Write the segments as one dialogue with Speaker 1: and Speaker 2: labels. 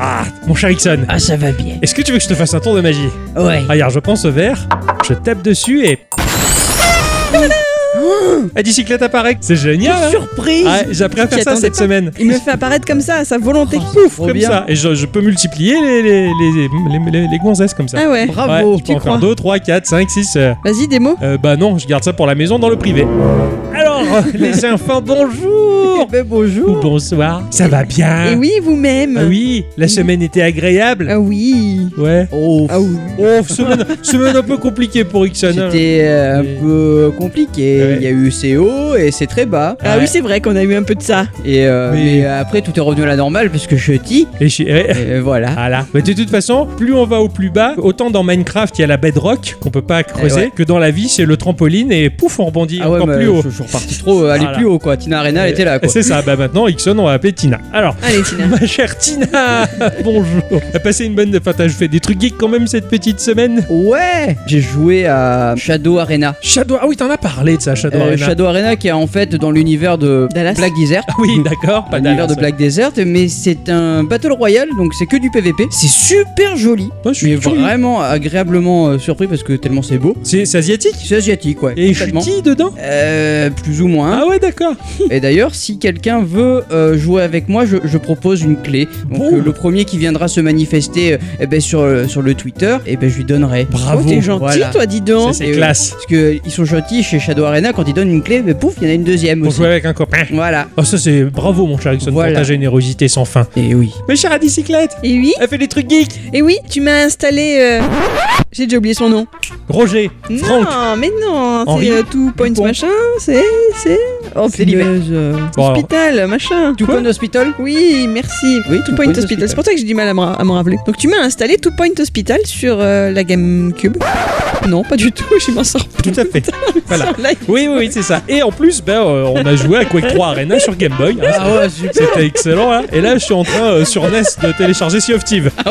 Speaker 1: Ah, mon cher Ixon,
Speaker 2: Ah, ça va bien.
Speaker 1: est-ce que tu veux que je te fasse un tour de magie
Speaker 2: Ouais.
Speaker 1: Regarde, je pense au verre, je tape dessus et.
Speaker 3: Ah,
Speaker 1: La bicyclette apparaît. C'est génial. hein
Speaker 3: Surprise
Speaker 1: Ouais, J'ai appris à
Speaker 3: Tu
Speaker 1: faire ça
Speaker 3: t'y
Speaker 1: cette
Speaker 3: attendais
Speaker 1: semaine.
Speaker 3: Il me fait apparaître comme ça, à sa volonté.
Speaker 2: Oh,
Speaker 3: Pouf
Speaker 2: trop
Speaker 1: Comme
Speaker 2: bien.
Speaker 1: ça. Et je, je peux multiplier les, les, les, les, les- les gonzesses comme ça.
Speaker 3: Ah ouais.
Speaker 2: Bravo.
Speaker 1: Ouais, je peux
Speaker 3: tu
Speaker 1: en faire
Speaker 3: crois
Speaker 1: 2, 3, 4, 5, 6.
Speaker 3: Vas-y, des mots.
Speaker 1: Euh, bah non, je garde ça pour la maison dans le privé. Alors, euh, les enfants, Oh, bonjour
Speaker 2: Eh ben,
Speaker 1: Ou
Speaker 2: bonjour.
Speaker 1: bonsoir. Ça va bien
Speaker 3: Et oui, vous-même.
Speaker 1: Ah oui, la semaine était agréable
Speaker 3: Ah oui.
Speaker 1: Ouais.
Speaker 2: Oh,
Speaker 3: Ah oui.
Speaker 1: Oh, semaine, semaine un peu compliquée pour Ixon. hein.
Speaker 2: C'était euh,
Speaker 1: Et-
Speaker 2: un peu compliqué.
Speaker 1: Ouais.
Speaker 2: Il y a eu c'est haut et c'est très bas.
Speaker 3: Ah
Speaker 1: Ouais.
Speaker 3: oui, c'est vrai qu'on a eu un peu de ça.
Speaker 2: Et euh,
Speaker 1: Mais-
Speaker 2: mais... après tout est revenu à la normale parce que je dis.
Speaker 1: Et je- ouais.
Speaker 2: Et voilà.
Speaker 1: Voilà. Mais de toute façon, plus on va au plus bas, autant dans Minecraft il y a la bedrock qu'on peut pas creuser,
Speaker 2: Eh ouais.
Speaker 1: que dans la vie c'est le trampoline et pouf on rebondit
Speaker 2: Ah ouais,
Speaker 1: encore
Speaker 2: mais
Speaker 1: plus haut.
Speaker 2: Je, je suis reparti trop, euh, aller
Speaker 1: Voilà.
Speaker 2: plus haut quoi. Tina Arena, elle était là quoi.
Speaker 1: C'est ça. Bah maintenant Ixon on va appeler Tina. Alors.
Speaker 3: Allez, Tina.
Speaker 1: Ma chère Tina, bonjour. T'as passé une bonne. Enfin, t'as fait des trucs geeks quand même cette petite semaine.
Speaker 2: Ouais J'ai joué à Shadow Arena.
Speaker 1: Shadow. Ah oui, t'en as parlé de ça, Shadow
Speaker 2: Euh,
Speaker 1: Arena.
Speaker 2: Shadow Arena qui est en fait dans l'univers de
Speaker 3: Dallas.
Speaker 2: Black Desert. Mm.
Speaker 1: Ah oui, d'accord. Pas
Speaker 2: l'univers de
Speaker 1: d'Alice.
Speaker 2: Black Desert, mais c'est un battle royale, donc c'est que du PVP. C'est super joli.
Speaker 1: Moi, je suis
Speaker 2: Mais
Speaker 1: curieux.
Speaker 2: vraiment agréablement euh, surpris parce que tellement c'est beau.
Speaker 1: C'est c'est asiatique.
Speaker 2: C'est asiatique, ouais.
Speaker 1: Et je suis
Speaker 2: complètement.
Speaker 1: qui dedans
Speaker 2: Euh, plus ou moins.
Speaker 1: Ah ouais, d'accord.
Speaker 2: Et d'ailleurs, si quelqu'un veut euh, jouer avec moi, je, je propose une clé. Donc
Speaker 1: Bon.
Speaker 2: euh, le premier qui viendra se manifester euh, eh ben, sur, euh, sur le Twitter, eh ben, je lui donnerai.
Speaker 1: Bravo.
Speaker 3: Oh, t'es gentil,
Speaker 2: Voilà.
Speaker 3: toi, dis
Speaker 1: Ça,
Speaker 3: donc.
Speaker 1: c'est
Speaker 2: et-
Speaker 1: classe.
Speaker 2: Parce que ils sont gentils chez Shadow Arena quand ils donnent une clé, mais pouf, il y en a une deuxième
Speaker 1: Pour
Speaker 2: aussi.
Speaker 1: jouer avec un copain.
Speaker 2: Voilà.
Speaker 1: Oh, ça c'est bravo, mon cher Ixon, pour
Speaker 2: Voilà.
Speaker 1: ta générosité sans fin.
Speaker 2: Et oui.
Speaker 3: Oh,
Speaker 1: Ma chère à bicyclette,
Speaker 3: Et oui,
Speaker 1: elle fait des trucs geeks.
Speaker 3: et oui, tu m'as installé. euh, J'ai déjà oublié son nom.
Speaker 1: Roger, Franck.
Speaker 3: Non, mais non,
Speaker 1: Henri.
Speaker 3: c'est euh, tout points
Speaker 1: Dupont.
Speaker 3: machin, c'est. C'est. Oh,
Speaker 2: C'est l'hiver.
Speaker 3: punaise, euh,
Speaker 1: Bon, alors.
Speaker 3: Hôpital, machin.
Speaker 2: Tout point hospital
Speaker 3: Oui, merci.
Speaker 2: Oui,
Speaker 3: Two Point Hospital. C'est pour ça que j'ai du mal à me ra- à me rappeler. Donc tu m'as installé Two Point Hospital sur euh, la GameCube. Non, pas du tout, je m'en sors
Speaker 1: Tout à fait. Voilà.
Speaker 3: pas. Là,
Speaker 1: Oui, oui, oui, c'est ça. Et en plus, ben, euh, on a joué à Quake 3 Arena sur Game Boy. hein.
Speaker 2: Ah ouais, super.
Speaker 1: C'était excellent. hein. Et là, je suis en train euh, sur NES de télécharger Sea of Thieves.
Speaker 2: Ah,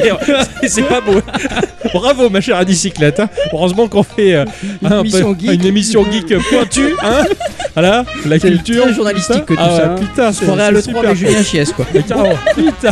Speaker 1: Et, euh, c'est- C'est pas beau. Bravo, ma chère Adicyclette. hein. Heureusement qu'on fait euh,
Speaker 2: Une émission geek.
Speaker 1: une émission geek pointue. Hein voilà, la
Speaker 2: C'est
Speaker 1: culture.
Speaker 2: très journalistique
Speaker 1: tout
Speaker 2: que tout
Speaker 1: Ah ouais,
Speaker 2: ça, hein.
Speaker 1: Putain,
Speaker 2: Je croirais à
Speaker 1: c'est
Speaker 2: l'E3
Speaker 1: super.
Speaker 2: mais Julien Chies quoi.
Speaker 1: Mais carrément, putain.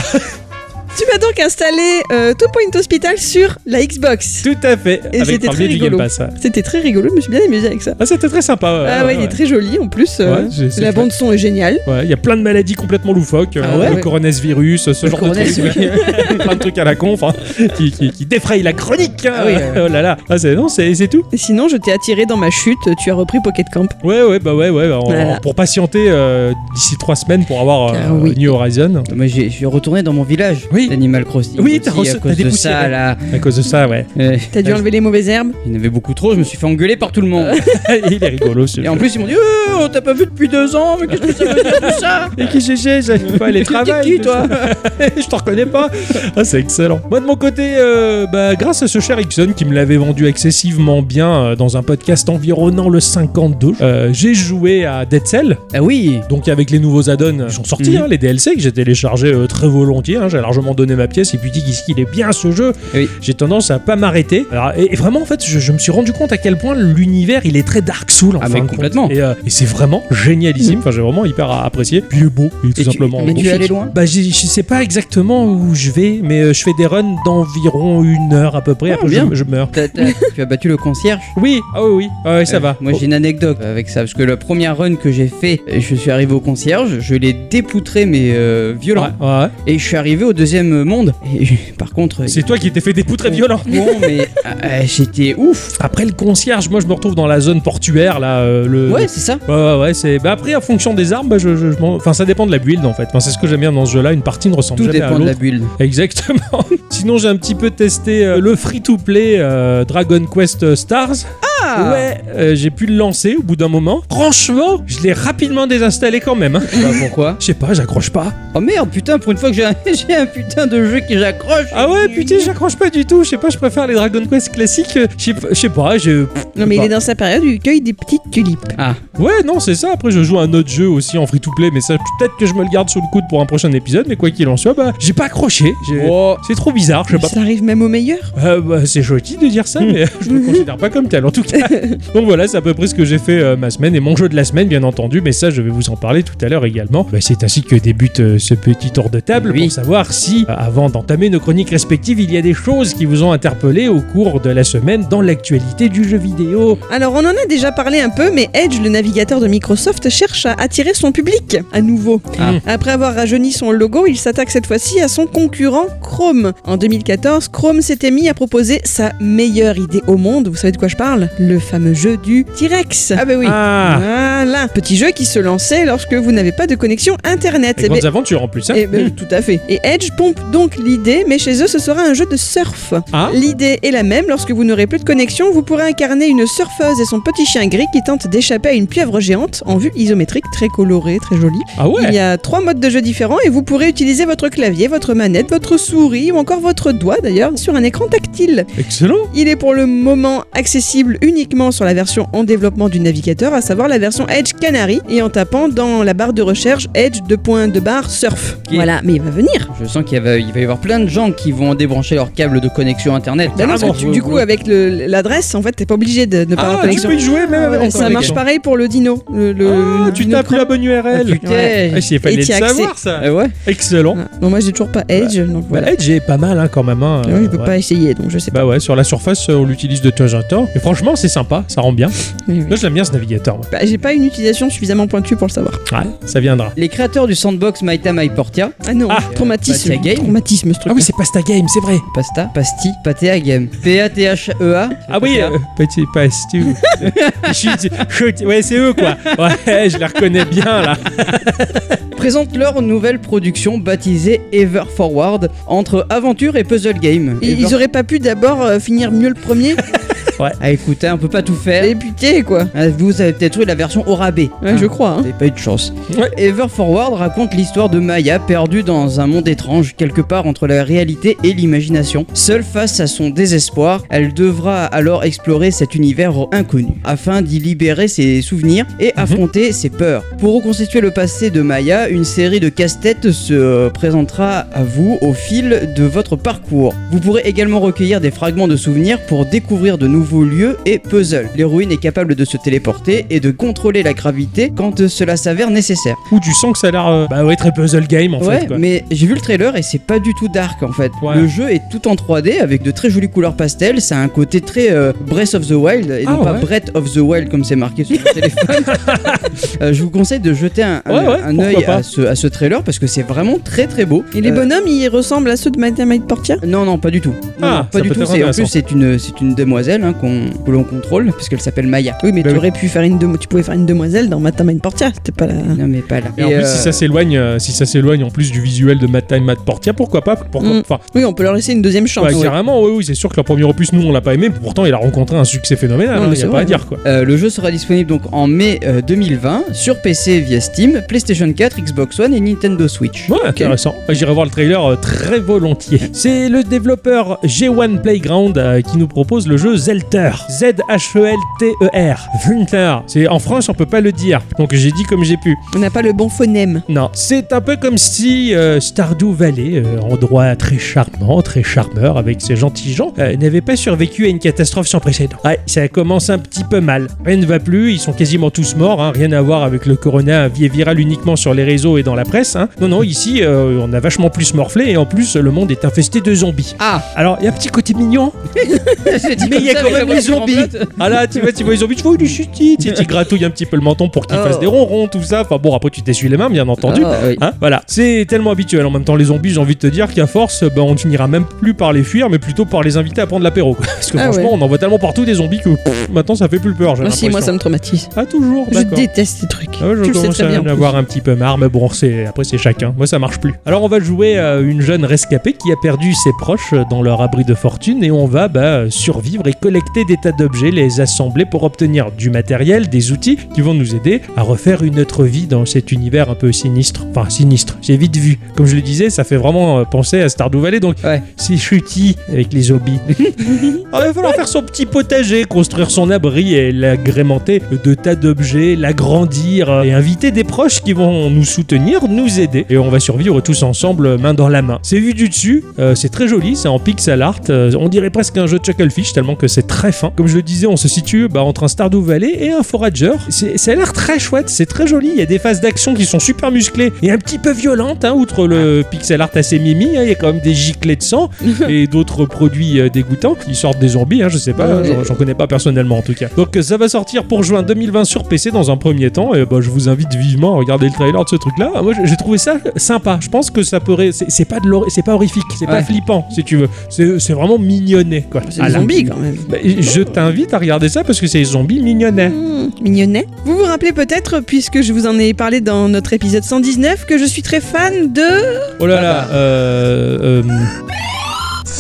Speaker 3: tu m'as donc installé euh, Two Point Hospital sur la Xbox.
Speaker 1: Tout à fait.
Speaker 3: Et
Speaker 1: avec
Speaker 3: c'était
Speaker 1: par le biais du
Speaker 3: très
Speaker 1: Game
Speaker 3: rigolo.
Speaker 1: Pass, ouais.
Speaker 3: C'était très rigolo, je me suis bien amusée avec ça.
Speaker 1: Ah, c'était très sympa. ouais,
Speaker 3: Ah ouais, il est très joli en plus. euh,
Speaker 1: Ouais, j'ai- c'est
Speaker 3: la
Speaker 1: chouette.
Speaker 3: bande son est géniale.
Speaker 1: Ouais, il y a plein de maladies complètement loufoques, euh,
Speaker 2: Ah ouais
Speaker 1: le coronavirus, ce genre
Speaker 2: coronavirus,
Speaker 1: de trucs, ouais. plein de trucs à la con, enfin, qui, qui, qui défrayent la chronique. hein.
Speaker 2: Ah oui, ouais.
Speaker 1: Oh là là, ah, c'est non, c'est c'est tout.
Speaker 3: Et sinon, je t'ai attiré dans ma chute, tu as repris Pocket Camp.
Speaker 1: Ouais, ouais, bah ouais, ouais, bah, on-
Speaker 3: Voilà.
Speaker 1: pour patienter euh, d'ici trois semaines pour avoir euh,
Speaker 3: Ah oui.
Speaker 1: New Horizon.
Speaker 2: Moi j'ai- je suis retourné dans mon village
Speaker 1: Oui.
Speaker 2: d'Animal Crossing.
Speaker 1: Oui, t'as reçu-
Speaker 2: aussi, à
Speaker 1: t'as
Speaker 2: cause
Speaker 1: des
Speaker 2: de
Speaker 1: poussières.
Speaker 2: ça là.
Speaker 1: À cause de ça, ouais,
Speaker 2: Euh,
Speaker 3: T'as dû
Speaker 2: Ouais.
Speaker 3: enlever les mauvaises herbes.
Speaker 2: il y en avait beaucoup trop, je me suis fait engueuler par tout le monde.
Speaker 1: il est rigolo. Ce
Speaker 2: Et en plus ils m'ont dit Euh, on t'a pas vu depuis deux ans, mais qu'est-ce que ça veut dire tout ça
Speaker 1: Et qui GG, j'arrive pas à les
Speaker 2: Tu dis
Speaker 1: travailler.
Speaker 2: qui, toi
Speaker 1: Je t'en reconnais pas. Ah, c'est excellent. Moi, de mon côté, euh, bah, grâce à ce cher Ixon qui me l'avait vendu excessivement bien euh, dans un podcast environnant le 52, euh, j'ai joué à Dead Cell.
Speaker 2: Ah oui
Speaker 1: Donc, avec les nouveaux add-ons euh, qui sont sortis,
Speaker 2: Mhm.
Speaker 1: hein, les DLC que j'ai téléchargés euh, très volontiers, hein, j'ai largement donné ma pièce et puis dit qu'est-ce qu'il est bien ce jeu.
Speaker 2: Eh Oui.
Speaker 1: J'ai tendance à pas m'arrêter. Alors, Et, et vraiment, en fait, je, je me suis rendu compte à quel point l'univers il est très Dark Souls. En
Speaker 2: Ah,
Speaker 1: fin
Speaker 2: mais
Speaker 1: de compte.
Speaker 2: complètement.
Speaker 1: Et, euh, et c'est vraiment génialissime. Enfin, j'ai vraiment hyper apprécié. Puis il est beau, il est tout
Speaker 2: Et tu-
Speaker 1: simplement
Speaker 2: Mais
Speaker 1: beau.
Speaker 2: tu es allé loin
Speaker 1: Bah, j'ai- je sais pas exactement où je vais, mais euh, je fais des runs d'environ une heure à peu près.
Speaker 2: Ah,
Speaker 1: après, je-
Speaker 2: bien.
Speaker 1: Je, meurs.
Speaker 2: T'as- t'as- Tu as battu le concierge
Speaker 1: Oui, ah oui, oui, ah oui, ça
Speaker 2: Euh,
Speaker 1: va.
Speaker 2: Moi j'ai une anecdote avec ça, parce que la première run que j'ai fait, euh, je suis arrivé au concierge, je l'ai dépoutré mais euh,
Speaker 1: Ouais,
Speaker 2: violent,
Speaker 1: Oh. ouais.
Speaker 2: et je suis arrivé au deuxième monde. Et je- par contre...
Speaker 1: C'est toi qui t'es fait des poutres violents.
Speaker 2: Bon, mais ah, ah, c'était ouf.
Speaker 1: Après le concierge, moi je me retrouve dans la zone portuaire là. euh, le,
Speaker 2: Ouais, c'est ça.
Speaker 1: Ouais, ouais, ouais, c'est. Bah après, en fonction des armes, bah, je, je- je m'en- enfin, ça dépend de la build en fait. Enfin, c'est ce que j'aime bien dans ce jeu-là. Une partie ne ressemble
Speaker 2: Tout
Speaker 1: jamais à
Speaker 2: dépend de la
Speaker 1: l'autre.
Speaker 2: build.
Speaker 1: Exactement. Sinon, j'ai un petit peu testé euh, le free-to-play euh, Dragon Quest Stars.
Speaker 2: Ah
Speaker 1: Ouais, euh, j'ai pu le lancer au bout d'un moment. Franchement, je l'ai rapidement désinstallé quand même. hein.
Speaker 2: Bah pourquoi
Speaker 1: Je sais pas, j'accroche pas.
Speaker 2: Oh merde, putain, pour une fois que j'ai un, j'ai un putain de jeu qui j'accroche.
Speaker 1: Ah ouais, putain, j'accroche pas du tout. Je sais pas, je préfère les Dragon Quest classiques. euh, Je sais pas- je sais pas, je.
Speaker 3: Non, mais
Speaker 1: Bah.
Speaker 3: il est dans sa période où il cueille des petites tulipes.
Speaker 2: Ah,
Speaker 1: Ouais, non, c'est ça. Après, je joue à un autre jeu aussi en free-to-play, mais ça, peut-être que je me le garde sous le coude pour un prochain épisode. Mais quoi qu'il en soit, bah, j'ai pas accroché. J'ai-
Speaker 2: oh.
Speaker 1: C'est trop bizarre, je sais pas.
Speaker 3: Ça arrive même au meilleur.
Speaker 1: Euh, bah, c'est joli de dire ça, mais je me considère pas comme tel en tout cas. Donc voilà, c'est à peu près ce que j'ai fait euh, ma semaine et mon jeu de la semaine, bien entendu, mais ça, je vais vous en parler tout à l'heure également. Bah, c'est ainsi que débute euh, ce petit tour de table
Speaker 2: Oui.
Speaker 1: pour savoir si, euh, avant d'entamer nos chroniques respectives, il y a des choses qui vous ont interpellé au cours de la semaine dans l'actualité du jeu vidéo.
Speaker 3: Alors, on en a déjà parlé un peu, mais Edge, le navigateur de Microsoft, cherche à attirer son public à nouveau.
Speaker 2: Ah.
Speaker 3: Après avoir rajeuni son logo, il s'attaque cette fois-ci à son concurrent Chrome. En 2014, Chrome s'était mis à proposer sa meilleure idée au monde. Vous savez de quoi je parle Le fameux jeu du T-Rex. Ah, bah oui.
Speaker 1: Ah,
Speaker 3: Voilà, petit jeu qui se lançait lorsque vous n'avez pas de connexion Internet.
Speaker 1: les
Speaker 3: Eh ben,
Speaker 1: grandes aventures en plus, hein.
Speaker 3: eh ben, tout à fait. Et Edge pompe donc l'idée, mais chez eux, ce sera un jeu de surf.
Speaker 1: Ah.
Speaker 3: L'idée est la même, lorsque vous n'aurez plus de connexion, vous pourrez incarner une surfeuse et son petit chien gris qui tente d'échapper à une pieuvre géante en vue isométrique, très colorée, très jolie.
Speaker 1: Ah
Speaker 3: Il
Speaker 1: ouais
Speaker 3: y a trois modes de jeu différents et vous pourrez utiliser votre clavier, votre manette, votre souris ou encore votre doigt d'ailleurs sur un écran tactile.
Speaker 1: Excellent
Speaker 3: Il est pour le moment accessible uniquement sur la version en développement du navigateur, à savoir la version Edge Canary, et en tapant dans la barre de recherche Edge 2.2 barre surf.
Speaker 2: Ok.
Speaker 3: Voilà, mais il va venir.
Speaker 2: Je sens qu'il y va, il va y avoir plein de gens qui vont débrancher leur câble de connexion internet.
Speaker 3: Bah non, parce
Speaker 1: Carrément,
Speaker 3: que tu-
Speaker 1: Ah ouais,
Speaker 3: du coup,
Speaker 1: ouais.
Speaker 3: avec le- l'adresse, en fait, t'es pas obligé de ne pas avoir
Speaker 1: Ah, tu
Speaker 3: connexion.
Speaker 1: peux y jouer même avec
Speaker 3: Ouais,
Speaker 1: ton
Speaker 3: ça
Speaker 1: collègue.
Speaker 3: marche pareil pour le dino. Le, le-
Speaker 1: Ah,
Speaker 3: le
Speaker 1: tu
Speaker 3: dino
Speaker 1: tapes
Speaker 3: cran.
Speaker 1: la bonne
Speaker 2: Ah,
Speaker 1: URL
Speaker 2: putain.
Speaker 1: Ah, si, il fallait
Speaker 3: Et
Speaker 1: le
Speaker 3: t'y as accès.
Speaker 1: savoir, ça
Speaker 2: Ah ouais.
Speaker 1: Excellent
Speaker 3: Ah, Non, moi j'ai toujours pas Edge, donc
Speaker 1: Bah,
Speaker 3: voilà.
Speaker 1: Edge est pas mal hein, quand même. hein.
Speaker 3: Non, je peux
Speaker 1: Ouais.
Speaker 3: pas essayer, donc je sais pas.
Speaker 1: Bah ouais, sur la surface, euh, on l'utilise de temps en temps. Et franchement, c'est sympa, ça rend bien.
Speaker 3: Oui, oui.
Speaker 1: Moi, je l'aime bien ce navigateur. moi.
Speaker 3: Bah, j'ai pas une utilisation suffisamment pointue pour le savoir.
Speaker 1: Ouais, ça viendra.
Speaker 2: Les créateurs du sandbox Maita Maiportia,
Speaker 3: Ah non,
Speaker 1: Ah.
Speaker 3: traumatisme.
Speaker 2: Bah, t'as game.
Speaker 3: traumatisme ce truc.
Speaker 1: Ah oui, c'est Pasta Game, c'est vrai.
Speaker 2: Pasta, Pasti, Patea Game, P-A-T-H-E-A.
Speaker 1: Ah oui,
Speaker 2: E Patea.
Speaker 1: euh, petit pastu. Je suis- je- ouais, c'est eux quoi. Ouais, je les reconnais bien là.
Speaker 3: euh.
Speaker 2: présentent leur nouvelle production baptisée Ever Forward entre aventure et puzzle game.
Speaker 3: Ils, ils
Speaker 2: Ever-
Speaker 3: auraient pas pu d'abord euh, finir mieux le premier
Speaker 2: Ah écoutez, on peut pas tout faire.
Speaker 3: Les putés, quoi.
Speaker 2: Ah, Vous avez peut-être eu la version au rabais.
Speaker 3: Ouais,
Speaker 2: Hein,
Speaker 1: Ah.
Speaker 3: je crois. hein.
Speaker 2: Vous avez pas eu de chance.
Speaker 1: Ouais.
Speaker 2: Ever Forward raconte l'histoire de Maya perdue dans un monde étrange, quelque part entre la réalité et l'imagination. Seule face à son désespoir, elle devra alors explorer cet univers inconnu, afin d'y libérer ses souvenirs et affronter ses peurs. Pour reconstituer le passé de Maya, une série de casse-têtes se euh, présentera à vous au fil de votre parcours. Vous pourrez également recueillir des fragments de souvenirs pour découvrir de nouveaux lieux et puzzles. L'héroïne est capable de se téléporter et de contrôler la gravité quand cela s'avère nécessaire.
Speaker 1: Ou tu sens que ça a l'air. euh, bah ouais, très puzzle game en
Speaker 2: ouais,
Speaker 1: fait. Quoi.
Speaker 2: mais j'ai vu le trailer et c'est pas du tout dark en fait.
Speaker 1: Ouais.
Speaker 2: Le jeu est tout en 3D avec de très jolies couleurs pastel. Ça a un côté très euh, Breath of the Wild et
Speaker 1: Ah,
Speaker 2: non pas
Speaker 1: ouais.
Speaker 2: Breath of the Wild comme c'est marqué sur le téléphone. Euh, je vous conseille de jeter un, un,
Speaker 1: Ouais, ouais,
Speaker 2: un
Speaker 1: pourquoi
Speaker 2: œil
Speaker 1: pas.
Speaker 2: à ce, à ce trailer parce que c'est vraiment très très beau.
Speaker 3: Et les
Speaker 2: Euh,
Speaker 3: bonhommes, ils ressemblent à ceux de Mighty Might Portia
Speaker 2: Non, non, pas du tout.
Speaker 1: Ah,
Speaker 2: Non, non, pas
Speaker 1: ça
Speaker 2: du
Speaker 1: peut
Speaker 2: tout.
Speaker 1: être
Speaker 2: C'est- En
Speaker 1: intéressant.
Speaker 2: plus, c'est une, c'est une demoiselle hein, qu'on que l'on contrôle, parce qu'elle s'appelle Maya.
Speaker 3: Oui, mais
Speaker 1: Bah
Speaker 3: tu
Speaker 1: oui.
Speaker 3: aurais pu faire une demo- tu pouvais faire une demoiselle dans Mighty Might Portia. C'était pas la.
Speaker 2: Non, mais pas là.
Speaker 1: Et en
Speaker 2: Et,
Speaker 1: plus,
Speaker 2: euh,
Speaker 1: si ça s'éloigne, euh, si ça s'éloigne en plus du visuel de Matt Time Matt Portia, pourquoi pas pourquoi,
Speaker 3: Mm.
Speaker 1: Enfin,
Speaker 3: Oui, on peut leur laisser une deuxième chance.
Speaker 1: ouais, carrément, oui, oui, c'est sûr que leur premier opus, nous, on l'a pas aimé. mais Pourtant, il a rencontré un succès phénoménal.
Speaker 3: Non,
Speaker 1: hein,
Speaker 3: mais
Speaker 1: y
Speaker 3: c'est
Speaker 1: a pas
Speaker 3: vrai,
Speaker 1: à dire quoi.
Speaker 2: euh, le jeu sera disponible donc en mai euh, 2020 sur PC via Steam, PlayStation 4, Xbox One et Nintendo Switch.
Speaker 1: Ouais, intéressant. J'irai voir le trailer euh, très volontiers. C'est le développeur G1 Playground euh, qui nous propose le jeu Zelter. E Z-H-E-L-T-E-R. Zelter. C'est en France, on peut pas le dire. Donc j'ai dit comme j'ai pu.
Speaker 3: On n'a pas le bon phonème.
Speaker 1: Non, c'est un peu comme si euh, Stardew Valley, euh, endroit très charmant, très charmeur, avec ses gentils gens, euh, n'avait pas survécu à une catastrophe sans précédent. Ouais, ça commence un petit peu mal. Rien ne va plus, ils sont quasiment tous morts, hein, rien à voir avec le corona vie viral uniquement sur les réseaux et dans la presse. hein. Non, non, ici, euh, on a vachement plus morflé et en plus, le monde est infesté de zombies.
Speaker 2: Ah
Speaker 1: Alors, il y a un petit côté mignon. Mais il y a quand même les zombies. Ah là, tu vois, tu vois les zombies, tu vois, il est chutis. Tu, tu gratouilles un petit peu le menton pour qu'il
Speaker 3: Oh.
Speaker 1: fasse des ronrons, tout ça. Enfin bon, après, tu t'essuies les mains, bien entendu.
Speaker 2: Ah, oui.
Speaker 1: Hein, voilà, c'est tellement habituel. En même temps, les zombies, j'ai envie de te dire qu'à force, ben, on ne finira même plus par les fuir, mais plutôt par les inviter à prendre l'apéro. quoi. Parce que
Speaker 3: Ah
Speaker 1: franchement,
Speaker 3: ouais.
Speaker 1: on en voit tellement partout des zombies que pff, maintenant ça fait plus peur. J'ai
Speaker 3: Moi aussi,
Speaker 1: l'impression.
Speaker 3: Ah moi ça me traumatise.
Speaker 1: Ah, toujours,
Speaker 3: Je
Speaker 1: d'accord.
Speaker 3: déteste ces trucs.
Speaker 1: Ah ouais, je
Speaker 3: tu le sais
Speaker 1: commence
Speaker 3: très
Speaker 1: à
Speaker 3: bien.
Speaker 1: en
Speaker 3: en
Speaker 1: avoir un petit peu marre, mais bon, c'est après c'est chacun. Moi, ça marche plus. Alors, on va jouer à une jeune rescapée qui a perdu ses proches dans leur abri de fortune et on va bah, survivre et collecter des tas d'objets, les assembler pour obtenir du matériel, des outils qui vont nous aider à refaire une autre vie dans cet univers un peu sinistre. Enfin, sinistre, c'est vite vu. Comme je le disais, ça fait vraiment euh, penser à Stardew Valley, donc
Speaker 2: Ouais.
Speaker 1: c'est chutis avec les zombies. Alors, Ah, il va falloir faire son petit potager, construire son abri et l'agrémenter de tas d'objets, l'agrandir euh, et inviter des proches qui vont nous soutenir, nous aider. Et on va survivre tous ensemble, main dans la euh, main. C'est vu du dessus, euh, c'est très joli, c'est en pixel art. euh, on dirait presque un jeu de Chucklefish, tellement que c'est très fin. Comme je le disais, on se situe bah, entre un Stardew Valley et un Forager. C'est- Ça a l'air très chouette, c'est très joli. Il y a des phases d'action qui sont super musclées et un petit peu violentes, hein, outre le pixel art assez mimi. hein, il y a quand même des giclées de sang et d'autres produits euh, dégoûtants. Ils sortent des zombies, hein, je sais pas,
Speaker 2: Ouais,
Speaker 1: hein, j'en-
Speaker 2: ouais.
Speaker 1: j'en connais pas personnellement en tout cas. Donc euh, ça va sortir pour juin 2020 sur PC dans un premier temps. Et bah, je vous invite vivement à regarder le trailer de ce truc-là. Ah, Moi, j'ai- j'ai trouvé ça sympa. Je pense que ça pourrait. C'est c'est pas de l'horri- c'est pas horrifique, c'est pas
Speaker 2: Ouais.
Speaker 1: flippant, si tu veux. C'est c'est vraiment mignonné, quoi.
Speaker 3: C'est
Speaker 1: Ah
Speaker 3: des
Speaker 1: là.
Speaker 3: zombies quand même.
Speaker 1: Bah, je t'invite à regarder ça parce que c'est des zombies mignonnets.
Speaker 3: Mmh, mignonnet. Vous vous rappelez peut-être, puisque je vous en ai parlé dans notre épisode 119, que je suis très fan de.
Speaker 1: Oh là
Speaker 3: Ah
Speaker 1: là.
Speaker 3: bah.
Speaker 1: euh, euh,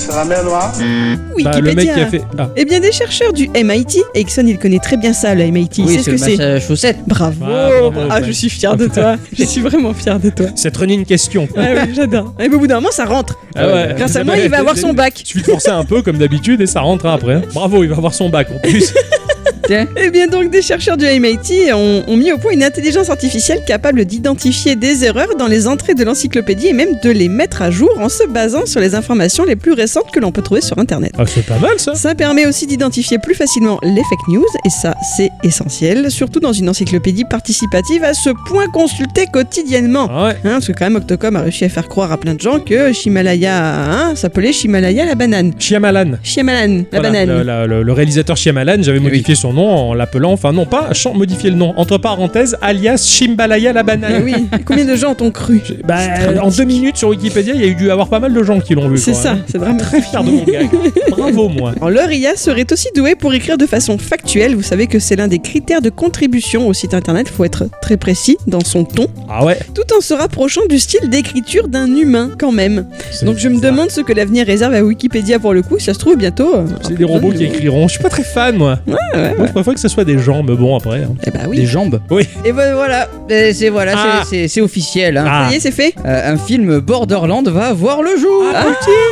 Speaker 1: bah,
Speaker 3: Wikipédia.
Speaker 1: le mec qui a fait. Ah.
Speaker 3: Eh bien, des chercheurs du MIT, Exxon, il connaît très bien ça, le MIT, il
Speaker 2: Oui,
Speaker 3: sait ce
Speaker 2: c'est
Speaker 3: que
Speaker 2: le
Speaker 3: c'est.
Speaker 2: massage à chaussettes.
Speaker 3: Bravo.
Speaker 1: Ah, bravo,
Speaker 3: Ah,
Speaker 1: ouais.
Speaker 3: je suis fière de toi. Je suis vraiment fière de toi.
Speaker 1: C'est trop une question.
Speaker 3: Ah oui, j'adore. Et au bout d'un moment, ça rentre.
Speaker 1: Ah ouais.
Speaker 3: Grâce à moi, il va avoir son bac.
Speaker 1: Il suffit de forcer un peu comme d'habitude et ça rentre après. hein. Bravo, il va avoir son bac en plus.
Speaker 2: Tiens.
Speaker 3: Eh bien donc, des chercheurs du MIT ont, ont mis au point une intelligence artificielle capable d'identifier des erreurs dans les entrées de l'encyclopédie et même de les mettre à jour en se basant sur les informations les plus récentes que l'on peut trouver sur Internet.
Speaker 1: Ah, c'est pas mal ça.
Speaker 3: Ça permet aussi d'identifier plus facilement les fake news, et ça c'est essentiel, surtout dans une encyclopédie participative à ce point consultée quotidiennement.
Speaker 1: Ah ouais.
Speaker 3: Hein, parce que quand même, Octocom a réussi à faire croire à plein de gens que Shimalaya hein, s'appelait Shimalaya la banane.
Speaker 1: Shyamalan.
Speaker 3: Shiamalan, la
Speaker 1: Voilà,
Speaker 3: banane.
Speaker 1: le- la- le, le réalisateur Shyamalan, j'avais modifié son nom en l'appelant, enfin non pas, chan- modifier le nom, entre parenthèses, alias Shimbalaya la
Speaker 3: Ah
Speaker 1: banane.
Speaker 3: oui, combien de gens t'ont cru
Speaker 1: Bah, en deux minutes sur Wikipédia, il y a eu dû avoir pas mal de gens qui l'ont vu.
Speaker 3: C'est
Speaker 1: quand
Speaker 3: ça,
Speaker 1: même.
Speaker 3: c'est vraiment
Speaker 1: Très fier de mon gars. Bravo moi.
Speaker 3: Alors, leur IA serait aussi douée pour écrire de façon factuelle. Vous savez que c'est l'un des critères de contribution au site internet. Faut être très précis dans son ton,
Speaker 1: Ah ouais.
Speaker 3: tout en se rapprochant du style d'écriture d'un humain quand même. Donc je me
Speaker 1: demande
Speaker 3: demande ce que l'avenir réserve à Wikipédia pour le coup. Si ça se trouve bientôt. euh,
Speaker 1: C'est des robots qui écriront. Je suis pas très fan, moi.
Speaker 3: ouais,
Speaker 1: Moi, je préfère que ce soit des gens, mais bon, après. hein.
Speaker 3: Eh bah oui.
Speaker 2: Des jambes.
Speaker 1: Oui.
Speaker 2: Et ben voilà, Et c'est voilà, c'est-
Speaker 1: Ah.
Speaker 2: c'est c'est officiel. hein.
Speaker 1: Ah,
Speaker 3: Ça y est, c'est fait.
Speaker 2: Euh, un film Borderland va voir le jour.
Speaker 3: Ah,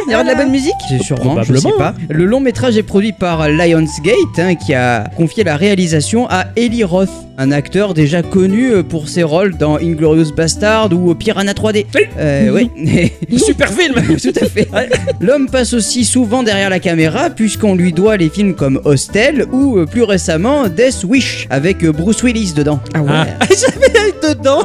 Speaker 3: Il y aura de la bonne musique.
Speaker 2: C'est sûrement, je sais
Speaker 1: Probablement.
Speaker 2: pas. Le long métrage est produit par Lionsgate, hein, qui a confié la réalisation à Eli Roth, un acteur déjà connu euh, pour ses rôles dans Inglorious Bastard ou Piranha 3D. Euh, oui,
Speaker 1: super film
Speaker 2: tout à fait. L'homme passe aussi souvent derrière la caméra, puisqu'on lui doit les films comme Hostel ou euh, plus récemment Death Wish, avec euh, Bruce Willis dedans.
Speaker 3: Ah ouais.
Speaker 1: Ah.
Speaker 2: dedans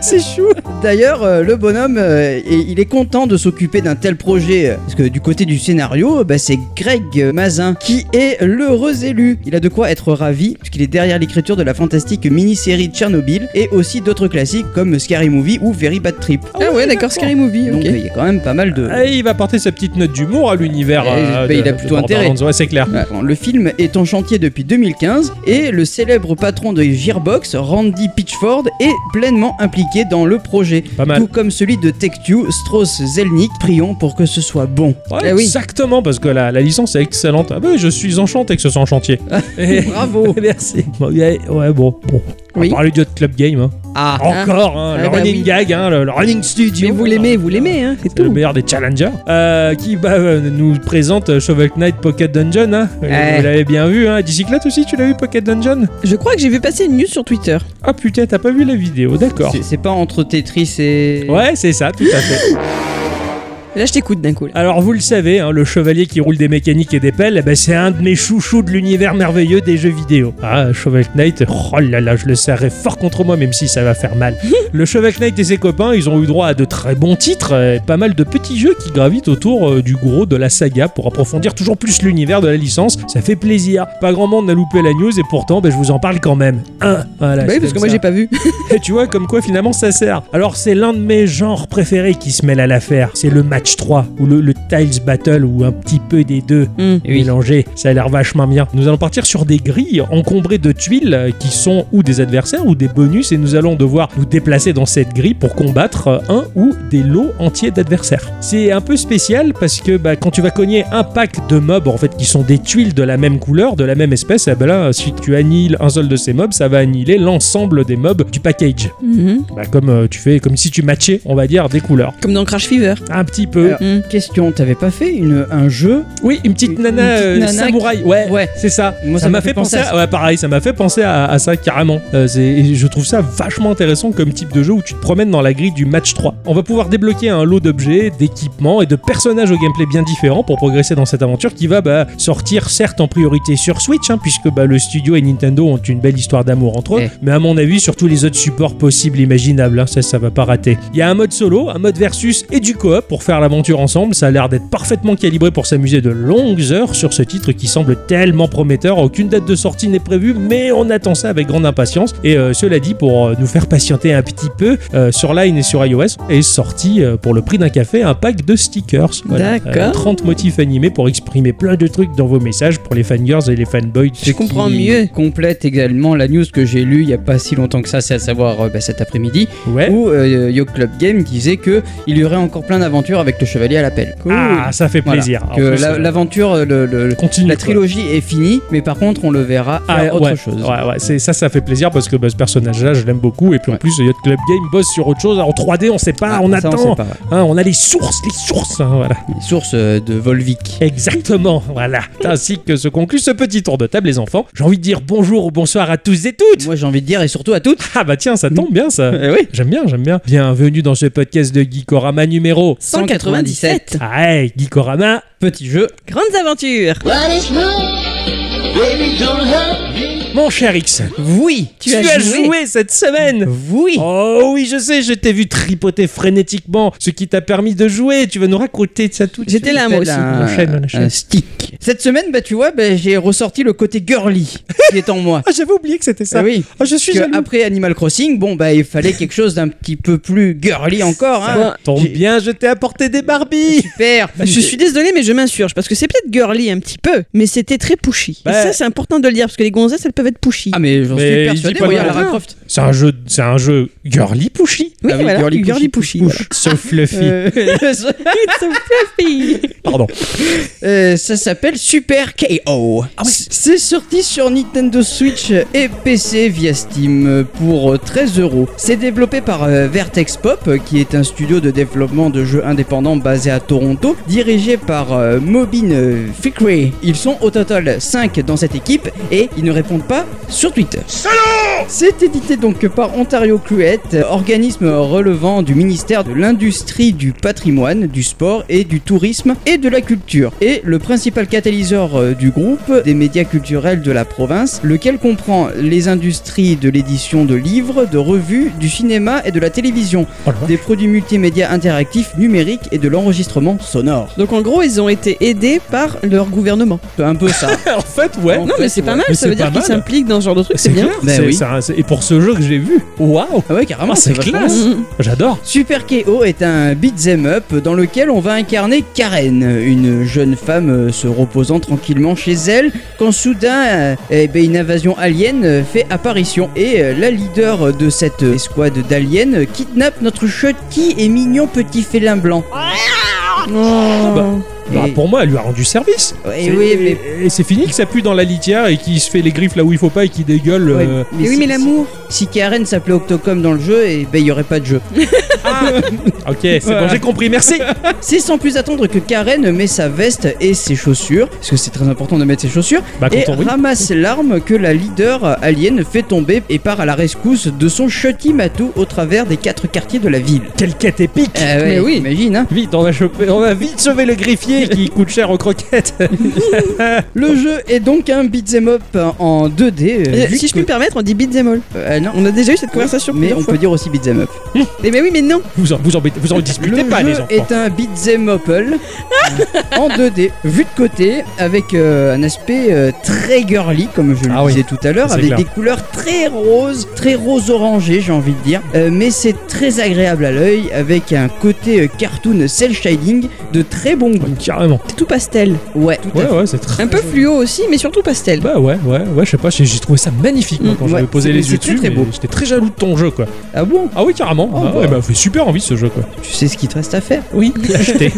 Speaker 1: C'est chou
Speaker 2: D'ailleurs, euh, le bonhomme, euh, et- il est content de s'occuper d'un tel projet. euh, Parce que du côté du scénario, euh, bah, c'est Greg euh, Mazin qui est l'heureux élu. Il a de quoi être ravi, puisqu'il est derrière l'écriture de la fantastique mini-série Tchernobyl et aussi d'autres classiques comme Scary Movie ou Very Bad Trip.
Speaker 3: Ah ouais, d'accord, Scary Movie.
Speaker 2: Donc
Speaker 3: Ok.
Speaker 2: euh, il y a quand même pas mal de.
Speaker 1: Et il va porter sa petite note d'humour à l'univers.
Speaker 2: Eh,
Speaker 1: euh,
Speaker 2: bah,
Speaker 1: de-
Speaker 2: il a
Speaker 1: de
Speaker 2: plutôt
Speaker 1: Borderlands. Ouais, c'est clair.
Speaker 2: Ouais, bon, Le film est en chantier depuis 2015 et le célèbre patron de Gearbox, Randy Pitchford, est pleinement impliqué dans le projet.
Speaker 1: Pas mal.
Speaker 2: Tout comme celui de Tech2, Strauss Zelnick, prions pour que ce soit bon.
Speaker 1: Ouais,
Speaker 2: Eh oui.
Speaker 1: Exactement, parce que la, la licence est excellente. Ah bah, je suis enchanté que ce soit en chantier. Et-
Speaker 2: Ah, Bravo
Speaker 1: Merci. Bon, ouais, ouais, bon. bon. On va
Speaker 3: Oui.
Speaker 1: parler du Hot Club Game. hein.
Speaker 2: Ah
Speaker 1: Encore, hein,
Speaker 3: Ah
Speaker 1: le
Speaker 3: bah
Speaker 1: running
Speaker 3: oui.
Speaker 1: gag, hein, le, le running studio.
Speaker 3: Mais vous l'aimez, vous l'aimez, hein, c'est
Speaker 1: C'est le
Speaker 3: tout.
Speaker 1: meilleur des challengers, euh, qui bah, euh, nous présente euh, Shovel Knight Pocket Dungeon. hein. Euh,
Speaker 2: Ouais.
Speaker 1: Vous l'avez bien vu, hein. Dicyclette aussi, tu l'as vu Pocket Dungeon
Speaker 3: Je crois que j'ai vu passer une news sur Twitter.
Speaker 1: Ah putain, t'as pas vu la vidéo, d'accord.
Speaker 2: C'est- C'est pas entre Tetris et.
Speaker 1: Ouais, c'est ça, tout à fait.
Speaker 3: Là, je t'écoute d'un coup. là.
Speaker 1: Alors, vous le savez, hein, le chevalier qui roule des mécaniques et des pelles, eh ben, c'est un de mes chouchous de l'univers merveilleux des jeux vidéo. Ah, Shovel Knight, oh là là, je le serrais fort contre moi, même si ça va faire mal. le Shovel Knight et ses copains, ils ont eu droit à de très bons titres euh, et pas mal de petits jeux qui gravitent autour euh, du gros de la saga pour approfondir toujours plus l'univers de la licence. Ça fait plaisir. Pas grand monde n'a loupé la news et pourtant, ben, je vous en parle quand même. Un, voilà.
Speaker 3: Bah
Speaker 1: c'est
Speaker 3: oui, parce que
Speaker 1: comme
Speaker 3: moi,
Speaker 1: ça.
Speaker 3: j'ai pas vu.
Speaker 1: Et tu vois comme quoi finalement ça sert. Alors c'est l'un de mes genres préférés qui se mêle à l'affaire. C'est le match 3 ou le, le Tiles Battle ou un petit peu des deux
Speaker 3: Hmm.
Speaker 2: Oui.
Speaker 1: mélangés. Ça a l'air vachement bien. Nous allons partir sur des grilles encombrées de tuiles euh, qui sont ou des adversaires ou des bonus et nous allons devoir nous déplacer dans cette grille pour combattre euh, un ou des lots entiers d'adversaires. C'est un peu spécial parce que bah, quand tu vas cogner un pack de mobs en fait qui sont des tuiles de la même couleur, de la même espèce, eh ben là, si tu annihiles un seul de ces mobs, ça va annihiler l'ensemble des mobs du package.
Speaker 3: Mhm.
Speaker 1: Bah, comme euh, tu fais, comme si tu matchais, on va dire, des couleurs.
Speaker 3: Comme dans Crash Fever. Hum.
Speaker 1: Un petit peu.
Speaker 2: Alors, Question, t'as- t'avais pas fait une, un jeu
Speaker 1: Oui, une petite
Speaker 2: Une-
Speaker 1: nana,
Speaker 2: une petite
Speaker 1: euh,
Speaker 2: nana
Speaker 1: samouraï.
Speaker 2: qui-
Speaker 1: Ouais,
Speaker 2: Ouais.
Speaker 1: c'est ça.
Speaker 2: Moi,
Speaker 1: ça m'a fait penser. À... Ouais, pareil, ça m'a fait penser à, à ça carrément. Euh, c'est- et je trouve ça vachement intéressant comme type de jeu où tu te promènes dans la grille du match 3. On va pouvoir débloquer un lot d'objets, d'équipements et de personnages au gameplay bien différents pour progresser dans cette aventure qui va bah, sortir certes en priorité sur Switch, hein, puisque bah, le studio et Nintendo ont une belle histoire d'amour entre eux,
Speaker 2: Eh.
Speaker 1: mais à mon avis sur tous les autres supports possibles imaginables. hein, ça, ça va pas rater. Il y a un mode solo, un mode versus et du coop pour faire l'aventure ensemble. Ça a l'air d'être parfaitement calibré pour s'amuser de longues heures sur ce titre qui semble tellement prometteur. Aucune date de sortie n'est prévue, mais on attend ça avec grande impatience. Et euh, cela dit, pour euh, nous faire patienter un petit peu, euh, sur Line et sur iOS est sorti euh, pour le prix d'un café un pack de stickers.
Speaker 3: D'accord.
Speaker 1: 30 motifs animés pour exprimer plein de trucs dans vos messages pour les fangirls et les fanboys.
Speaker 3: Je comprends mieux.
Speaker 2: Complète également la news que j'ai lue il y a pas si longtemps que ça, c'est à savoir euh, bah, cet après-midi,
Speaker 1: Ouais.
Speaker 2: où euh, Yo Club Game disait que il y aurait encore plein d'aventures avec le chevalier à l'appel.
Speaker 1: Ah, ça fait
Speaker 2: Oh. Voilà.
Speaker 1: plaisir. En
Speaker 2: Que
Speaker 1: plus,
Speaker 2: la-
Speaker 1: euh,
Speaker 2: l'aventure, euh, le- le-
Speaker 1: continue,
Speaker 2: la
Speaker 1: quoi.
Speaker 2: trilogie est finie, mais par contre on le verra faire
Speaker 1: Ah,
Speaker 2: autre
Speaker 1: ouais,
Speaker 2: chose.
Speaker 1: Ouais, ouais, c'est, ça, ça fait plaisir parce que bah, ce personnage-là, je l'aime beaucoup. Et puis en
Speaker 2: Ouais.
Speaker 1: plus, Yacht Club Game bosse sur autre chose. En 3D, on sait pas,
Speaker 2: Ah,
Speaker 1: on
Speaker 2: ça,
Speaker 1: attend.
Speaker 2: sait pas.
Speaker 1: Hein, on a les sources, les sources. hein, voilà.
Speaker 2: Source euh, de Volvic.
Speaker 1: Exactement, voilà. C'est Ainsi que se conclut ce petit tour de table, les enfants. J'ai envie de dire bonjour ou bonsoir à tous et toutes.
Speaker 2: Moi j'ai envie de dire, et surtout à toutes.
Speaker 1: Ah bah tiens, ça tombe bien ça.
Speaker 2: Eh oui.
Speaker 1: J'aime bien, j'aime bien. Bienvenue dans ce podcast de Geekorama numéro.
Speaker 2: 197.
Speaker 1: Ah, hey, Geekorama.
Speaker 2: Petit jeu.
Speaker 3: Grandes aventures
Speaker 4: What is love? Baby, don't hurt me.
Speaker 1: Mon cher X,
Speaker 2: Oui.
Speaker 1: tu, as joué, cette semaine.
Speaker 2: Oui.
Speaker 1: Oh oui, je sais, je t'ai vu tripoter frénétiquement, ce qui t'a permis de jouer. Tu vas nous raconter ça tout de suite.
Speaker 3: J'étais là, moi aussi.
Speaker 2: Un,
Speaker 1: On enchaîne, on enchaîne.
Speaker 2: un stick. Cette semaine, bah, tu vois, bah, j'ai ressorti le côté girly qui est en moi.
Speaker 1: Ah, j'avais oublié que c'était ça.
Speaker 2: Ah oui.
Speaker 1: Ah, je suis
Speaker 2: Que
Speaker 1: jaloux.
Speaker 2: après Animal Crossing, bon, bah, il fallait quelque chose d'un petit peu plus girly encore.
Speaker 1: Ça
Speaker 2: Hein.
Speaker 1: tombe
Speaker 2: J'ai-
Speaker 1: Ah, bien, je t'ai apporté des Barbies.
Speaker 2: Super.
Speaker 3: Bah, je suis désolée, mais je m'insurge parce que c'est peut-être girly un petit peu, mais c'était très pushy. Et
Speaker 1: Bah.
Speaker 3: ça, c'est important de le dire parce que les gonzesses, elles peuvent être pushy.
Speaker 2: Ah, mais j'en
Speaker 1: Mais
Speaker 2: suis
Speaker 1: il
Speaker 2: persuadé.
Speaker 1: dit pas
Speaker 2: Regarde
Speaker 1: non.
Speaker 2: Lara Croft.
Speaker 1: C'est un jeu, c'est un jeu girly pushy.
Speaker 3: oui,
Speaker 2: Ah oui,
Speaker 3: voilà,
Speaker 2: girly
Speaker 3: girly,
Speaker 2: pushy,
Speaker 3: pushy.
Speaker 2: push.
Speaker 1: So
Speaker 3: voilà.
Speaker 1: fluffy.
Speaker 2: Euh,
Speaker 3: It's a fluffy.
Speaker 1: Pardon.
Speaker 2: euh, ça s'appelle Super KO. C'est sorti sur Nintendo Switch et PC via Steam pour 13 euros. C'est développé par euh, Vertex Pop, qui est un studio de développement de jeux indépendants basé à Toronto, dirigé par euh, Mobin euh, Fikri. Ils sont au total 5 dans cette équipe et ils ne répondent pas sur Twitter. C'est édité donc par Ontario Cruette, organisme relevant du ministère de l'Industrie, du Patrimoine, du Sport et du Tourisme et de la Culture. Et le principal catalyseur euh, du groupe des médias culturels de la province, lequel comprend les industries de l'édition de livres, de revues, du cinéma et de la télévision,
Speaker 1: Oh là là.
Speaker 2: des produits multimédia interactifs, numériques et de l'enregistrement sonore.
Speaker 3: Donc en gros, ils ont été aidés par leur gouvernement.
Speaker 2: C'est un peu ça.
Speaker 1: en fait, ouais.
Speaker 2: En
Speaker 3: non,
Speaker 2: fait,
Speaker 3: mais c'est pas
Speaker 2: ouais.
Speaker 3: mal,
Speaker 1: Mais
Speaker 3: ça veut
Speaker 1: c'est
Speaker 3: dire
Speaker 1: pas
Speaker 3: qu'ils
Speaker 1: mal.
Speaker 3: s'impliquent dans ce genre de truc, c'est bien.
Speaker 2: Ben
Speaker 1: C'est-
Speaker 2: oui.
Speaker 1: c'est un- c'est- et pour ce jeu que j'ai vu, waouh,
Speaker 2: Ah ouais, carrément,
Speaker 1: Ah, c'est
Speaker 2: vachement
Speaker 1: classe.
Speaker 2: bien.
Speaker 3: Mhm.
Speaker 1: j'adore.
Speaker 2: Super KO est un beat'em up dans lequel on va incarner Karen, une jeune femme euh, se reposant tranquillement chez elle quand soudain euh, eh ben, une invasion alien euh, fait apparition et euh, la leader de cette euh, escouade d'aliens euh, kidnappe notre Chucky et mignon petit félin blanc.
Speaker 3: Oh.
Speaker 1: bah. Bah,
Speaker 2: Et-
Speaker 1: pour moi, elle lui a rendu service.
Speaker 2: Ouais,
Speaker 1: C'est-
Speaker 2: oui, mais-
Speaker 1: et c'est fini que ça pue dans la litière et qu'il se fait les griffes là où il faut pas et qu'il dégueule.
Speaker 2: ouais,
Speaker 1: euh,
Speaker 3: Mais oui,
Speaker 2: si-
Speaker 3: mais l'amour.
Speaker 2: Si Karen s'appelait Octocom dans le jeu, et ben il y aurait pas de jeu.
Speaker 1: Ok, c'est
Speaker 2: Voilà.
Speaker 1: bon, j'ai compris, merci.
Speaker 2: C'est sans plus attendre que Karen met sa veste et ses chaussures, parce que c'est très important de mettre ses chaussures.
Speaker 1: bah,
Speaker 2: et
Speaker 1: content, oui.
Speaker 2: ramasse l'arme que la leader alien fait tomber et part à la rescousse de son Chucky Matou au travers des quatre quartiers de la ville.
Speaker 1: Quelle quête épique.
Speaker 2: Ah ouais,
Speaker 3: Mais oui.
Speaker 2: imagine, hein.
Speaker 1: Vite, on va, choper, on va vite sauver le griffier qui coûte cher aux croquettes.
Speaker 2: Le jeu est donc un beat'em up en 2D. euh,
Speaker 3: Oh. Et
Speaker 2: vu
Speaker 3: Si je
Speaker 2: que-
Speaker 3: puis me permettre, on dit beat'em all.
Speaker 2: Euh, non.
Speaker 3: On a déjà eu cette conversation
Speaker 2: Mais
Speaker 3: plusieurs
Speaker 2: on
Speaker 3: fois.
Speaker 2: peut dire aussi beat'em up.
Speaker 3: Mais, mais oui, mais non.
Speaker 1: Vous en, vous embêtez- vous en
Speaker 2: Le
Speaker 1: disputez
Speaker 2: jeu
Speaker 1: pas, les enfants.
Speaker 2: est un beat'em up en 2D, vu de côté, avec euh, un aspect euh, très girly, comme je le
Speaker 1: Ah oui,
Speaker 2: disais tout à l'heure,
Speaker 1: c'est
Speaker 2: avec
Speaker 1: clair.
Speaker 2: des couleurs très roses, très rose orangé, j'ai envie de dire. Euh, mais c'est très agréable à l'œil, avec un côté euh, cartoon cel shading de très bon goût.
Speaker 1: Ouais, Carrément.
Speaker 3: C'est tout pastel.
Speaker 2: Ouais, tout à
Speaker 1: Ouais,
Speaker 2: fait.
Speaker 1: ouais, c'est très.
Speaker 3: Un peu fluo aussi, mais surtout pastel.
Speaker 1: Bah ouais, ouais, ouais, je sais pas, j'ai j'ai trouvé ça magnifique moi,
Speaker 2: Mm,
Speaker 1: quand
Speaker 2: ouais,
Speaker 1: j'avais posé
Speaker 2: c'est-
Speaker 1: les
Speaker 2: c'est
Speaker 1: yeux
Speaker 2: très,
Speaker 1: dessus.
Speaker 2: très
Speaker 1: mais
Speaker 2: beau.
Speaker 1: J'étais très jaloux de ton jeu, quoi.
Speaker 2: Ah bon
Speaker 1: Ah oui, carrément.
Speaker 2: Oh,
Speaker 1: ah,
Speaker 2: bah.
Speaker 1: ouais, bah, fait super envie ce jeu, quoi.
Speaker 2: Tu sais ce qu'il te reste à faire
Speaker 1: Oui, l'acheter.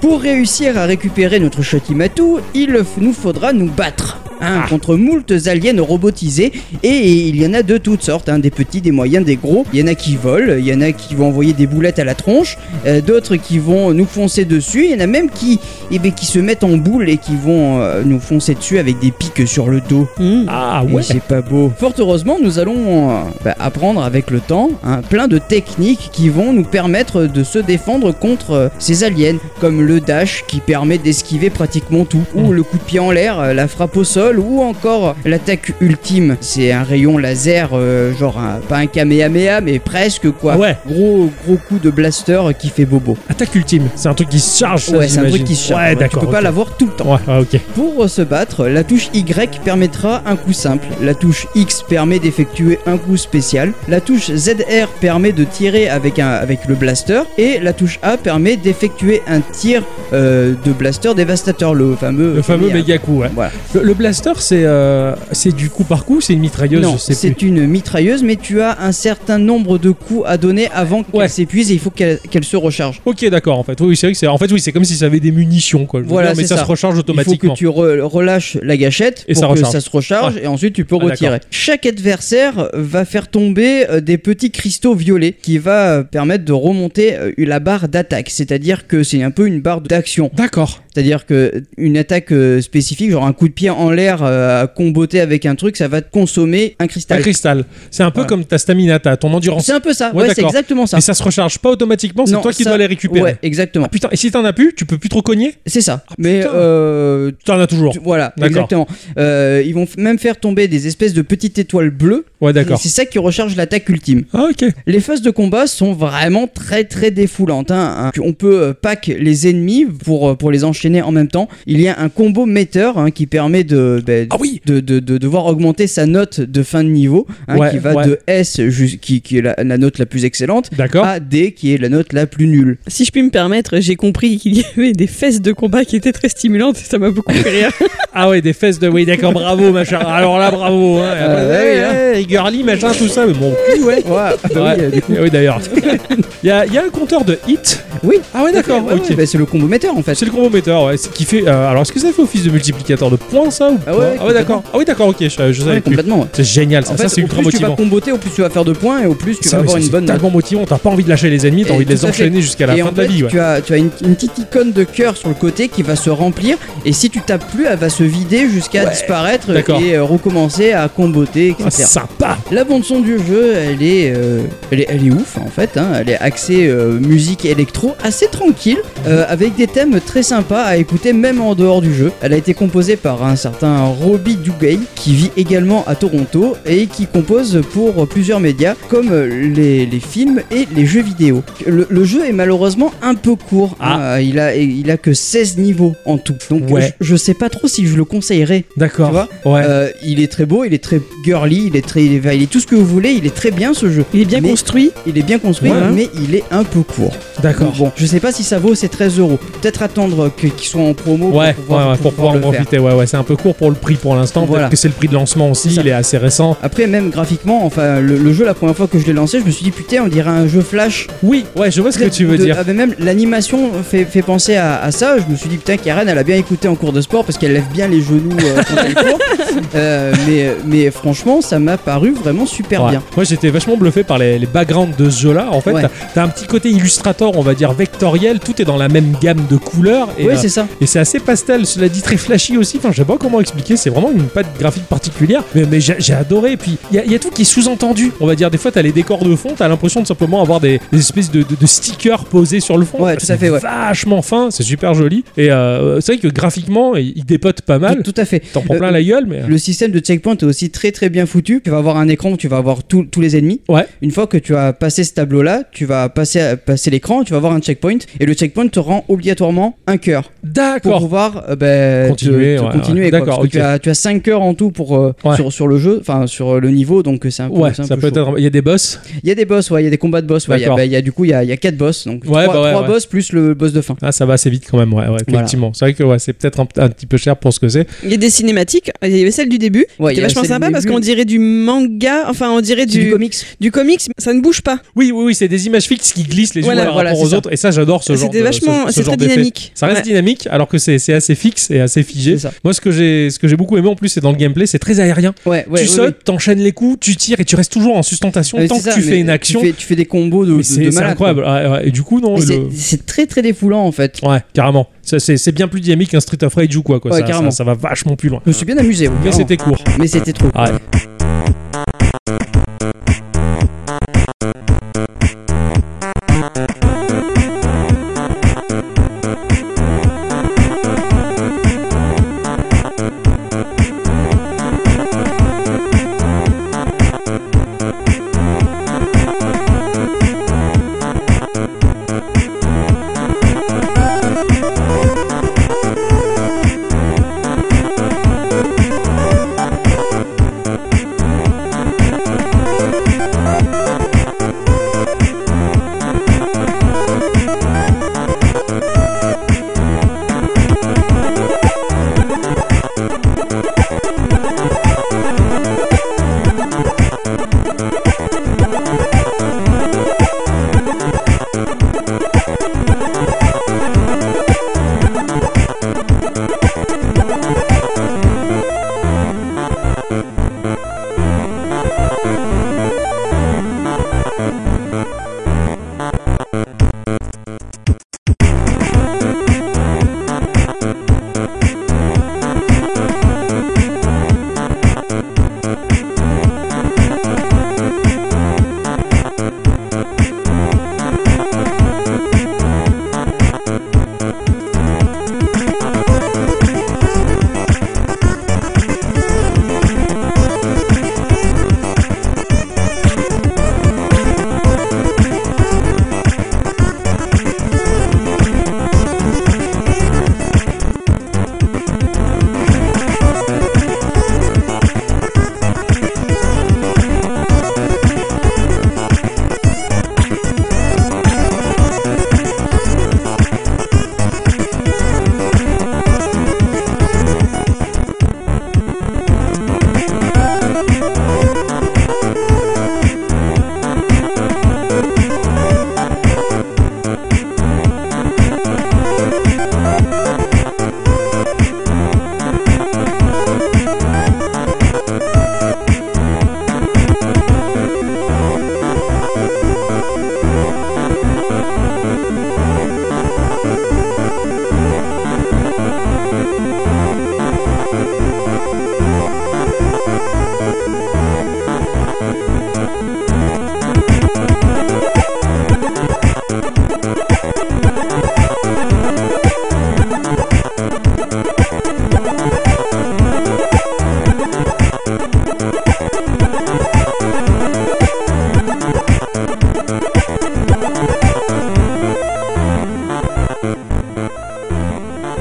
Speaker 2: Pour réussir à récupérer notre Shotimatou, il f- nous faudra nous battre. 1 contre moult aliens robotisés et il y en a de toutes sortes, hein, des petits, des moyens, des gros. Il y en a qui volent, il y en a qui vont envoyer des boulettes à la tronche, euh, d'autres qui vont nous foncer dessus, il y en a même qui, eh ben, qui se mettent en boule et qui vont euh, nous foncer dessus avec des piques sur le dos.
Speaker 3: Mmh.
Speaker 1: Ah
Speaker 2: Et
Speaker 1: ouais.
Speaker 2: c'est pas beau. Fort heureusement, nous allons euh, bah, apprendre avec le temps hein, plein de techniques qui vont nous permettre de se défendre contre euh, ces aliens, comme le dash qui permet d'esquiver pratiquement tout, ou le coup de pied en l'air, euh, la frappe au sol, ou encore l'attaque ultime. C'est un rayon laser, euh, genre un- pas un kamehameha, mais presque quoi.
Speaker 1: Ah ouais.
Speaker 2: Gros gros coup de blaster qui fait bobo.
Speaker 1: Attaque ultime. C'est un truc qui se charge. Ah, ça,
Speaker 2: ouais, c'est un truc
Speaker 1: j'imagine.
Speaker 2: qui se charge.
Speaker 1: Ouais,
Speaker 2: tu peux
Speaker 1: d'accord.
Speaker 2: pas
Speaker 1: ok.
Speaker 2: l'avoir tout le temps.
Speaker 1: Ouais, ouais, ok.
Speaker 2: Pour euh, se battre, la touche Y permettra un coup simple, la touche X permet d'effectuer un coup spécial, la touche ZR permet de tirer avec, un, avec le blaster, et la touche A permet d'effectuer un tir euh, de blaster dévastateur, le fameux...
Speaker 1: Le fameux
Speaker 2: méga
Speaker 1: méga coup, ouais.
Speaker 2: Voilà.
Speaker 1: Le, le blaster, c'est euh, c'est du coup par coup, c'est une mitrailleuse,
Speaker 2: Non,
Speaker 1: je sais
Speaker 2: c'est
Speaker 1: plus.
Speaker 2: une mitrailleuse, mais tu as un certain nombre de coups à donner avant qu'elle
Speaker 1: Ouais.
Speaker 2: s'épuise et il faut qu'elle qu'elle se recharge.
Speaker 1: Ok, d'accord. En fait, oui, c'est vrai que c'est. En fait, oui, c'est comme si ça avait des munitions, quoi. Je veux
Speaker 2: Voilà,
Speaker 1: dire, mais
Speaker 2: c'est
Speaker 1: ça,
Speaker 2: ça.
Speaker 1: se recharge
Speaker 2: Il faut que
Speaker 1: automatiquement.
Speaker 2: tu re- relâches la gâchette
Speaker 1: Et
Speaker 2: pour
Speaker 1: ça
Speaker 2: que
Speaker 1: recharge.
Speaker 2: ça se recharge et ensuite tu peux
Speaker 1: Ah,
Speaker 2: retirer. Chaque adversaire va faire tomber euh, des petits cristaux violets qui va euh, permettre de remonter euh, la barre d'attaque. C'est-à-dire que c'est un peu une barre d'action.
Speaker 1: D'accord.
Speaker 2: C'est-à-dire que une attaque euh, spécifique, genre un coup de pied en l'air euh, à comboter avec un truc, ça va te consommer un
Speaker 1: Un
Speaker 2: cristal.
Speaker 1: cristal. C'est un peu
Speaker 2: Voilà.
Speaker 1: comme ta stamina, ta ton endurance.
Speaker 2: C'est un peu ça.
Speaker 1: Ouais,
Speaker 2: Ouais, c'est
Speaker 1: d'accord.
Speaker 2: exactement ça.
Speaker 1: Et ça se recharge pas automatiquement. C'est
Speaker 2: Non,
Speaker 1: toi qui
Speaker 2: ça-
Speaker 1: dois les récupérer.
Speaker 2: Ouais, exactement.
Speaker 1: Ah, putain. Et si t'en as plus, tu peux plus trop cogner.
Speaker 2: C'est ça. Mais
Speaker 1: putain.
Speaker 2: euh,
Speaker 1: T'en as toujours.
Speaker 2: tu- voilà,
Speaker 1: D'accord.
Speaker 2: exactement. Euh, ils vont f- même faire tomber des espèces de petites étoiles bleues
Speaker 1: Ouais, d'accord.
Speaker 2: C'est ça qui recharge l'attaque ultime.
Speaker 1: Ah, ok.
Speaker 2: Les phases de combat sont vraiment très très défoulantes. hein, hein. On peut euh, pack les ennemis pour, euh, pour les enchaîner en même temps. Il y a un combo metteur hein, qui permet de, ben,
Speaker 1: Ah oui.
Speaker 2: de, de, de devoir augmenter sa note de fin de niveau, hein,
Speaker 1: Ouais,
Speaker 2: qui va
Speaker 1: ouais.
Speaker 2: de S, jus- qui, qui est la, la note la plus excellente,
Speaker 1: D'accord.
Speaker 2: à D, qui est la note la plus nulle.
Speaker 3: Si je puis me permettre, j'ai compris qu'il y avait des fesses de combat qui étaient très stimulantes et ça m'a beaucoup fait rire.
Speaker 1: Ah ouais, des fesses de. Oui, d'accord, bravo, machin. Alors là, bravo. Hein.
Speaker 2: Euh,
Speaker 1: Ouais,
Speaker 2: ouais,
Speaker 1: ouais, girly, machin, tout ça. Mais bon.
Speaker 2: Ouais, bah oui, euh, du coup.
Speaker 1: Ah oui, d'ailleurs. Il y, a- il y a un compteur de hit.
Speaker 2: Oui.
Speaker 1: Ah ouais, d'accord.
Speaker 2: Ouais,
Speaker 1: ok.
Speaker 2: ouais, bah, c'est le combo metteur en fait.
Speaker 1: C'est le combo metteur, ouais. c'est- Qui fait. euh, alors, est-ce que ça fait office de multiplicateur de points, ça ou
Speaker 2: Ah
Speaker 1: pas
Speaker 2: ouais,
Speaker 1: Ah ouais, d'accord. Ah oui, d'accord. Ok, je, je savais
Speaker 2: Ouais,
Speaker 1: plus.
Speaker 2: complètement. ouais.
Speaker 1: C'est génial, ça.
Speaker 2: En
Speaker 1: ça,
Speaker 2: fait,
Speaker 1: c'est
Speaker 2: au
Speaker 1: ultra
Speaker 2: plus tu vas
Speaker 1: motivant.
Speaker 2: comboter, au plus tu vas faire de points et au plus tu
Speaker 1: Ça, ouais,
Speaker 2: vas avoir
Speaker 1: ça,
Speaker 2: une
Speaker 1: c'est
Speaker 2: bonne note.
Speaker 1: tellement motivant. T'as pas envie de lâcher les ennemis, t'as
Speaker 2: Et
Speaker 1: envie de
Speaker 2: tout
Speaker 1: les
Speaker 2: à
Speaker 1: enchaîner jusqu'à la
Speaker 2: et
Speaker 1: fin
Speaker 2: en
Speaker 1: de la
Speaker 2: fait,
Speaker 1: vie, ouais.
Speaker 2: tu as, tu as une, une petite icône de cœur sur le côté qui va se remplir et si tu tapes plus, elle va se vider jusqu'à disparaître
Speaker 1: d'accord.
Speaker 2: et euh, recommencer à comboter,
Speaker 1: Ah,
Speaker 2: etc.
Speaker 1: sympa.
Speaker 2: la bande son du jeu, elle est, euh, elle est, elle est ouf en fait. hein. Elle est axée euh, musique électro, assez tranquille, euh, avec des thèmes très sympas à écouter même en dehors du jeu. Elle a été composée par un certain Robbie Dugay qui vit également à Toronto et qui compose pour plusieurs médias comme euh, les, les films et les jeux vidéo. Le, le jeu est malheureusement un peu court. hein. il a, il a que 16 niveaux en tout. Donc
Speaker 1: Ouais.
Speaker 2: je, je sais pas trop si je le conseillerais. Tu
Speaker 1: D'accord.
Speaker 2: vois
Speaker 1: Ouais.
Speaker 2: euh, il est très beau, il est très girly, il est très, il est, il est tout ce que vous voulez, il est très bien ce jeu.
Speaker 3: Il est bien
Speaker 2: Mais-
Speaker 3: construit.
Speaker 2: Il est bien construit,
Speaker 1: Ouais.
Speaker 2: mais il est un peu court.
Speaker 1: D'accord.
Speaker 2: Bon, je sais pas si ça vaut ces 13 euros. Peut-être attendre que- qu'il soit en promo
Speaker 1: Ouais,
Speaker 2: pour pouvoir,
Speaker 1: ouais, ouais,
Speaker 2: pour
Speaker 1: pour pouvoir en
Speaker 2: pouvoir le faire.
Speaker 1: profiter. Ouais, ouais, c'est un peu court pour le prix pour l'instant. Peut-être
Speaker 2: Voilà.
Speaker 1: que c'est le prix de lancement aussi.
Speaker 2: C'est ça.
Speaker 1: Il est assez récent.
Speaker 2: Après, même graphiquement, enfin, le, le jeu, la première fois que je l'ai lancé, je me suis dit putain, on dirait un jeu flash.
Speaker 1: Oui, ouais, je vois ce que tu veux
Speaker 2: De-
Speaker 1: dire.
Speaker 2: ah, mais même l'animation fait, fait penser à, à ça. Je me suis dit putain, Karen, elle a bien écouté en cours de sport parce qu'elle lève bien les genoux euh, quand elle court. Euh, mais, mais franchement, ça m'a paru vraiment super
Speaker 1: Ouais.
Speaker 2: bien.
Speaker 1: Moi j'étais vachement bluffé par les, les backgrounds de ce jeu-là. En fait,
Speaker 2: Ouais.
Speaker 1: t'as- t'as un petit côté illustrator, on va dire vectoriel. Tout est dans la même gamme de couleurs. Et,
Speaker 2: ouais,
Speaker 1: euh,
Speaker 2: c'est ça.
Speaker 1: et c'est assez pastel, cela dit très flashy aussi. Enfin, je sais pas comment expliquer. C'est vraiment une patte graphique particulière. Mais, mais j'ai j'ai adoré. Et puis, il y, a- il y a tout qui est sous-entendu. On va dire, des fois, t'as les décors de fond. T'as l'impression de simplement avoir des, des espèces de, de- de stickers posés sur le fond.
Speaker 2: Ouais, tout à
Speaker 1: C'est
Speaker 2: fait, ouais.
Speaker 1: Vachement fin. C'est super joli. Et euh, c'est vrai que graphiquement, il, il dépote pas mal.
Speaker 2: Tout- tout à fait.
Speaker 1: T'en prends
Speaker 2: Euh,
Speaker 1: plein la gueule, mais.
Speaker 2: Le système de checkpoint est aussi très très bien foutu. Tu vas avoir un écran où tu vas avoir tout- tous les ennemis.
Speaker 1: Ouais.
Speaker 2: Une fois que tu as passé ce tableau-là, tu vas passer, à- passer l'écran, tu vas avoir un checkpoint et le checkpoint te rend obligatoirement un cœur pour
Speaker 1: D'accord.
Speaker 2: pouvoir euh, ben,
Speaker 1: Continuer,
Speaker 2: te- te
Speaker 1: ouais,
Speaker 2: continuer.
Speaker 1: ouais.
Speaker 2: quoi.
Speaker 1: D'accord,
Speaker 2: Parce que
Speaker 1: ok.
Speaker 2: tu, as, tu as 5 cœurs en tout pour, euh,
Speaker 1: Ouais.
Speaker 2: sur, sur le jeu, enfin sur le niveau, donc euh, c'est un peu,
Speaker 1: Ouais,
Speaker 2: c'est
Speaker 1: ça
Speaker 2: un peu
Speaker 1: peut
Speaker 2: chaud.
Speaker 1: être. Il y a des boss.
Speaker 2: Il y a des boss, ouais, il y a des combats de boss. Ouais, il y a-
Speaker 1: D'accord.
Speaker 2: ben, il y a, du coup, il y a, il y a 4 boss, donc
Speaker 1: Ouais,
Speaker 2: 3,
Speaker 1: bah ouais, ouais.
Speaker 2: boss plus le boss de fin.
Speaker 1: Ah, ça va assez vite quand même, ouais, ouais, effectivement. C'est vrai que ouais, c'est peut-être un, un petit peu cher pour ce que c'est.
Speaker 3: Il y a des cinématiques. Il y avait celle du début.
Speaker 2: Ouais, il
Speaker 3: C'était
Speaker 2: y a
Speaker 3: vachement
Speaker 2: celle du
Speaker 3: sympa parce
Speaker 2: début.
Speaker 3: qu'on dirait du manga. Enfin, on dirait
Speaker 2: C'est du
Speaker 3: du,
Speaker 2: comics.
Speaker 3: du comics. mais Ça ne bouge pas.
Speaker 1: Oui, oui, oui, c'est des images fixes qui glissent les unes
Speaker 2: Voilà,
Speaker 1: par
Speaker 2: voilà,
Speaker 1: rapport aux
Speaker 2: c'est ça.
Speaker 1: autres. rencontre. Et ça, j'adore ce genre de-
Speaker 3: C'était
Speaker 1: ce-
Speaker 3: vachement,
Speaker 1: ce
Speaker 3: c'est
Speaker 1: genre
Speaker 3: très
Speaker 1: d'effet.
Speaker 3: dynamique.
Speaker 1: Ça reste
Speaker 3: Ouais.
Speaker 1: dynamique alors que c'est c'est assez fixe et assez figé.
Speaker 2: C'est ça.
Speaker 1: Moi, ce que j'ai ce que j'ai beaucoup aimé en plus, c'est dans le gameplay, c'est très aérien.
Speaker 2: Ouais, ouais,
Speaker 1: tu
Speaker 2: ouais,
Speaker 1: sautes, t'enchaînes les coups, tu tires et tu restes toujours en sustentation
Speaker 2: ouais. Ouais,
Speaker 1: tant
Speaker 2: c'est
Speaker 1: que
Speaker 2: ça,
Speaker 1: tu
Speaker 2: mais
Speaker 1: fais une action.
Speaker 2: Tu fais, tu fais des combos de,
Speaker 1: Mais
Speaker 2: de,
Speaker 1: c'est
Speaker 2: de
Speaker 1: c'est
Speaker 2: malade,
Speaker 1: incroyable. Ouais, ouais. Et du coup, non.
Speaker 2: quoi. Et
Speaker 1: Oh, le-
Speaker 2: c'est- C'est très très défoulant en fait.
Speaker 1: Ouais, carrément. Ça, C'est c'est bien plus dynamique qu'un Street of Rage ou quoi. quoi.
Speaker 2: Ouais,
Speaker 1: Ça- ça,
Speaker 2: carrément.
Speaker 1: ça va vachement plus loin.
Speaker 2: Je me suis bien amusé. oui,
Speaker 1: Mais
Speaker 2: vraiment.
Speaker 1: c'était court.
Speaker 2: Mais c'était trop.
Speaker 1: Ouais.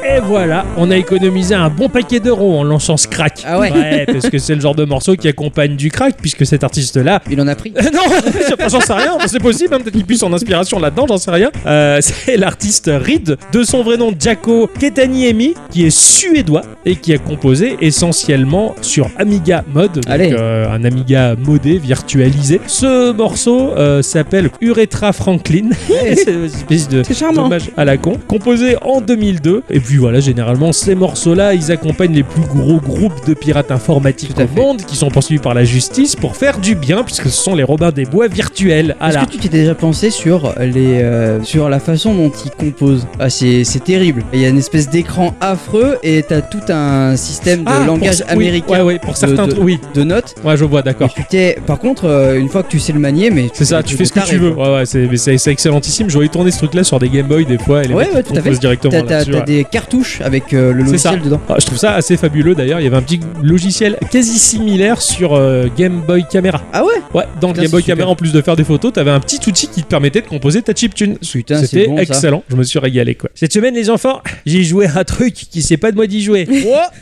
Speaker 1: Et voilà, on a économisé un bon paquet d'euros en lançant ce crack.
Speaker 2: Ah ouais.
Speaker 1: parce que c'est le genre de morceau qui accompagne du crack, puisque cet artiste-là.
Speaker 2: Il en a pris.
Speaker 1: Euh, non, j'en sais rien, c'est possible, hein, peut-être qu'il puisse en inspiration là-dedans, j'en sais rien. Euh, c'est l'artiste Reed, de son vrai nom Jaco Ketaniemi, qui est suédois et qui a composé essentiellement sur Amiga Mode, donc
Speaker 2: Allez.
Speaker 1: euh, un Amiga modé, virtualisé. Ce morceau euh, s'appelle Uretra Franklin. c'est une espèce de,
Speaker 3: C'est charmant.
Speaker 1: Dommage à la con. Composé en 2002. Et puis voilà, généralement, ces morceaux-là, ils accompagnent les plus gros groupes de pirates informatiques
Speaker 2: Tout à
Speaker 1: au
Speaker 2: fait.
Speaker 1: monde qui sont poursuivis par la justice pour faire du bien, puisque ce sont les Robins des Bois virtuels. Ah
Speaker 2: Est-ce
Speaker 1: là.
Speaker 2: que tu t'es déjà pensé sur les euh, sur la façon dont ils composent Ah c'est c'est terrible. Il y a une espèce d'écran affreux et t'as tout un système de
Speaker 1: Ah, pour-
Speaker 2: langage
Speaker 1: oui,
Speaker 2: américain
Speaker 1: ouais, ouais, pour certains
Speaker 2: de-
Speaker 1: trucs, oui.
Speaker 2: de notes.
Speaker 1: Ouais, je vois, d'accord.
Speaker 2: Et tu t'es- par contre euh, une fois que tu sais le manier mais
Speaker 1: C'est ça, tu fais ce que tu veux. Ouais, ouais, c'est mais c'est- c'est excellentissime. J'aurais tourné ce truc-là sur des Game Boy des fois et les
Speaker 2: Ouais,
Speaker 1: mecs
Speaker 2: ouais,
Speaker 1: ils
Speaker 2: tout à fait.
Speaker 1: composent directement
Speaker 2: T'as t'as-
Speaker 1: là-dessus.
Speaker 2: t'as
Speaker 1: ouais.
Speaker 2: des cartouches avec euh, le
Speaker 1: C'est
Speaker 2: logiciel dedans.
Speaker 1: Ah, je trouve ça assez fabuleux d'ailleurs. Il y avait un petit logiciel quasi similaire sur euh, Game Boy Camera.
Speaker 2: Ah ouais
Speaker 1: Ouais, dans le
Speaker 2: Putain,
Speaker 1: Game Boy
Speaker 2: c'est super.
Speaker 1: Camera, en plus de faire des photos, t'avais un petit outil qui te permettait de composer ta chiptune.
Speaker 2: Putain, c'est
Speaker 1: C'était
Speaker 2: bon, ça.
Speaker 1: excellent, je me suis régalé quoi. Cette semaine, les enfants, j'ai joué à un truc qui c'est pas de moi d'y jouer.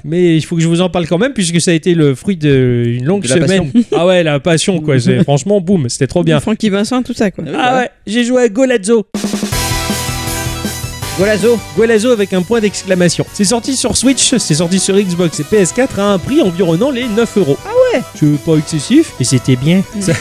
Speaker 1: Mais il faut que je vous en parle quand même, puisque ça a été le fruit d'une longue
Speaker 2: De la
Speaker 1: semaine. Ah ouais, la passion quoi. C'est- Franchement, boum, c'était trop bien.
Speaker 3: Francky Vincent, tout ça quoi.
Speaker 1: Ah ouais, j'ai joué à Golazzo.
Speaker 2: Voilà Zo.
Speaker 1: Golazzo avec un point d'exclamation. C'est sorti sur Switch, c'est sorti sur Xbox et PS4 à un prix environnant les 9 euros. Ah ouais Je pas excessif, et c'était bien. Ça,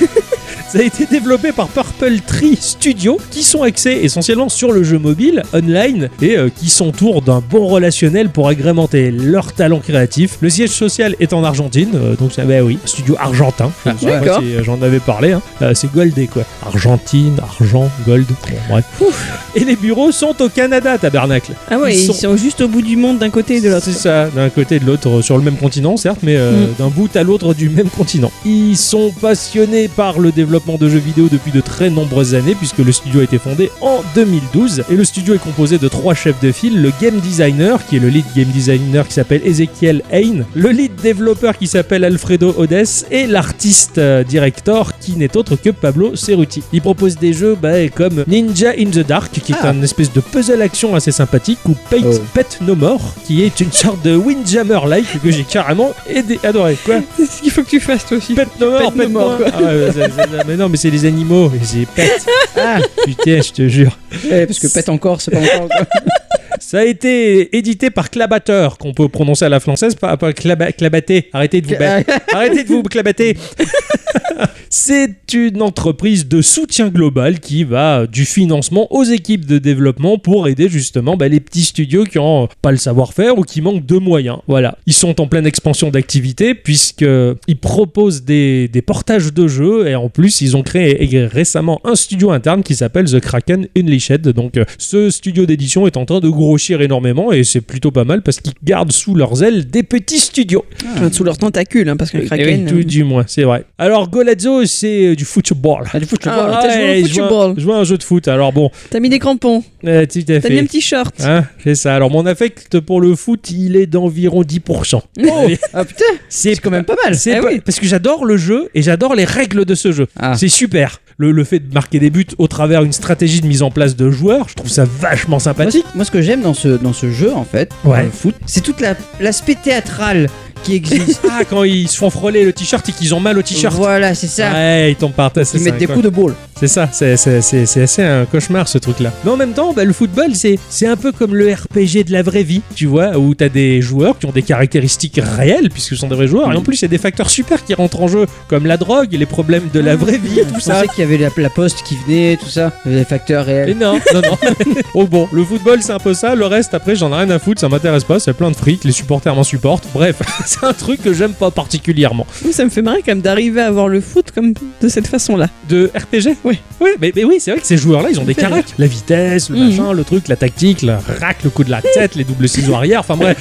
Speaker 1: Ça a été développé par Purple Tree Studio, qui sont axés essentiellement sur le jeu mobile, online, et euh, qui s'entourent d'un bon relationnel pour agrémenter leur talent créatif. Le siège social est en Argentine, euh, donc c'est bah oui, studio argentin. Je ne sais pas
Speaker 3: d'accord.
Speaker 1: si, euh, J'en avais parlé, hein. Euh, c'est goldé quoi. Argentine, argent, gold. Bon, bref. Et les bureaux sont au Canada, tabernacle.
Speaker 3: Ah ouais,
Speaker 1: Ils
Speaker 3: ils sont... juste au bout du monde d'un côté et de l'autre.
Speaker 1: C'est ça, d'un côté et de l'autre, euh, sur le même continent, certes, mais euh, d'un bout à l'autre du même continent. Ils sont passionnés par le développement de jeux vidéo depuis de très nombreuses années, puisque le studio a été fondé en 2012. Et le studio est composé de trois chefs de file le game designer, qui est le lead game designer qui s'appelle Ezekiel Hain, le lead développeur qui s'appelle Alfredo Odes, et l'artiste euh, director qui n'est autre que Pablo Cerruti. Il propose des jeux bah, comme Ninja in the Dark, qui est
Speaker 2: Ah.
Speaker 1: un espèce de puzzle action assez sympathique, ou Paint
Speaker 2: Oh.
Speaker 1: Pet No More, qui est une sorte de Windjammer-like que j'ai carrément aidé, adoré. Quoi
Speaker 3: C'est ce qu'il faut que tu fasses toi aussi.
Speaker 1: Pet No More,
Speaker 3: Pet No More,
Speaker 1: More.
Speaker 3: quoi.
Speaker 1: Ah ouais, ouais, c'est- c'est- mais non, mais c'est les animaux, et c'est Pet. Ah, putain, je te jure.
Speaker 2: Eh, parce que pète encore, c'est pas encore. quoi.
Speaker 1: Ça a été édité par Clabateur, qu'on peut prononcer à la française, par, par claba- clabater. Arrêtez de vous
Speaker 2: Ah,
Speaker 1: battre. Arrêtez de vous clabater C'est une entreprise de soutien global qui va du financement aux équipes de développement pour aider justement bah, les petits studios qui n'ont pas le savoir-faire ou qui manquent de moyens. Voilà. Ils sont en pleine expansion d'activité puisqu'ils proposent des, des portages de jeux et en plus ils ont créé é- récemment un studio interne qui s'appelle The Kraken Unleashed. Donc euh, ce studio d'édition est en train de grossir énormément et c'est plutôt pas mal parce qu'ils gardent sous leurs ailes des petits studios.
Speaker 3: Enfin, sous leurs tentacules, hein, parce que le kraken.
Speaker 1: Eh
Speaker 2: euh.
Speaker 1: Tout du moins, c'est vrai. Alors, Golazzo, c'est euh, du football.
Speaker 2: Ah, du coup, je te
Speaker 3: Ah,
Speaker 2: vois, là.
Speaker 3: t'as joué au
Speaker 1: ouais, je, vois,
Speaker 3: football.
Speaker 1: je vois un jeu de foot, alors bon,
Speaker 3: euh, T'as mis des crampons,
Speaker 1: euh, tout à
Speaker 3: t'as mis un
Speaker 1: fait.
Speaker 3: petit short.
Speaker 1: Hein, c'est ça. Alors, mon affect pour le foot, il est d'environ 10%.
Speaker 2: Oh, ah, putain,
Speaker 1: C'est
Speaker 2: quand même pas mal.
Speaker 1: c'est
Speaker 3: Eh
Speaker 1: pas-
Speaker 3: oui.
Speaker 1: Parce que j'adore le jeu et j'adore les règles de ce jeu.
Speaker 2: Ah.
Speaker 1: C'est super. Le, le fait de marquer des buts au travers d'une stratégie de mise en place de joueurs, je trouve ça vachement
Speaker 2: Moi,
Speaker 1: sympathique.
Speaker 2: ce- moi, ce que j'aime dans ce, dans ce jeu, en fait,
Speaker 1: Ouais.
Speaker 2: dans le foot, c'est toute la- l'aspect théâtral qui existe.
Speaker 1: Ah, quand ils se font frôler le t-shirt et qu'ils ont mal au t-shirt.
Speaker 2: Voilà, c'est ça.
Speaker 1: Ouais, ils tombent par terre. c'est
Speaker 2: Ils mettent
Speaker 1: ça,
Speaker 2: des
Speaker 1: quoi.
Speaker 2: coups de boule.
Speaker 1: C'est ça, c'est- c'est c'est- c'est assez un cauchemar ce truc-là. Mais en même temps, bah, le football, c'est c'est un peu comme le RPG de la vraie vie, tu vois, où t'as des joueurs qui ont des caractéristiques réelles, puisque ce sont des vrais joueurs, et en plus, il y a des facteurs super qui rentrent en jeu, comme la drogue, les problèmes de la vraie vie, tout
Speaker 2: Je
Speaker 1: ça.
Speaker 2: pensais qu'il y avait la, la poste qui venait, tout ça, les facteurs
Speaker 1: Mais
Speaker 2: réels.
Speaker 1: non, non, non. oh bon, le football c'est un peu ça, le reste après j'en ai rien à foutre, ça m'intéresse pas, c'est plein de fric, les supporters m'en supportent, bref, c'est un truc que j'aime pas particulièrement.
Speaker 3: Ouh, Ça me fait marrer quand même d'arriver à voir le foot comme de cette façon-là.
Speaker 1: De RPG
Speaker 3: Oui.
Speaker 1: Oui, mais, mais oui, c'est vrai que ces joueurs-là, ils ont des
Speaker 3: Fait rire.
Speaker 1: caracs. La vitesse, le
Speaker 3: Mhm.
Speaker 1: machin, le truc, la tactique, le rack, le coup de la tête, les doubles ciseaux arrière, enfin bref.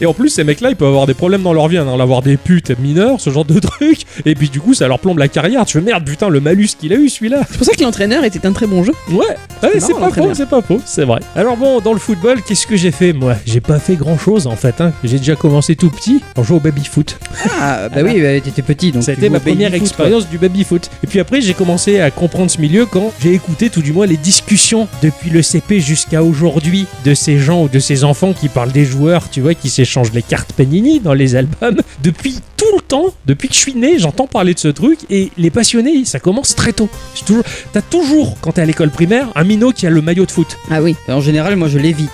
Speaker 1: Et en plus, ces mecs-là, ils peuvent avoir des problèmes dans leur vie, hein, avoir des putes mineures, ce genre de truc. Et puis du coup, ça leur plombe la carrière. Tu fais merde, putain, le malus qu'il a eu, celui-là.
Speaker 3: C'est pour ça que l'entraîneur était un très bon jeu.
Speaker 1: Ouais, ouais,
Speaker 3: marrant,
Speaker 1: c'est pas
Speaker 3: l'entraîneur.
Speaker 1: faux, c'est pas faux, c'est vrai. Alors bon, dans le football, qu'est-ce que j'ai fait Moi, j'ai pas fait grand-chose en fait. hein. J'ai déjà commencé tout petit en jouant au baby-foot.
Speaker 2: Ah, bah oui, bah, t'étais petit, donc
Speaker 1: Ça a
Speaker 2: tu
Speaker 1: été
Speaker 2: jouais
Speaker 1: ma
Speaker 2: au baby
Speaker 1: première
Speaker 2: foot, quoi.
Speaker 1: expérience du baby-foot. Et puis après, j'ai commencé à comprendre ce milieu quand j'ai écouté tout du moins les discussions depuis le CP jusqu'à aujourd'hui de ces gens ou de ces enfants qui parlent des joueurs, tu vois, qui s'échangent les cartes Panini dans les albums. Depuis tout le temps, depuis que je suis né, j'entends parler de ce truc et les passionnés, ça commence très tôt. J'ai toujours- T'as toujours, quand t'es à l'école primaire, un minot qui a le maillot de foot.
Speaker 3: Ah oui.
Speaker 2: En général, moi, je l'évite.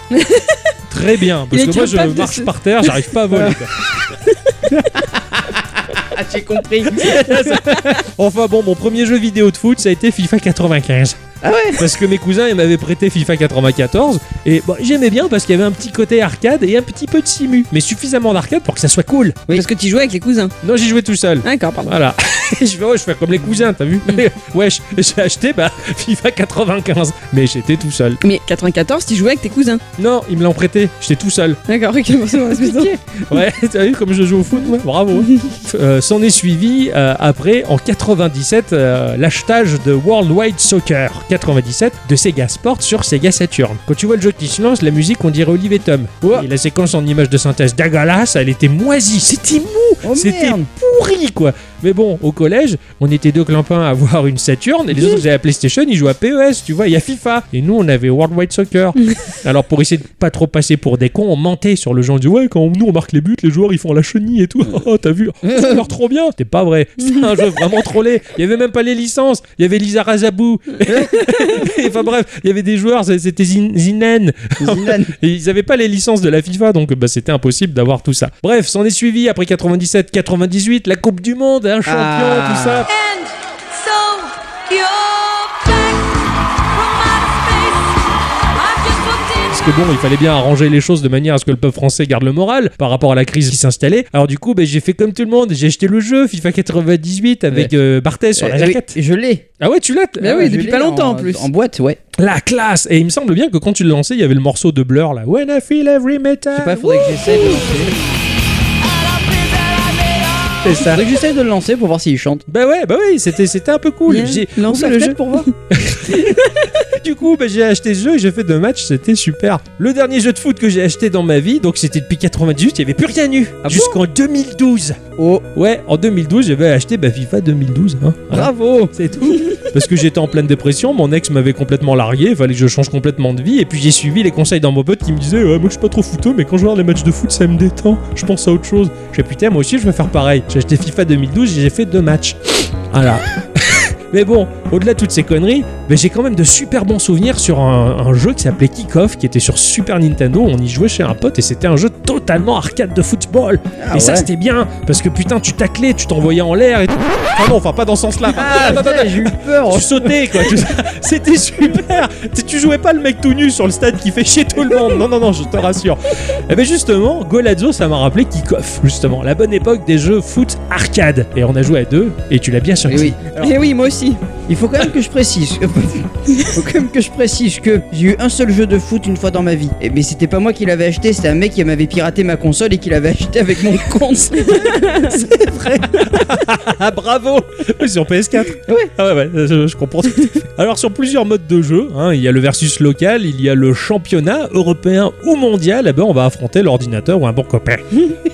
Speaker 1: Très bien, parce
Speaker 3: Il est
Speaker 1: que moi je
Speaker 3: capable de
Speaker 1: marche
Speaker 3: se-
Speaker 1: par terre, j'arrive pas à voler. quoi.
Speaker 2: Ah, j'ai compris.
Speaker 1: Enfin bon, mon premier jeu vidéo de foot, ça a été FIFA 95.
Speaker 2: Ah ouais
Speaker 1: Parce que mes cousins, ils m'avaient prêté FIFA 94, et bon, j'aimais bien parce qu'il y avait un petit côté arcade et un petit peu de simu, mais suffisamment d'arcade pour que ça soit cool.
Speaker 2: Oui.
Speaker 3: Parce que tu jouais avec les cousins.
Speaker 1: Non, j'y jouais tout seul.
Speaker 3: Ah, D'accord, pardon.
Speaker 1: Voilà. je fais, ouais, je fais comme les cousins, t'as vu Wesh, j'ai acheté bah, FIFA 95, mais j'étais tout seul.
Speaker 3: Mais 94, tu jouais avec tes cousins.
Speaker 1: Non, ils me l'ont prêté, j'étais tout seul.
Speaker 3: D'accord, ok, bon, c'est bon, c'est bon.
Speaker 1: Ouais, t'as vu comme je joue au foot, moi bravo. Euh, S'en est suivi euh, après, en 97, euh, l'achetage de World Wide Soccer 97 de Sega Sports sur Sega Saturn. Quand tu vois le jeu qui se lance, la musique, on dirait Olive et Tom.
Speaker 2: Oh.
Speaker 1: Et la séquence en image de synthèse dégueulasse, elle était moisie, c'était mou,
Speaker 2: Oh,
Speaker 1: c'était
Speaker 2: merde.
Speaker 1: pourri quoi. Mais bon, au collège, on était deux clampins à avoir une Saturn et les autres avaient la PlayStation, ils jouaient à PES, tu vois, il y a FIFA. Et nous, on avait World Wide Soccer. Alors pour essayer de pas trop passer pour des cons, on mentait sur le genre du ouais, quand nous on marque les buts, les joueurs ils font la chenille et tout. Oh, t'as vu Ça leur trop bien. C'était pas vrai. C'était un jeu vraiment trollé. Il y avait même pas les licences. Il y avait Lisa Razabou. enfin bref, il y avait des joueurs, c'était Zin- Zinen.
Speaker 2: Zidane.
Speaker 1: Et ils n'avaient pas les licences de la FIFA, donc bah, c'était impossible d'avoir tout ça. Bref, s'en est suivi après 97, 98, la Coupe du Monde, un champion,
Speaker 2: Ah.
Speaker 1: tout ça.
Speaker 5: And so
Speaker 1: que bon, il fallait bien arranger les choses de manière à ce que le peuple français garde le moral par rapport à la crise qui s'installait. Alors du coup, ben, j'ai fait comme tout le monde, j'ai acheté le jeu FIFA 98 avec euh, Barthez sur la
Speaker 2: Euh, oui,
Speaker 1: jaquette.
Speaker 2: je l'ai. Bah
Speaker 1: Ah ouais, tu l'as t-
Speaker 3: Mais oui,
Speaker 2: je
Speaker 3: depuis
Speaker 2: l'ai
Speaker 3: pas longtemps, en plus.
Speaker 2: En boîte, ouais.
Speaker 1: La classe Et il me semble bien que quand tu le lançais, il y avait le morceau de Blur là. When I feel every metal.
Speaker 2: Je sais pas, faudrait que j'essaie de le lancer.
Speaker 1: C'est ça.
Speaker 2: Faudrait que j'essaie de le lancer pour voir s'il chante.
Speaker 1: Bah ouais, bah ouais, c'était c'était un peu cool.
Speaker 3: Bien.
Speaker 1: J'ai-
Speaker 3: Lance
Speaker 2: Ouvre la
Speaker 3: le
Speaker 2: fenêtre
Speaker 3: jeu.
Speaker 2: pour voir.
Speaker 1: Du coup, bah, j'ai acheté ce jeu et j'ai fait deux matchs, c'était super. Le dernier jeu de foot que j'ai acheté dans ma vie, donc c'était depuis 98, il n'y avait plus rien eu.
Speaker 2: Ah
Speaker 1: Jusqu'en 2012.
Speaker 2: Oh,
Speaker 1: Ouais, en 2012, j'avais acheté bah, FIFA 2012. Hein.
Speaker 2: Ah,
Speaker 1: Voilà.
Speaker 2: bravo.
Speaker 1: C'est tout. Parce que j'étais en pleine dépression, mon ex m'avait complètement largué, il fallait que je change complètement de vie. Et puis j'ai suivi les conseils d'un mon pote qui me disait Ouais, Moi je suis pas trop fouteux, mais quand je regarde les matchs de foot, ça me détend. Je pense à autre chose. Je fais Putain, moi aussi je vais faire pareil. J'ai acheté FIFA 2012 et j'ai fait deux matchs. Voilà. Mais bon, au-delà de toutes ces conneries, mais j'ai quand même de super bons souvenirs sur un, un jeu qui s'appelait Kickoff, qui était sur Super Nintendo. On y jouait chez un pote et c'était un jeu totalement arcade de football. et
Speaker 2: Ah
Speaker 1: ça,
Speaker 2: ouais.
Speaker 1: c'était bien parce que putain, tu taclais, tu t'envoyais en l'air et tout. Enfin, non, enfin, pas dans ce sens-là.
Speaker 2: Ah, putain, j'ai eu peur. oh,
Speaker 1: Tu sautais quoi. Tu- C'était super. Tu- Tu jouais pas le mec tout nu sur le stade qui fait chier tout le monde. Non, non, non, je te rassure. Et bien justement, Golazzo, ça m'a rappelé Kickoff. Justement, la bonne époque des jeux foot arcade. Et on a joué à deux. Et tu l'as bien sur.
Speaker 2: Eh oui. Alors,
Speaker 3: Et oui, moi aussi.
Speaker 2: il faut quand même que je précise. Il faut quand même que je précise que j'ai eu un seul jeu de foot une fois dans ma vie. Et mais c'était pas moi qui l'avais acheté, c'était un mec qui m'avait piraté ma console et qui l'avait acheté avec mon compte.
Speaker 1: Ah bravo Sur PS4
Speaker 2: Ouais.
Speaker 1: Ah ouais, ouais, je, je comprends. tout à fait. Alors sur plusieurs modes de jeu, hein, il y a le versus local, il y a le championnat européen ou mondial, et ben on va affronter l'ordinateur ou un bon copain.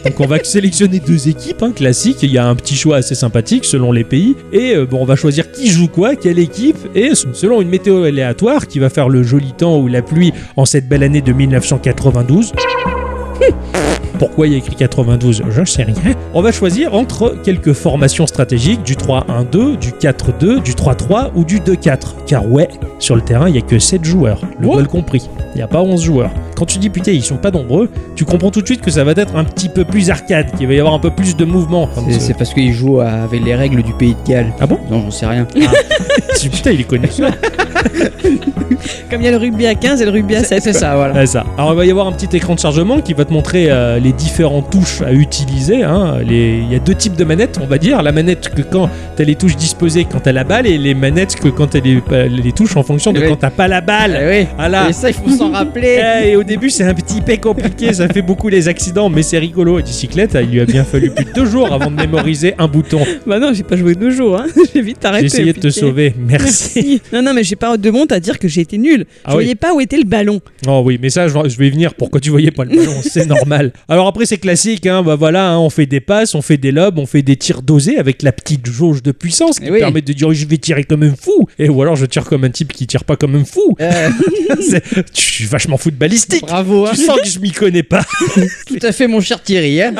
Speaker 1: Donc on va sélectionner deux équipes, hein, classique, il y a un petit choix assez sympathique selon les pays, et euh, bon on va choisir qui joue quoi, quelle équipe, et s- selon une météo aléatoire qui va faire le joli temps ou la pluie en cette belle année de 1992. Hmm. Pourquoi il y a écrit 92 Je ne sais rien. On va choisir entre quelques formations stratégiques du 3-1-2, du 4-2, du 3-3 ou du 2-4. Car ouais, sur le terrain, il n'y a que 7 joueurs, le
Speaker 2: Wow.
Speaker 1: bol compris. Il n'y a pas 11 joueurs. Quand tu dis putain, ils sont pas nombreux, tu comprends tout de suite que ça va être un petit peu plus arcade, qu'il va y avoir un peu plus de mouvement.
Speaker 2: C'est- C'est parce qu'il joue à- avec les règles du pays de Galles.
Speaker 1: Ah bon
Speaker 2: Non, j'en sais rien.
Speaker 1: Putain, il est connu.
Speaker 3: Comme il y a le rugby à 15 et le rugby à 7.
Speaker 2: C'est ça, voilà.
Speaker 1: Ah, ça. Alors il va y avoir un petit écran de chargement qui va te montrer euh, les différentes touches à utiliser. hein. Les- Il y a deux types de manettes, on va dire. La manette que quand t'as les touches disposées quand t'as la balle et les manettes que quand t'as les, pas- les touches en fonction de
Speaker 2: Oui.
Speaker 1: quand t'as pas la balle.
Speaker 2: Eh oui.
Speaker 1: Voilà.
Speaker 2: Et ça, il faut s'en rappeler.
Speaker 1: Eh, Et au début, c'est un petit peu compliqué, ça fait beaucoup les accidents, mais c'est rigolo. Et bicyclette, il lui a bien fallu plus de deux jours avant de mémoriser un bouton.
Speaker 3: Bah non, j'ai pas joué deux jours. Hein. J'ai vite
Speaker 1: J'ai
Speaker 3: arrêté.
Speaker 1: essayé de te
Speaker 3: piqué.
Speaker 1: sauver, merci.
Speaker 3: Merci. Non, non, mais j'ai pas de honte à dire que j'ai été nul.
Speaker 1: Ah
Speaker 3: je
Speaker 1: oui.
Speaker 3: voyais pas où était le ballon.
Speaker 1: Oh oui, mais ça, je je vais y venir. Pourquoi tu voyais pas le ballon C'est normal. Alors après, c'est classique. Hein, bah voilà, hein, on fait des passes, on fait des lobes, on fait des tirs dosés avec la petite jauge de puissance qui
Speaker 2: Eh oui.
Speaker 1: permet de dire je vais tirer comme un fou, et ou alors je tire comme un type qui tire pas comme un fou.
Speaker 2: Euh,
Speaker 1: C'est- je suis vachement footballistique.
Speaker 2: bravo, hein.
Speaker 1: Tu sens que je m'y connais pas.
Speaker 2: tout à fait, mon cher Thierry. hein.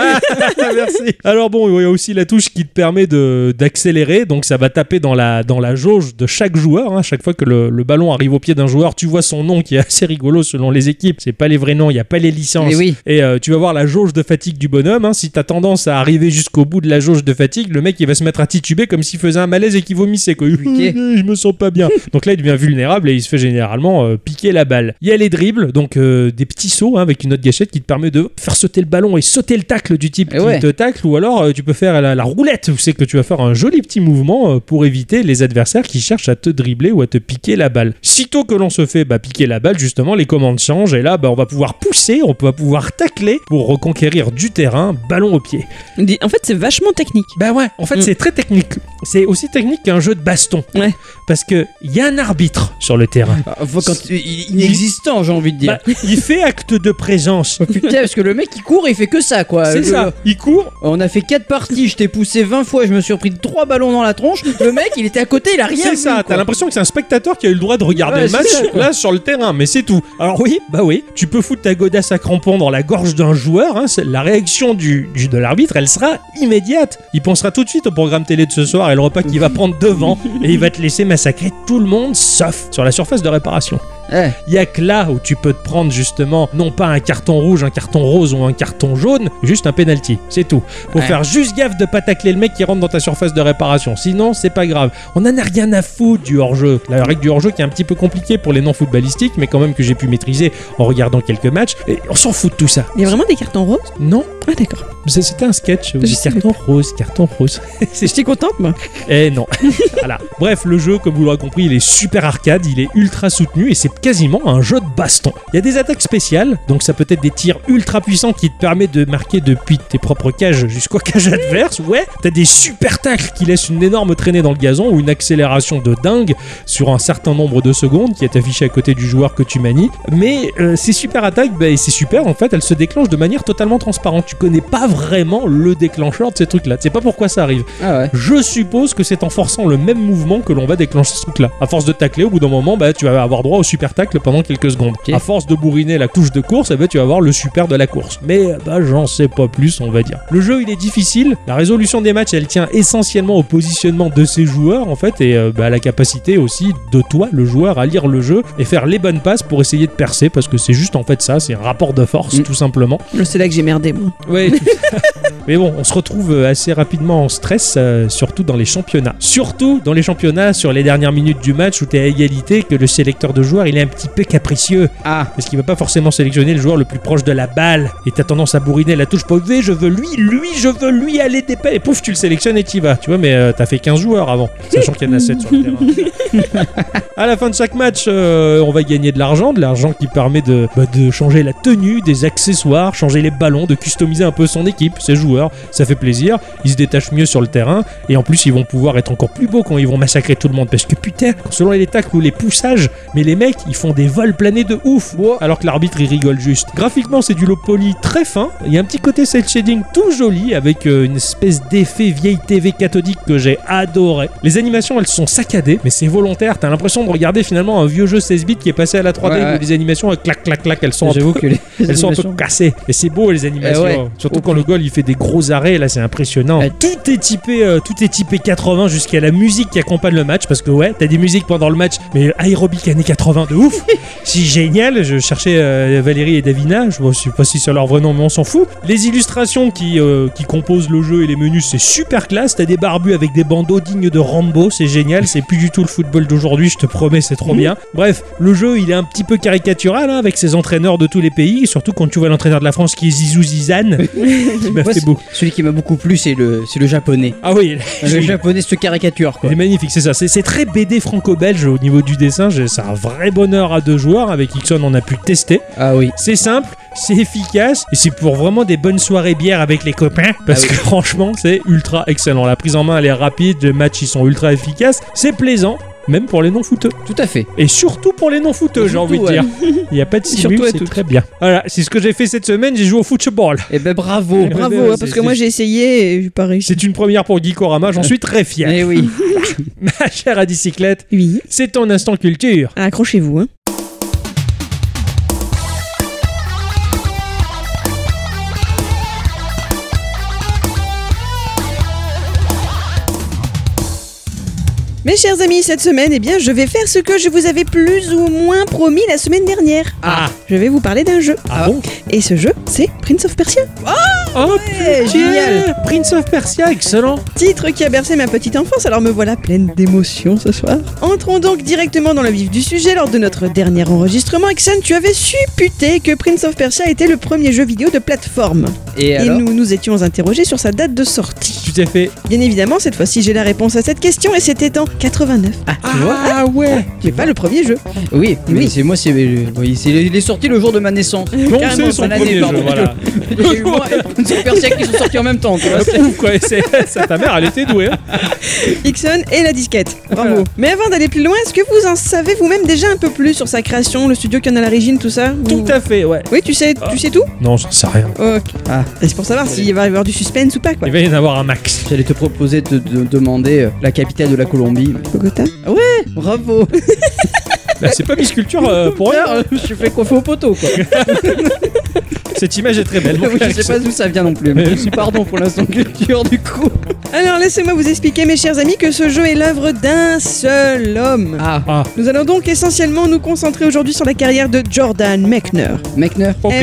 Speaker 1: Merci. Alors bon, il y a aussi la touche qui te permet de- d'accélérer, donc ça va taper dans la, dans la jauge de chaque joueur. hein. Chaque fois que le, le ballon arrive au pied d'un joueur, tu vois son nom qui est assez rigolo selon les équipes. C'est pas les vrais noms, il n'y a pas les licences.
Speaker 2: Mais Eh oui.
Speaker 1: Et euh, tu vas voir la jauge de fatigue du bonhomme. hein. Si t'as tendance à arriver jusqu'au bout de la jauge de fatigue, le mec il va se mettre à tituber comme s'il faisait un malaise et qu'il vomissait. Quoi. Je me sens pas bien. donc là il devient vulnérable et il se fait généralement euh, piquer la balle. Il y a les dribbles, donc euh, des petits sauts hein, avec une autre gâchette qui te permet de faire sauter le ballon et sauter le tacle du type
Speaker 2: Eh
Speaker 1: qui
Speaker 2: ouais.
Speaker 1: te tacle. Ou alors euh, tu peux faire la, la roulette où c'est que tu vas faire un joli petit mouvement euh, pour éviter les adversaires qui cherchent à te dribbler ou à te piquer la balle. Sitôt que l'on se fait bah, piquer la balle, justement les commandes changent et là bah, on va pouvoir pousser, on va pouvoir tacler pour reconquérir du terrain, ballon au pied.
Speaker 3: On dit- En fait, c'est vachement technique.
Speaker 1: Bah ouais, en fait
Speaker 3: Mm.
Speaker 1: c'est très technique. C'est aussi technique qu'un jeu de baston.
Speaker 3: Ouais.
Speaker 1: Parce que il y a un arbitre sur le terrain.
Speaker 2: Ah, faut quand- il- inexistant, j'ai envie de dire.
Speaker 1: Bah, il fait acte de présence.
Speaker 2: Putain, parce que le mec il court et il fait que ça quoi. Euh,
Speaker 1: C'est
Speaker 2: Le-
Speaker 1: ça, il court.
Speaker 2: On a fait 4 parties, je t'ai poussé 20 fois, je me suis repris 3 ballons dans la tronche. Le mec il était à côté, il a rien
Speaker 1: C'est
Speaker 2: vu.
Speaker 1: ça,
Speaker 2: quoi.
Speaker 1: t'as l'impression que c'est un spectateur qui a eu le droit de regarder
Speaker 2: Ouais,
Speaker 1: le match
Speaker 2: c'est ça, quoi.
Speaker 1: là sur le terrain, mais c'est tout. Alors oui, bah oui, tu peux foutre ta godasse à crampons dans la gorge d'un joueur, hein, c'est- la réaction du, du- de l'arbitre, elle sera immédiate. Il pensera tout de suite au programme télé de ce soir et le repas qu'il va prendre devant, et il va te laisser massacrer tout le monde, sauf sur la surface de réparation.
Speaker 2: Eh.
Speaker 1: Il y a que là où tu peux te prendre justement non pas un carton rouge, un carton rose ou un carton jaune, juste un penalty, c'est tout. Faut
Speaker 2: Ouais.
Speaker 1: faire juste gaffe de pas tacler le mec qui rentre dans ta surface de réparation. Sinon, c'est pas grave. On en a rien à foutre du hors-jeu. La règle du hors-jeu qui est un petit peu compliquée pour les non footballistiques, mais quand même que j'ai pu maîtriser en regardant quelques matchs. Et on s'en fout de tout ça.
Speaker 3: Il y a vraiment des cartons roses
Speaker 1: Non,
Speaker 3: Ah d'accord.
Speaker 1: c'est- c'était un sketch.
Speaker 3: Je savais
Speaker 1: Carton rose, carton rose. C'est
Speaker 3: J'étais contente moi.
Speaker 1: eh non. voilà. Bref, le jeu, comme vous l'aurez compris, il est super arcade, il est ultra soutenu et c'est quasiment un jeu de baston. Il y a des attaques spéciales, donc ça peut être des tirs ultra puissants qui te permettent de marquer depuis tes propres cages jusqu'aux cages adverses. Ouais, t'as des super tacles qui laissent une énorme traînée dans le gazon ou une accélération de dingue sur un certain nombre de secondes qui est affiché à côté du joueur que tu manies. Mais euh, ces super attaques, bah, et ces super, en fait, elles se déclenchent de manière totalement transparente. Tu connais pas vraiment le déclencheur de ces trucs-là. Tu sais pas pourquoi ça arrive.
Speaker 2: Ah ouais.
Speaker 1: Je suppose que c'est en forçant le même mouvement que l'on va déclencher ce truc-là. À force de tacler, au bout d'un moment, bah, tu vas avoir droit au super tacle pendant quelques secondes.
Speaker 2: Ok.
Speaker 1: À force de bourriner la touche de course, eh ben, tu vas avoir le super de la course. Mais bah, j'en sais pas plus, on va dire. Le jeu, il est difficile. La résolution des matchs, elle tient essentiellement au positionnement de ses joueurs, en fait, et euh, bah, à la capacité aussi de toi, le joueur, à lire le jeu et faire les bonnes passes pour essayer de percer, parce que c'est juste en fait ça, c'est un rapport de force,
Speaker 2: Mm.
Speaker 1: tout simplement.
Speaker 3: Je sais là que j'ai merdé moi.
Speaker 1: Ouais, tout ça. Mais bon, on se retrouve euh, assez rapidement en stress, euh, surtout dans les championnats. Surtout dans les championnats, sur les dernières minutes du match où t'es à égalité, que le sélecteur de joueurs il est un petit peu capricieux,
Speaker 2: Ah.
Speaker 1: parce qu'il va pas forcément sélectionner le joueur le plus proche de la balle. Et t'as tendance à bourriner la touche posée, je veux lui, lui, je veux lui, aller des Et pouf, tu le sélectionnes et t'y vas. Tu vois, mais euh, t'as fait 15 joueurs avant, sachant qu'il y en a 7 sur le terrain. À la fin de chaque match, euh, on va gagner de l'argent, de l'argent qui permet de, bah, de changer la tenue, des accessoires, changer les ballons, de customiser un peu son équipe, ses joueurs. Ça fait plaisir, ils se détachent mieux sur le terrain et en plus ils vont pouvoir être encore plus beaux quand ils vont massacrer tout le monde. Parce que putain, selon les tacles ou les poussages, mais les mecs ils font des vols planés de ouf alors que l'arbitre il rigole juste. Graphiquement, c'est du low poly très fin. Il y a un petit côté cel shading tout joli avec euh, une espèce d'effet vieille TV cathodique que j'ai adoré. Les animations elles sont saccadées, mais c'est volontaire. T'as l'impression de regarder finalement un vieux jeu 16 bits qui est passé à la 3D
Speaker 2: Ouais, ouais.
Speaker 1: où les animations elles clac clac clac elles sont un
Speaker 2: J'avoue
Speaker 1: peu-
Speaker 2: que les
Speaker 1: elles sont un peu
Speaker 2: animations-
Speaker 1: cassées. Et c'est beau les animations.
Speaker 2: Eh ouais. Eh.
Speaker 1: Surtout
Speaker 2: Oh,
Speaker 1: quand le goal il fait des gros arrêts, là c'est impressionnant.
Speaker 2: Ouais.
Speaker 1: Tout est typé, euh, tout est typé 80 jusqu'à la musique qui accompagne le match. Parce que ouais, t'as des musiques pendant le match, mais aérobic années 80 de ouf. c'est génial. Je cherchais euh, Valérie et Davina. Je ne sais pas si c'est leur vrai nom, mais on s'en fout. Les illustrations qui, euh, qui composent le jeu et les menus, c'est super classe. T'as des barbus avec des bandeaux dignes de Rambo, c'est génial. C'est plus du tout le football d'aujourd'hui, je te promets, c'est trop bien. Bref, le jeu, il est un petit peu caricatural hein, avec ses entraîneurs de tous les pays, et surtout quand tu vois l'entraîneur de la France qui est Zizou Zizane, qui m'a
Speaker 2: Moi,
Speaker 1: fait
Speaker 2: c'est-
Speaker 1: beau.
Speaker 2: Celui qui m'a beaucoup plu, c'est le, c'est le japonais.
Speaker 1: Ah oui,
Speaker 2: Le japonais se caricature, quoi.
Speaker 1: c'est magnifique, c'est ça. C'est- C'est très BD franco-belge au niveau du dessin. J'ai- C'est un vrai bonheur à deux joueurs. Avec Ixon, on a pu le tester.
Speaker 2: Ah oui.
Speaker 1: C'est simple, c'est efficace et c'est pour vraiment des bonnes soirées bières avec les copains parce
Speaker 2: Ah oui.
Speaker 1: que franchement, c'est ultra excellent. La prise en main, elle est rapide, les matchs ils sont ultra efficaces, c'est plaisant. Même pour les non-footeux.
Speaker 2: Tout à fait.
Speaker 1: Et surtout pour les non-footeux, j'ai
Speaker 2: Surtout,
Speaker 1: envie de
Speaker 2: ouais.
Speaker 1: dire. Il n'y a pas de simul,
Speaker 2: Surtout et
Speaker 1: c'est
Speaker 2: toutes.
Speaker 1: très bien. Voilà, c'est ce que j'ai fait cette semaine, j'ai joué au football.
Speaker 2: Et ben bravo.
Speaker 1: Ouais,
Speaker 3: Bravo,
Speaker 1: ouais,
Speaker 3: hein,
Speaker 1: c'est-
Speaker 3: parce que moi j'ai essayé et j'ai pas réussi.
Speaker 1: C'est une première pour Geekorama, j'en suis très fier.
Speaker 2: Eh oui.
Speaker 1: Ma chère à bicyclette,
Speaker 3: Oui.
Speaker 1: c'est ton instant culture.
Speaker 3: Accrochez-vous. Hein. Mes chers amis, cette semaine, eh bien, je vais faire ce que je vous avais plus ou moins promis la semaine dernière.
Speaker 1: Ah,
Speaker 3: Je vais vous parler d'un jeu.
Speaker 1: ah bon
Speaker 3: Et ce jeu, c'est Prince of Persia.
Speaker 1: Oh,
Speaker 3: Ouais,
Speaker 1: putain,
Speaker 3: génial.
Speaker 1: Prince of Persia, excellent
Speaker 3: Titre qui a bercé ma petite enfance, alors me voilà pleine d'émotions ce soir. Entrons donc directement dans le vif du sujet lors de notre dernier enregistrement. Ixon, tu avais supputé que Prince of Persia était le premier jeu vidéo de plateforme.
Speaker 2: Et
Speaker 3: Et,
Speaker 2: alors
Speaker 3: nous nous étions interrogés sur sa date de sortie.
Speaker 1: Tout à fait.
Speaker 3: Bien évidemment, cette fois-ci, j'ai la réponse à cette question et c'était en 89. Ah,
Speaker 1: Ah ouais
Speaker 3: mais pas le premier jeu.
Speaker 2: Oui, mais c'est moi, c'est. oui, c'est- il est sorti le jour de ma naissance.
Speaker 1: Donc
Speaker 2: Carrément,
Speaker 1: c'est son
Speaker 2: fin d'année,
Speaker 1: premier jeu,
Speaker 2: pardon.
Speaker 1: voilà.
Speaker 2: Il y a eu moi et Prince of Persia qui sont sortis en même temps, tu vois.
Speaker 1: Ah, ouf, quoi, c'est- ça, ta mère, elle était douée. hein.
Speaker 3: Ixon et la disquette. Bravo.
Speaker 2: Voilà.
Speaker 3: Mais avant d'aller plus loin, est-ce que vous en savez vous-même déjà un peu plus sur sa création, le studio qui en a à l'origine, tout ça
Speaker 1: Tout
Speaker 3: Ou-
Speaker 1: à fait, ouais.
Speaker 3: Oui, tu sais, tu sais tout
Speaker 1: Non, j'en sais rien.
Speaker 3: Ok.
Speaker 2: Ah.
Speaker 3: Et C'est pour savoir s'il va y avoir du suspense ou pas, quoi.
Speaker 1: Il va y en avoir un max.
Speaker 2: J'allais te proposer de, de demander euh, la capitale de la Colombie.
Speaker 3: Bogota
Speaker 2: Bravo.
Speaker 1: Là, c'est pas Miss Culture euh, pour rien.
Speaker 2: Putain, euh, Je suis fait coiffer au poteau, quoi.
Speaker 1: Cette image est très belle. mon
Speaker 2: Oui,
Speaker 1: frère.
Speaker 2: je sais pas d'où ça vient non plus.
Speaker 1: Mais-
Speaker 2: Pardon pour l'instant culture, du coup.
Speaker 3: Alors laissez-moi vous expliquer, mes chers amis, que ce jeu est l'œuvre d'un seul homme.
Speaker 2: Ah,
Speaker 1: Ah,
Speaker 3: Nous allons donc essentiellement nous concentrer aujourd'hui sur la carrière de Jordan Mechner. E
Speaker 2: Mechner.
Speaker 1: ok.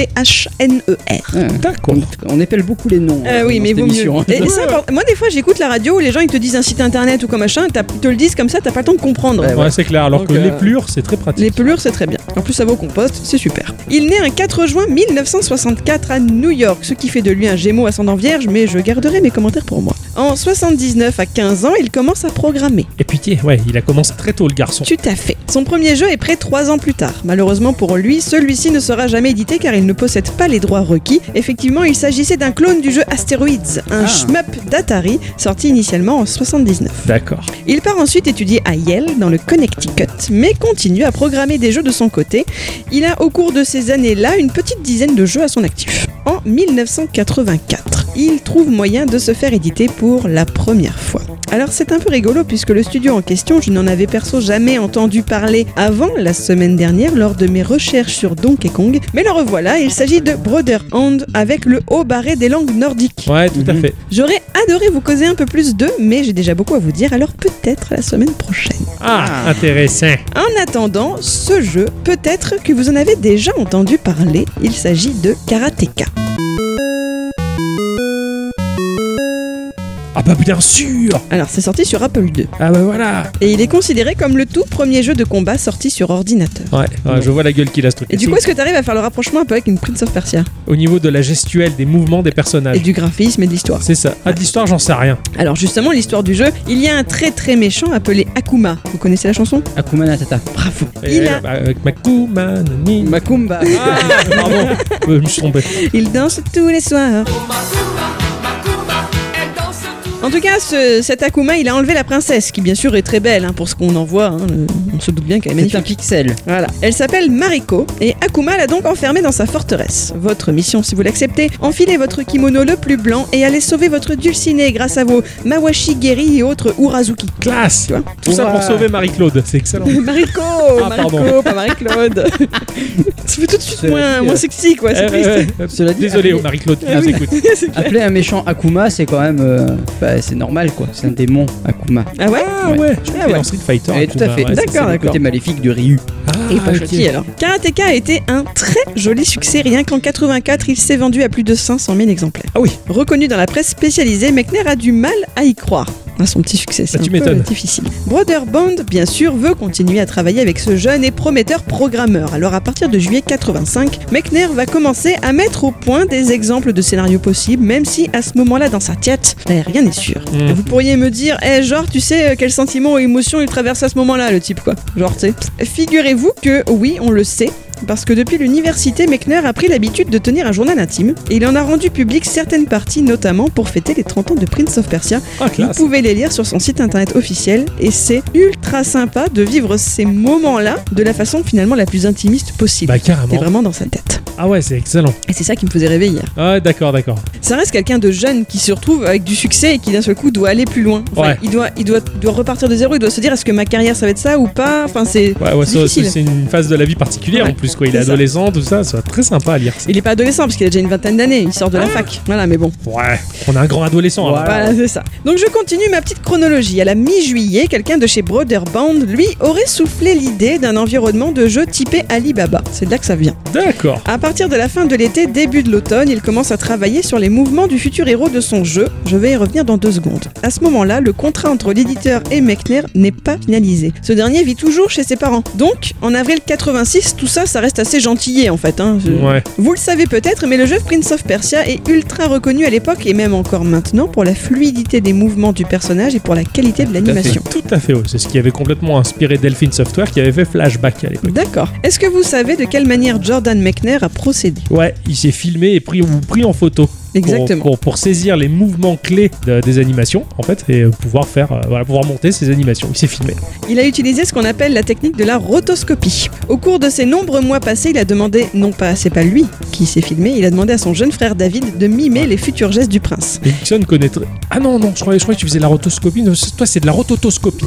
Speaker 3: M-E-C-H-N-E-R.
Speaker 1: D'accord.
Speaker 2: On épelle beaucoup les noms.
Speaker 3: Ah
Speaker 2: euh,
Speaker 3: E oui,
Speaker 2: dans
Speaker 3: mais
Speaker 2: cette
Speaker 3: vaut mieux.
Speaker 2: émission, hein.
Speaker 3: Et c'est important. Moi, des fois, j'écoute la radio où les gens ils te disent un site internet ou comme machin, t'as- ils te le disent comme ça, t'as pas le temps de comprendre.
Speaker 2: Ouais,
Speaker 1: Ouais, c'est clair. Alors
Speaker 2: Donc,
Speaker 1: que
Speaker 2: euh,
Speaker 1: les plures, c'est très pratique.
Speaker 3: Les pelures, c'est très bien. En plus, ça va au compost, c'est super. Il naît un 4 juin 1964 à New York, ce qui fait de lui un gémeau ascendant vierge, mais je garderai mes commentaires pour moi. En 79, à 15 ans, il commence à programmer.
Speaker 1: Et pitié, ouais, il a commencé très tôt le garçon.
Speaker 3: Tout à fait. Son premier jeu est prêt 3 ans plus tard. Malheureusement pour lui, celui-ci ne sera jamais édité car il ne possède pas les droits requis. Effectivement, il s'agissait d'un clone du jeu Asteroids, un
Speaker 2: Ah.
Speaker 3: shmup d'Atari, sorti initialement en 79.
Speaker 1: D'accord.
Speaker 3: Il part ensuite étudier à Yale, dans le Connecticut, mais continue à programmer des jeux de son côté. Il a au cours de ces années-là une petite dizaine de jeux à son actif. En 1984, il trouve moyen de se faire éditer pour la première fois. Alors c'est un peu rigolo puisque le studio en question, je n'en avais perso jamais entendu parler avant la semaine dernière lors de mes recherches sur Donkey Kong, mais le revoilà, il s'agit de Brotherhand avec le haut barré des langues nordiques.
Speaker 1: Ouais, tout à
Speaker 2: Mhm.
Speaker 1: fait.
Speaker 3: J'aurais adoré vous causer un peu plus d'eux, mais j'ai déjà beaucoup à vous dire, alors peut-être la semaine prochaine.
Speaker 1: Ah, intéressant.
Speaker 3: En attendant, ce jeu, peut-être que vous en avez déjà entendu parler, il s'agit de Karateka.
Speaker 1: Ah bah bien sûr
Speaker 3: Alors c'est sorti sur Apple II,
Speaker 1: Ah bah voilà
Speaker 3: et il est considéré comme le tout premier jeu de combat sorti sur ordinateur.
Speaker 1: Ouais, ouais, je vois la gueule qu'il a ce truc.
Speaker 3: Et du coup, est-ce que tu arrives à faire le rapprochement un peu avec une Prince of Persia
Speaker 1: Au niveau de la gestuelle, des mouvements des
Speaker 3: Et
Speaker 1: personnages.
Speaker 3: du graphisme et de l'histoire
Speaker 1: C'est ça. Ah, de l'histoire, j'en sais rien.
Speaker 3: Alors justement, l'histoire du jeu, il y a un très très méchant appelé Akuma. Vous connaissez la chanson
Speaker 2: Akuma Natata.
Speaker 3: Bravo
Speaker 1: Et,
Speaker 3: Il a-
Speaker 1: bah, avec Makuma, Nani.
Speaker 2: Makumba.
Speaker 1: Ah, pardon, Euh, je me suis trompé.
Speaker 3: Il danse tous les soirs. En tout cas, ce- cet Akuma, il a enlevé la princesse, qui bien sûr est très belle, hein, pour ce qu'on en voit. hein, le- on se doute bien qu'elle est
Speaker 2: C'est un
Speaker 3: magnifique.
Speaker 2: pixel.
Speaker 3: Voilà. Elle s'appelle Mariko, et Akuma l'a donc enfermée dans sa forteresse. Votre mission, si vous l'acceptez, enfilez votre kimono le plus blanc et allez sauver votre dulcinée grâce à vos Mawashi Geri et autres Urazuki.
Speaker 1: Classe
Speaker 3: Tu vois
Speaker 1: Tout ça pour
Speaker 2: Ouah.
Speaker 1: sauver Marie-Claude. C'est excellent.
Speaker 3: Mariko
Speaker 1: Ah,
Speaker 3: Mariko,
Speaker 1: pardon.
Speaker 3: pas Marie-Claude Ça fait tout de suite
Speaker 2: Cela
Speaker 3: moins,
Speaker 2: dit,
Speaker 3: moins
Speaker 2: euh,
Speaker 3: sexy, quoi, c'est
Speaker 1: Eh,
Speaker 3: triste.
Speaker 1: ouais, ouais.
Speaker 2: Cela dit,
Speaker 1: Désolé,
Speaker 2: appeler-
Speaker 1: Marie-Claude, qui
Speaker 3: Ah
Speaker 1: nous
Speaker 3: oui.
Speaker 1: écoute.
Speaker 3: C'est clair.
Speaker 2: Appeler un méchant Akuma, c'est quand même. euh, bah, c'est normal quoi. C'est un démon, Akuma.
Speaker 3: Ah ouais
Speaker 1: Ah ouais, je crois
Speaker 3: Ah
Speaker 1: qu'il est
Speaker 3: ouais.
Speaker 1: dans Street Fighter.
Speaker 2: Eh, tout à
Speaker 1: Akuma,
Speaker 2: fait.
Speaker 1: ouais, c'est-
Speaker 3: D'accord,
Speaker 2: C'est le
Speaker 3: d'accord.
Speaker 2: côté maléfique de Ryu.
Speaker 3: Et pas
Speaker 1: Ah,
Speaker 3: gentil,
Speaker 1: ok.
Speaker 3: alors. Karateka a été un très joli succès, rien qu'en 84, il s'est vendu à plus de 500 000 exemplaires.
Speaker 1: Ah oui.
Speaker 3: Reconnu dans la presse spécialisée, Mechner a du mal à y croire. À son petit succès, c'est
Speaker 1: Ah, tu
Speaker 3: un peu
Speaker 1: m'étonnes.
Speaker 3: difficile. Brother Band, bien sûr, veut continuer à travailler avec ce jeune et prometteur programmeur. Alors à partir de juillet 85, Mechner va commencer à mettre au point des exemples de scénarios possibles, même si à ce moment-là, dans sa tête, ben, rien n'est sûr.
Speaker 1: Mm.
Speaker 3: Vous pourriez me dire, eh, genre, tu sais euh, quel sentiment ou émotion il traverse à ce moment-là, le type, quoi. Genre, tu sais. Figurez-vous que, oui, on le sait, parce que depuis l'université, Mechner a pris l'habitude de tenir un journal intime, et il en a rendu public certaines parties, notamment pour fêter les 30 ans de Prince of Persia.
Speaker 1: Ah,
Speaker 3: Vous
Speaker 1: classe.
Speaker 3: pouvez les lire sur son site internet officiel, et c'est ultra sympa de vivre ces moments-là de la façon finalement la plus intimiste possible.
Speaker 1: Bah,
Speaker 3: T'es
Speaker 1: carrément.
Speaker 3: vraiment dans sa tête.
Speaker 1: Ah ouais, c'est excellent.
Speaker 3: Et c'est ça qui me faisait rêver hier.
Speaker 1: Ah, d'accord, d'accord.
Speaker 3: Ça reste quelqu'un de jeune qui se retrouve avec du succès et qui d'un seul coup doit aller plus loin. Enfin,
Speaker 1: Ouais.
Speaker 3: il, doit, il doit, doit repartir de zéro, il doit se dire est-ce que ma carrière ça va être ça ou pas Enfin, c'est.
Speaker 1: Ouais, ouais,
Speaker 3: C'est
Speaker 1: ça,
Speaker 3: difficile.
Speaker 1: c'est une phase de la vie particulière
Speaker 3: Ouais,
Speaker 1: en plus, quoi. Il est
Speaker 3: c'est ça.
Speaker 1: adolescent, tout ça, c'est très sympa à lire. ça.
Speaker 3: Il est pas adolescent parce qu'il a déjà une vingtaine d'années, il sort de
Speaker 1: Ah.
Speaker 3: la fac. Voilà, mais bon.
Speaker 1: Ouais, on a un grand adolescent. hein. alors.
Speaker 2: Voilà.
Speaker 3: Voilà, c'est ça. Donc je continue ma petite chronologie. À la mi-juillet, quelqu'un de chez Brotherband, lui, aurait soufflé l'idée d'un environnement de jeu typé Alibaba. C'est de là que ça vient.
Speaker 1: D'accord.
Speaker 3: À partir de la fin de l'été, début de l'automne, il commence à travailler sur les mouvements du futur héros de son jeu. Je vais y revenir dans deux secondes. À ce moment-là, le contrat entre l'éditeur et Mechner n'est pas finalisé. Ce dernier vit toujours chez ses parents. Donc, en avril 86, tout ça, ça reste assez gentillé en fait. hein. Je-
Speaker 1: Ouais.
Speaker 3: Vous le savez peut-être, mais le jeu Prince of Persia est ultra reconnu à l'époque et même encore maintenant pour la fluidité des mouvements du personnage et pour la qualité de l'animation.
Speaker 1: Tout à fait, ouais. c'est ce qui avait complètement inspiré Delphine Software qui avait fait Flashback à l'époque.
Speaker 3: D'accord. Est-ce que vous savez de quelle manière Jordan Mechner a procédé
Speaker 1: Ouais, il s'est filmé et pris, ou pris en photo. pour-
Speaker 3: Exactement.
Speaker 1: Pour, pour saisir les mouvements clés de- des animations, en fait, et euh, pouvoir faire, euh, voilà, pouvoir monter ces animations. Il s'est filmé.
Speaker 3: Il a utilisé ce qu'on appelle la technique de la rotoscopie. Au cours de ses nombreux mois passés, il a demandé, non pas, c'est pas lui qui s'est filmé, il a demandé à son jeune frère David de mimer les futurs gestes du prince. Euh.
Speaker 1: Et Nixon connaîtrait. Ah non, non, je croyais, je croyais que tu faisais de la rotoscopie. Non, c'est- toi, c'est de la rototoscopie.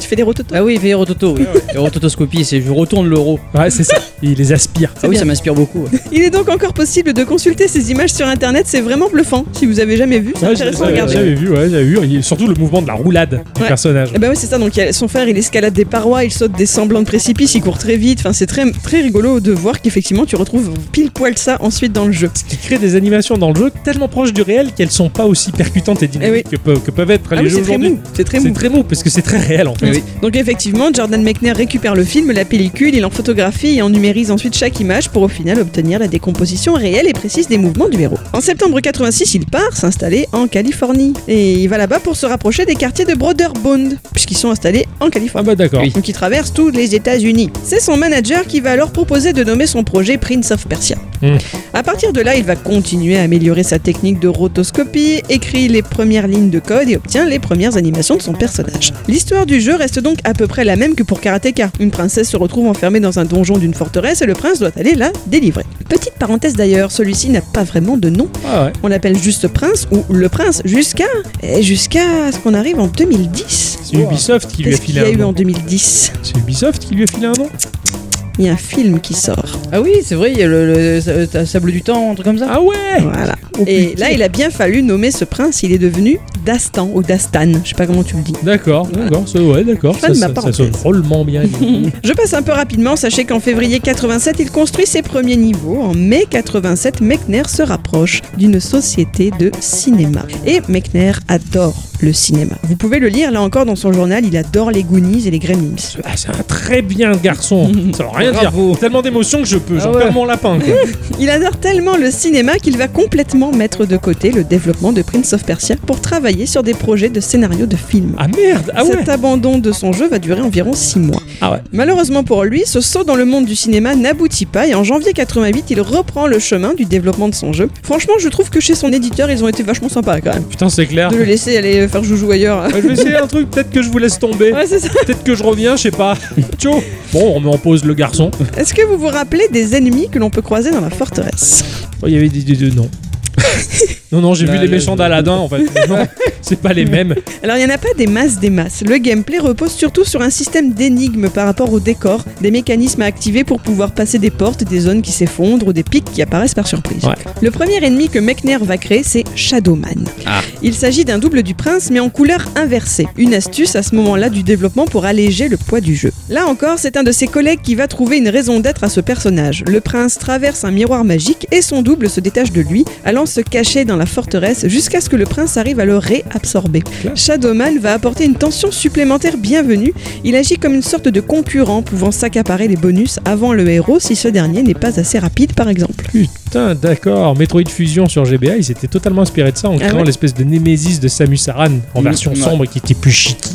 Speaker 3: Tu fais des rototos.
Speaker 2: Ah oui, il fait rototo, oui. Rototoscopie, c'est je retourne l'euro.
Speaker 1: Ouais, c'est ça. Il les aspire.
Speaker 2: Ah oui,
Speaker 3: bien.
Speaker 2: ça m'inspire beaucoup. ouais.
Speaker 3: Il est donc encore possible de consulter ces images sur internet, c'est vraiment bluffant. Si vous avez jamais vu, c'est
Speaker 1: Ouais,
Speaker 3: intéressant à
Speaker 1: j'avais
Speaker 3: regarder.
Speaker 1: j'avais vu, ouais, j'avais vu. Il- Surtout le mouvement de la roulade du
Speaker 3: Ouais.
Speaker 1: personnage.
Speaker 3: Eh ben oui, c'est ça. Donc il y a- son frère, il escalade des parois, il saute des semblants de précipices, il court très vite. Enfin, c'est très, très rigolo de voir qu'effectivement tu retrouves pile poil ça ensuite dans le jeu.
Speaker 1: Ce qui crée des animations dans le jeu tellement proches du réel qu'elles sont pas aussi percutantes et dynamiques que, peuvent, que peuvent être
Speaker 3: Eh Ah
Speaker 1: les
Speaker 3: oui,
Speaker 1: jeux
Speaker 3: c'est très
Speaker 1: aujourd'hui.
Speaker 3: mou. C'est très
Speaker 1: C'est
Speaker 3: mou.
Speaker 1: très mou parce que c'est très réel en fait.
Speaker 2: oui.
Speaker 3: Donc effectivement, Jordan Mechner récupère le film, la pellicule, il en photographie et en numérise ensuite chaque image pour au final obtenir la décomposition réelle et précise des mouvements du héros. En septembre 86, il part s'installer en Californie et il va là-bas pour se rapprocher des quartiers de Broderbund puisqu'ils sont installés en
Speaker 1: Ah
Speaker 3: Californie.
Speaker 1: bah d'accord.
Speaker 2: Oui.
Speaker 3: Donc il traverse tous les États-Unis. C'est son manager qui va alors proposer de nommer son projet Prince of Persia.
Speaker 1: Mm.
Speaker 3: À partir de là, il va continuer à améliorer sa technique de rotoscopie, écrit les premières lignes de code et obtient les premières animations de son personnage. L'histoire du jeu reste donc à peu près la même que pour Karateka. Une princesse se retrouve enfermée dans un donjon d'une forteresse et le prince doit aller la délivrer. Petite parenthèse d'ailleurs, celui-ci n'a pas vraiment de nom.
Speaker 1: Ah ouais.
Speaker 3: On l'appelle juste prince ou le prince jusqu'à eh, jusqu'à ce qu'on arrive en 2010.
Speaker 1: C'est Ubisoft qui lui a
Speaker 3: Qu'est-ce qu'il y
Speaker 1: filé
Speaker 3: a
Speaker 1: un
Speaker 3: eu en
Speaker 1: nom.
Speaker 3: 2010
Speaker 1: C'est Ubisoft qui lui a filé un nom
Speaker 3: il y a un film qui sort.
Speaker 2: Ah oui, c'est vrai, il y a le, le- sa- sa- sable du temps, un truc comme ça.
Speaker 1: Ah ouais
Speaker 3: Voilà.
Speaker 1: Oh,
Speaker 3: Et
Speaker 1: putain.
Speaker 3: là, il a bien fallu nommer ce prince. Il est devenu Dastan ou Dastan. Je sais pas comment tu le dis.
Speaker 1: D'accord, d'accord, ça- ouais, d'accord. Ça,
Speaker 3: Fin de ma
Speaker 1: ça, ça
Speaker 3: parenthèse.
Speaker 1: sonne drôlement bien.
Speaker 3: Je passe un peu rapidement. Sachez qu'en février 87, il construit ses premiers niveaux. En mai 87, Mechner se rapproche d'une société de cinéma. Et Mechner adore le cinéma. Vous pouvez le lire là encore dans son journal. Il adore les Goonies et les Gremlins.
Speaker 1: Ah, c'est un très bien garçon. Ça veut rien
Speaker 2: Bravo.
Speaker 1: dire. Tellement d'émotions que je peux. J'en
Speaker 2: Ah ouais.
Speaker 1: perds mon lapin. quoi.
Speaker 3: Il adore tellement le cinéma qu'il va complètement mettre de côté le développement de Prince of Persia pour travailler sur des projets de scénarios de films.
Speaker 1: Ah merde Ah ouais
Speaker 3: Cet abandon de son jeu va durer environ 6 mois.
Speaker 1: Ah ouais.
Speaker 3: Malheureusement pour lui, ce saut dans le monde du cinéma n'aboutit pas et en janvier 88, il reprend le chemin du développement de son jeu. Franchement, je trouve que chez son éditeur, ils ont été vachement sympas quand même.
Speaker 1: Putain, c'est clair.
Speaker 3: De le laisser aller faire joujou ailleurs.
Speaker 1: Ouais, Je vais essayer un truc, peut-être que je vous laisse tomber.
Speaker 3: Ouais, c'est ça.
Speaker 1: Peut-être que je reviens, je sais pas. Ciao Bon, on met en pause le garçon.
Speaker 3: Est-ce que vous vous rappelez des ennemis que l'on peut croiser dans la forteresse
Speaker 1: Oh, Il y avait des des- des- Non. Non, non, j'ai
Speaker 2: Bah, Là,
Speaker 1: vu les
Speaker 2: là,
Speaker 1: méchants
Speaker 2: je-
Speaker 1: d'Aladin en fait. Non, c'est pas les mêmes.
Speaker 3: Alors il n'y en a pas des masses des masses. Le gameplay repose surtout sur un système d'énigmes par rapport au décor, des mécanismes à activer pour pouvoir passer des portes, des zones qui s'effondrent ou des pics qui apparaissent par surprise.
Speaker 1: Ouais.
Speaker 3: Le premier ennemi que Mechner va créer, c'est Shadowman. Il s'agit d'un double du prince mais en couleur inversée. Une astuce à ce moment-là du développement pour alléger le poids du jeu. Là encore, c'est un de ses collègues qui va trouver une raison d'être à ce personnage. Le prince traverse un miroir magique et son double se détache de lui, allant se cacher dans la forteresse jusqu'à ce que le prince arrive à le réabsorber. Shadowman va apporter une tension supplémentaire bienvenue. Il agit comme une sorte de concurrent pouvant s'accaparer les bonus avant le héros si ce dernier n'est pas assez rapide par exemple.
Speaker 1: Putain, d'accord. Metroid Fusion sur GBA, il s'était totalement inspiré de ça en créant
Speaker 3: ouais.
Speaker 1: l'espèce de Némésis de Samus Aran en
Speaker 2: Ah Mm,
Speaker 1: version
Speaker 2: ouais.
Speaker 1: sombre qui était plus chiqui.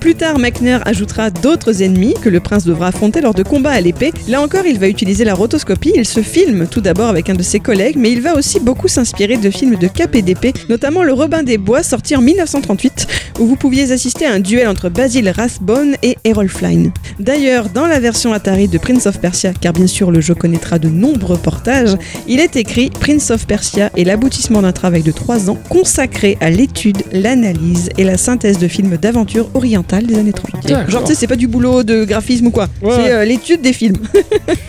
Speaker 3: Plus tard, Mechner ajoutera d'autres ennemis que le prince devra affronter lors de combats à l'épée. Là encore, il va utiliser la rotoscopie. Il se filme tout d'abord avec un de ses collègues, mais il va aussi beaucoup s'inspirer de films de KPDP, notamment Le Robin des Bois sorti en 1938, où vous pouviez assister à un duel entre Basil Rathbone et Errol Flynn. D'ailleurs, dans la version Atari de Prince of Persia, car bien sûr le jeu connaîtra de nombreux portages, il est écrit Prince of Persia est l'aboutissement d'un travail de 3 ans consacré à l'étude, l'analyse et la synthèse de films d'aventure orientale des années 30.
Speaker 1: D'accord.
Speaker 3: Genre, tu sais, c'est pas du boulot de graphisme ou quoi,
Speaker 1: Ouais.
Speaker 3: c'est euh, l'étude des films.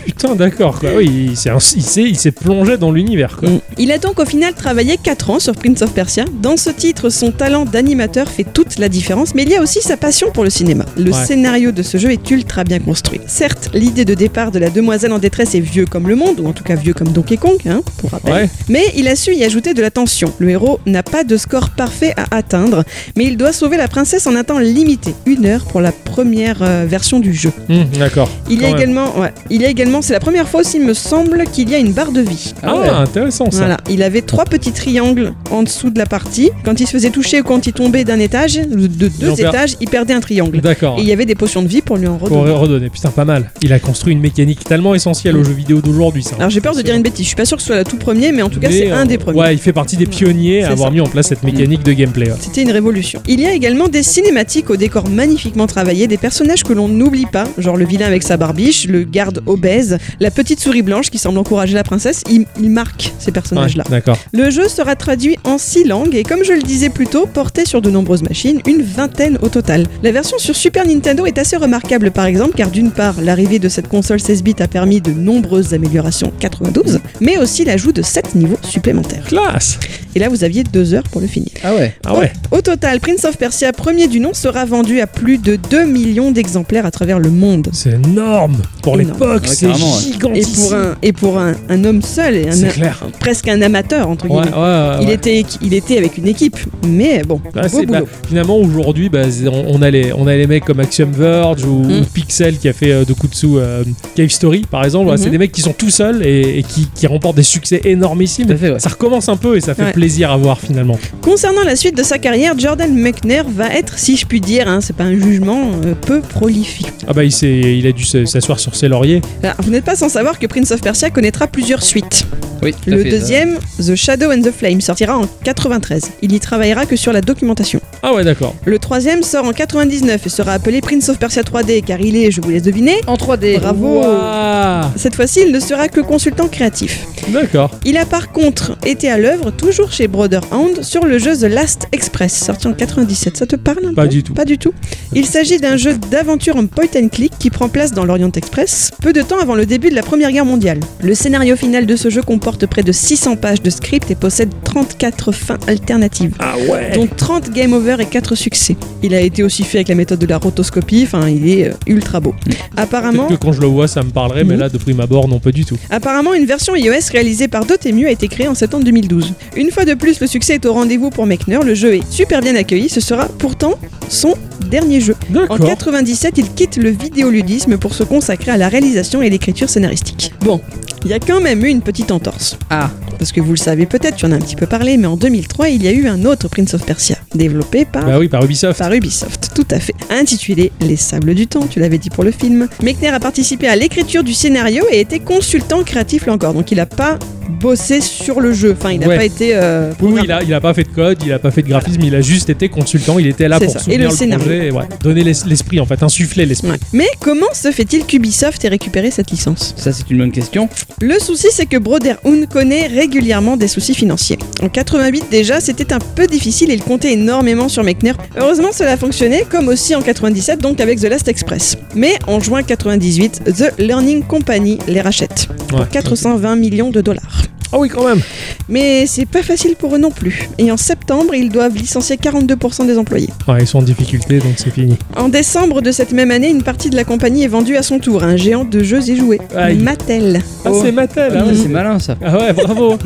Speaker 1: Putain, d'accord, quoi. Oui, il s'est, il s'est- il s'est plongé dans l'univers, quoi.
Speaker 3: Mm. Il a donc au final travaillé 4 ans sur Prince of Persia. Dans ce titre, son talent d'animateur fait toute la différence, mais il y a aussi sa passion pour le cinéma. Le
Speaker 1: Ouais.
Speaker 3: scénario de ce jeu est ultra bien construit. Certes, l'idée de départ de la demoiselle en détresse est vieux comme le monde, ou en tout cas vieux comme Donkey Kong, hein, pour rappel.
Speaker 1: Ouais.
Speaker 3: Mais il a su y ajouter de la tension. Le héros n'a pas de score parfait à atteindre, mais il doit sauver la princesse en un temps limité, une heure pour la première euh, version du jeu.
Speaker 1: Mm, d'accord.
Speaker 3: Il y
Speaker 1: Quand
Speaker 3: a
Speaker 1: même.
Speaker 3: également, ouais, il y a également, c'est la première fois aussi, il me semble, qu'il y a une barre de vie.
Speaker 1: Ah, intéressant ça.
Speaker 3: Voilà, il avait trois petits triangles en dessous de la partie. Quand il se faisait toucher ou quand il tombait d'un étage, de deux
Speaker 1: en perd-
Speaker 3: étages, il perdait un triangle.
Speaker 1: D'accord.
Speaker 3: Et il y avait des potions de vie pour lui en
Speaker 1: Pour
Speaker 3: redonner.
Speaker 1: redonner, putain, pas mal. Il a construit une mécanique tellement essentielle aux jeux vidéo aujourd'hui, ça.
Speaker 3: Alors j'ai peur de dire une bêtise, je suis pas sûr que ce soit le tout premier, mais en tout cas
Speaker 1: Mais,
Speaker 3: c'est
Speaker 1: euh,
Speaker 3: un des premiers.
Speaker 1: Ouais, il fait partie des pionniers à
Speaker 3: C'est
Speaker 1: avoir
Speaker 3: ça. Mmh.
Speaker 1: mis en place cette mécanique de gameplay. ouais.
Speaker 3: C'était une révolution. Il y a également des cinématiques au décor magnifiquement travaillé, des personnages que l'on n'oublie pas, genre le vilain avec sa barbiche, le garde obèse, la petite souris blanche qui semble encourager la princesse. Ils, ils marquent ces personnages-là.
Speaker 1: Ouais, D'accord.
Speaker 3: Le jeu sera traduit en six langues et comme je le disais plus tôt, porté sur de nombreuses machines, une vingtaine au total. La version sur Super Nintendo est assez remarquable par exemple car d'une part, l'arrivée de cette console 16 bits a permis de nombreuses améliorations 92, mais aussi l'ajout de 7 niveaux supplémentaires.
Speaker 1: Classe
Speaker 3: Et là, vous aviez deux heures pour le finir.
Speaker 2: Ah ouais.
Speaker 1: Ah ouais
Speaker 3: Au total, Prince of Persia, premier du nom, sera vendu à plus de 2 millions d'exemplaires à travers le monde.
Speaker 1: C'est énorme Pour
Speaker 3: Énorme.
Speaker 1: l'époque,
Speaker 2: Ouais,
Speaker 1: c'est
Speaker 2: carrément, ouais.
Speaker 3: Et
Speaker 1: gigantissime
Speaker 3: pour un, et pour un, un homme seul, et un,
Speaker 1: C'est clair.
Speaker 3: presque un amateur, entre
Speaker 1: Ouais,
Speaker 3: guillemets.
Speaker 1: ouais, ouais,
Speaker 3: Il,
Speaker 1: Ah ouais.
Speaker 3: était, il était avec une équipe, mais bon,
Speaker 1: Ah,
Speaker 3: beau
Speaker 1: c'est- bah,
Speaker 3: boulot.
Speaker 1: finalement aujourd'hui bah, c'est- on, on a les, on a les mecs comme Axiom Verge ou,
Speaker 3: Mm.
Speaker 1: ou Pixel qui a fait euh, Dokutsu euh, Cave Story par exemple Ouais,
Speaker 3: Mhm.
Speaker 1: c'est des mecs qui sont tout seuls et, et qui, qui remportent des succès
Speaker 2: Tout à
Speaker 1: énormissimes
Speaker 2: fait, ouais.
Speaker 1: ça recommence un peu et ça fait
Speaker 3: Ouais.
Speaker 1: plaisir à voir finalement
Speaker 3: Concernant la suite de sa carrière, Jordan Mechner va être, si je puis dire, hein, c'est pas un jugement, euh, peu prolifique.
Speaker 1: ah bah il, s'est- il a dû se- s'asseoir sur ses lauriers
Speaker 3: Alors, vous n'êtes pas sans savoir que Prince of Persia connaîtra plusieurs suites.
Speaker 2: Oui, tout à
Speaker 3: Le
Speaker 2: fait, ça.
Speaker 3: deuxième, The Shadow and the Flame, sortira en 93. Il n'y travaillera que sur la documentation.
Speaker 1: ah ouais d'accord
Speaker 3: Le troisième sort en 99 et sera appelé Prince of Persia 3D car il est, je vous laisse deviner,
Speaker 2: En 3D.
Speaker 3: Bravo.
Speaker 1: Ouah.
Speaker 3: cette fois-ci il ne sera que consultant créatif.
Speaker 1: d'accord
Speaker 3: Il a par contre été à l'œuvre, toujours chez Brotherhound, sur le jeu The Last Express, sorti en 97. Ça te parle un
Speaker 1: Pas
Speaker 3: peu
Speaker 1: du tout.
Speaker 3: Pas du tout. Il s'agit d'un jeu d'aventure en point and click qui prend place dans l'Orient Express, peu de temps avant le début de la Première Guerre mondiale. Le scénario final de ce jeu comporte près de 600 pages de script et possède 34 fins alternatives.
Speaker 1: ah ouais
Speaker 3: dont 30 game over et 4 succès. Il a été aussi fait avec la méthode de la rotoscopie, enfin il est euh, ultra beau.
Speaker 1: Mm.
Speaker 3: Apparemment,
Speaker 1: Peut-être que quand je le vois, ça me parlerait, mais
Speaker 3: Mhm.
Speaker 1: là, de prime abord, non, pas du tout.
Speaker 3: apparemment une version iOS réalisée par Dotemu a été créée en septembre 2012. Une fois de plus, le succès est au rendez-vous pour Mechner, le jeu est super bien accueilli, ce sera pourtant son dernier jeu. En
Speaker 1: D'accord.
Speaker 3: 97, il quitte le vidéoludisme pour se consacrer à la réalisation et l'écriture scénaristique. Bon, il y a quand même eu une petite entorse.
Speaker 2: Ah.
Speaker 3: Parce que vous le savez peut-être, tu en as un petit peu parlé, mais en 2003, il y a eu un autre Prince of Persia, développé par
Speaker 1: Bah oui, par Ubisoft.
Speaker 3: par Ubisoft, tout à fait, intitulé Les Sables du Temps, tu l'avais dit pour le film. Mechner a participé à l'écriture du scénario et était consultant créatif là encore, donc il n'a pas bossé sur le jeu, enfin il n'a
Speaker 1: Ouais.
Speaker 3: pas été... euh,
Speaker 1: Oui, oui,
Speaker 3: programme-
Speaker 1: il a, il a pas fait de code, il a pas fait de graphisme, il a juste été consultant, il était là
Speaker 3: C'est
Speaker 1: pour
Speaker 3: ça. Et
Speaker 1: soutenir
Speaker 3: le
Speaker 1: le,
Speaker 3: scénario.
Speaker 1: projet, et ouais, donner l'es- l'esprit en fait, insuffler l'esprit.
Speaker 3: Ouais. Mais comment se fait-il qu'Ubisoft ait récupéré cette licence
Speaker 2: Ça, c'est une bonne question.
Speaker 3: Le souci, c'est que Brotherhood connaît régulièrement des soucis financiers. En 88 déjà, c'était un peu difficile et il comptait énormément sur Mechner. Heureusement, cela fonctionnait, comme aussi en 97, donc avec The Last Express. Mais en juin 98, The Learning Company les rachète.
Speaker 1: Ouais.
Speaker 3: 420 millions de dollars.
Speaker 1: Ah oui, quand même.
Speaker 3: Mais c'est pas facile pour eux non plus. Et en septembre, ils doivent licencier 42% des employés.
Speaker 1: Ouais, ils sont en difficulté, donc c'est fini.
Speaker 3: En décembre de cette même année, une partie de la compagnie est vendue à son tour à un géant de jeux et jouets,
Speaker 1: Aïe.
Speaker 3: Mattel.
Speaker 1: Ah,
Speaker 2: Oh.
Speaker 1: c'est Mattel.
Speaker 2: Ah,
Speaker 1: hein.
Speaker 2: ça, c'est malin, ça.
Speaker 1: Ah ouais, bravo.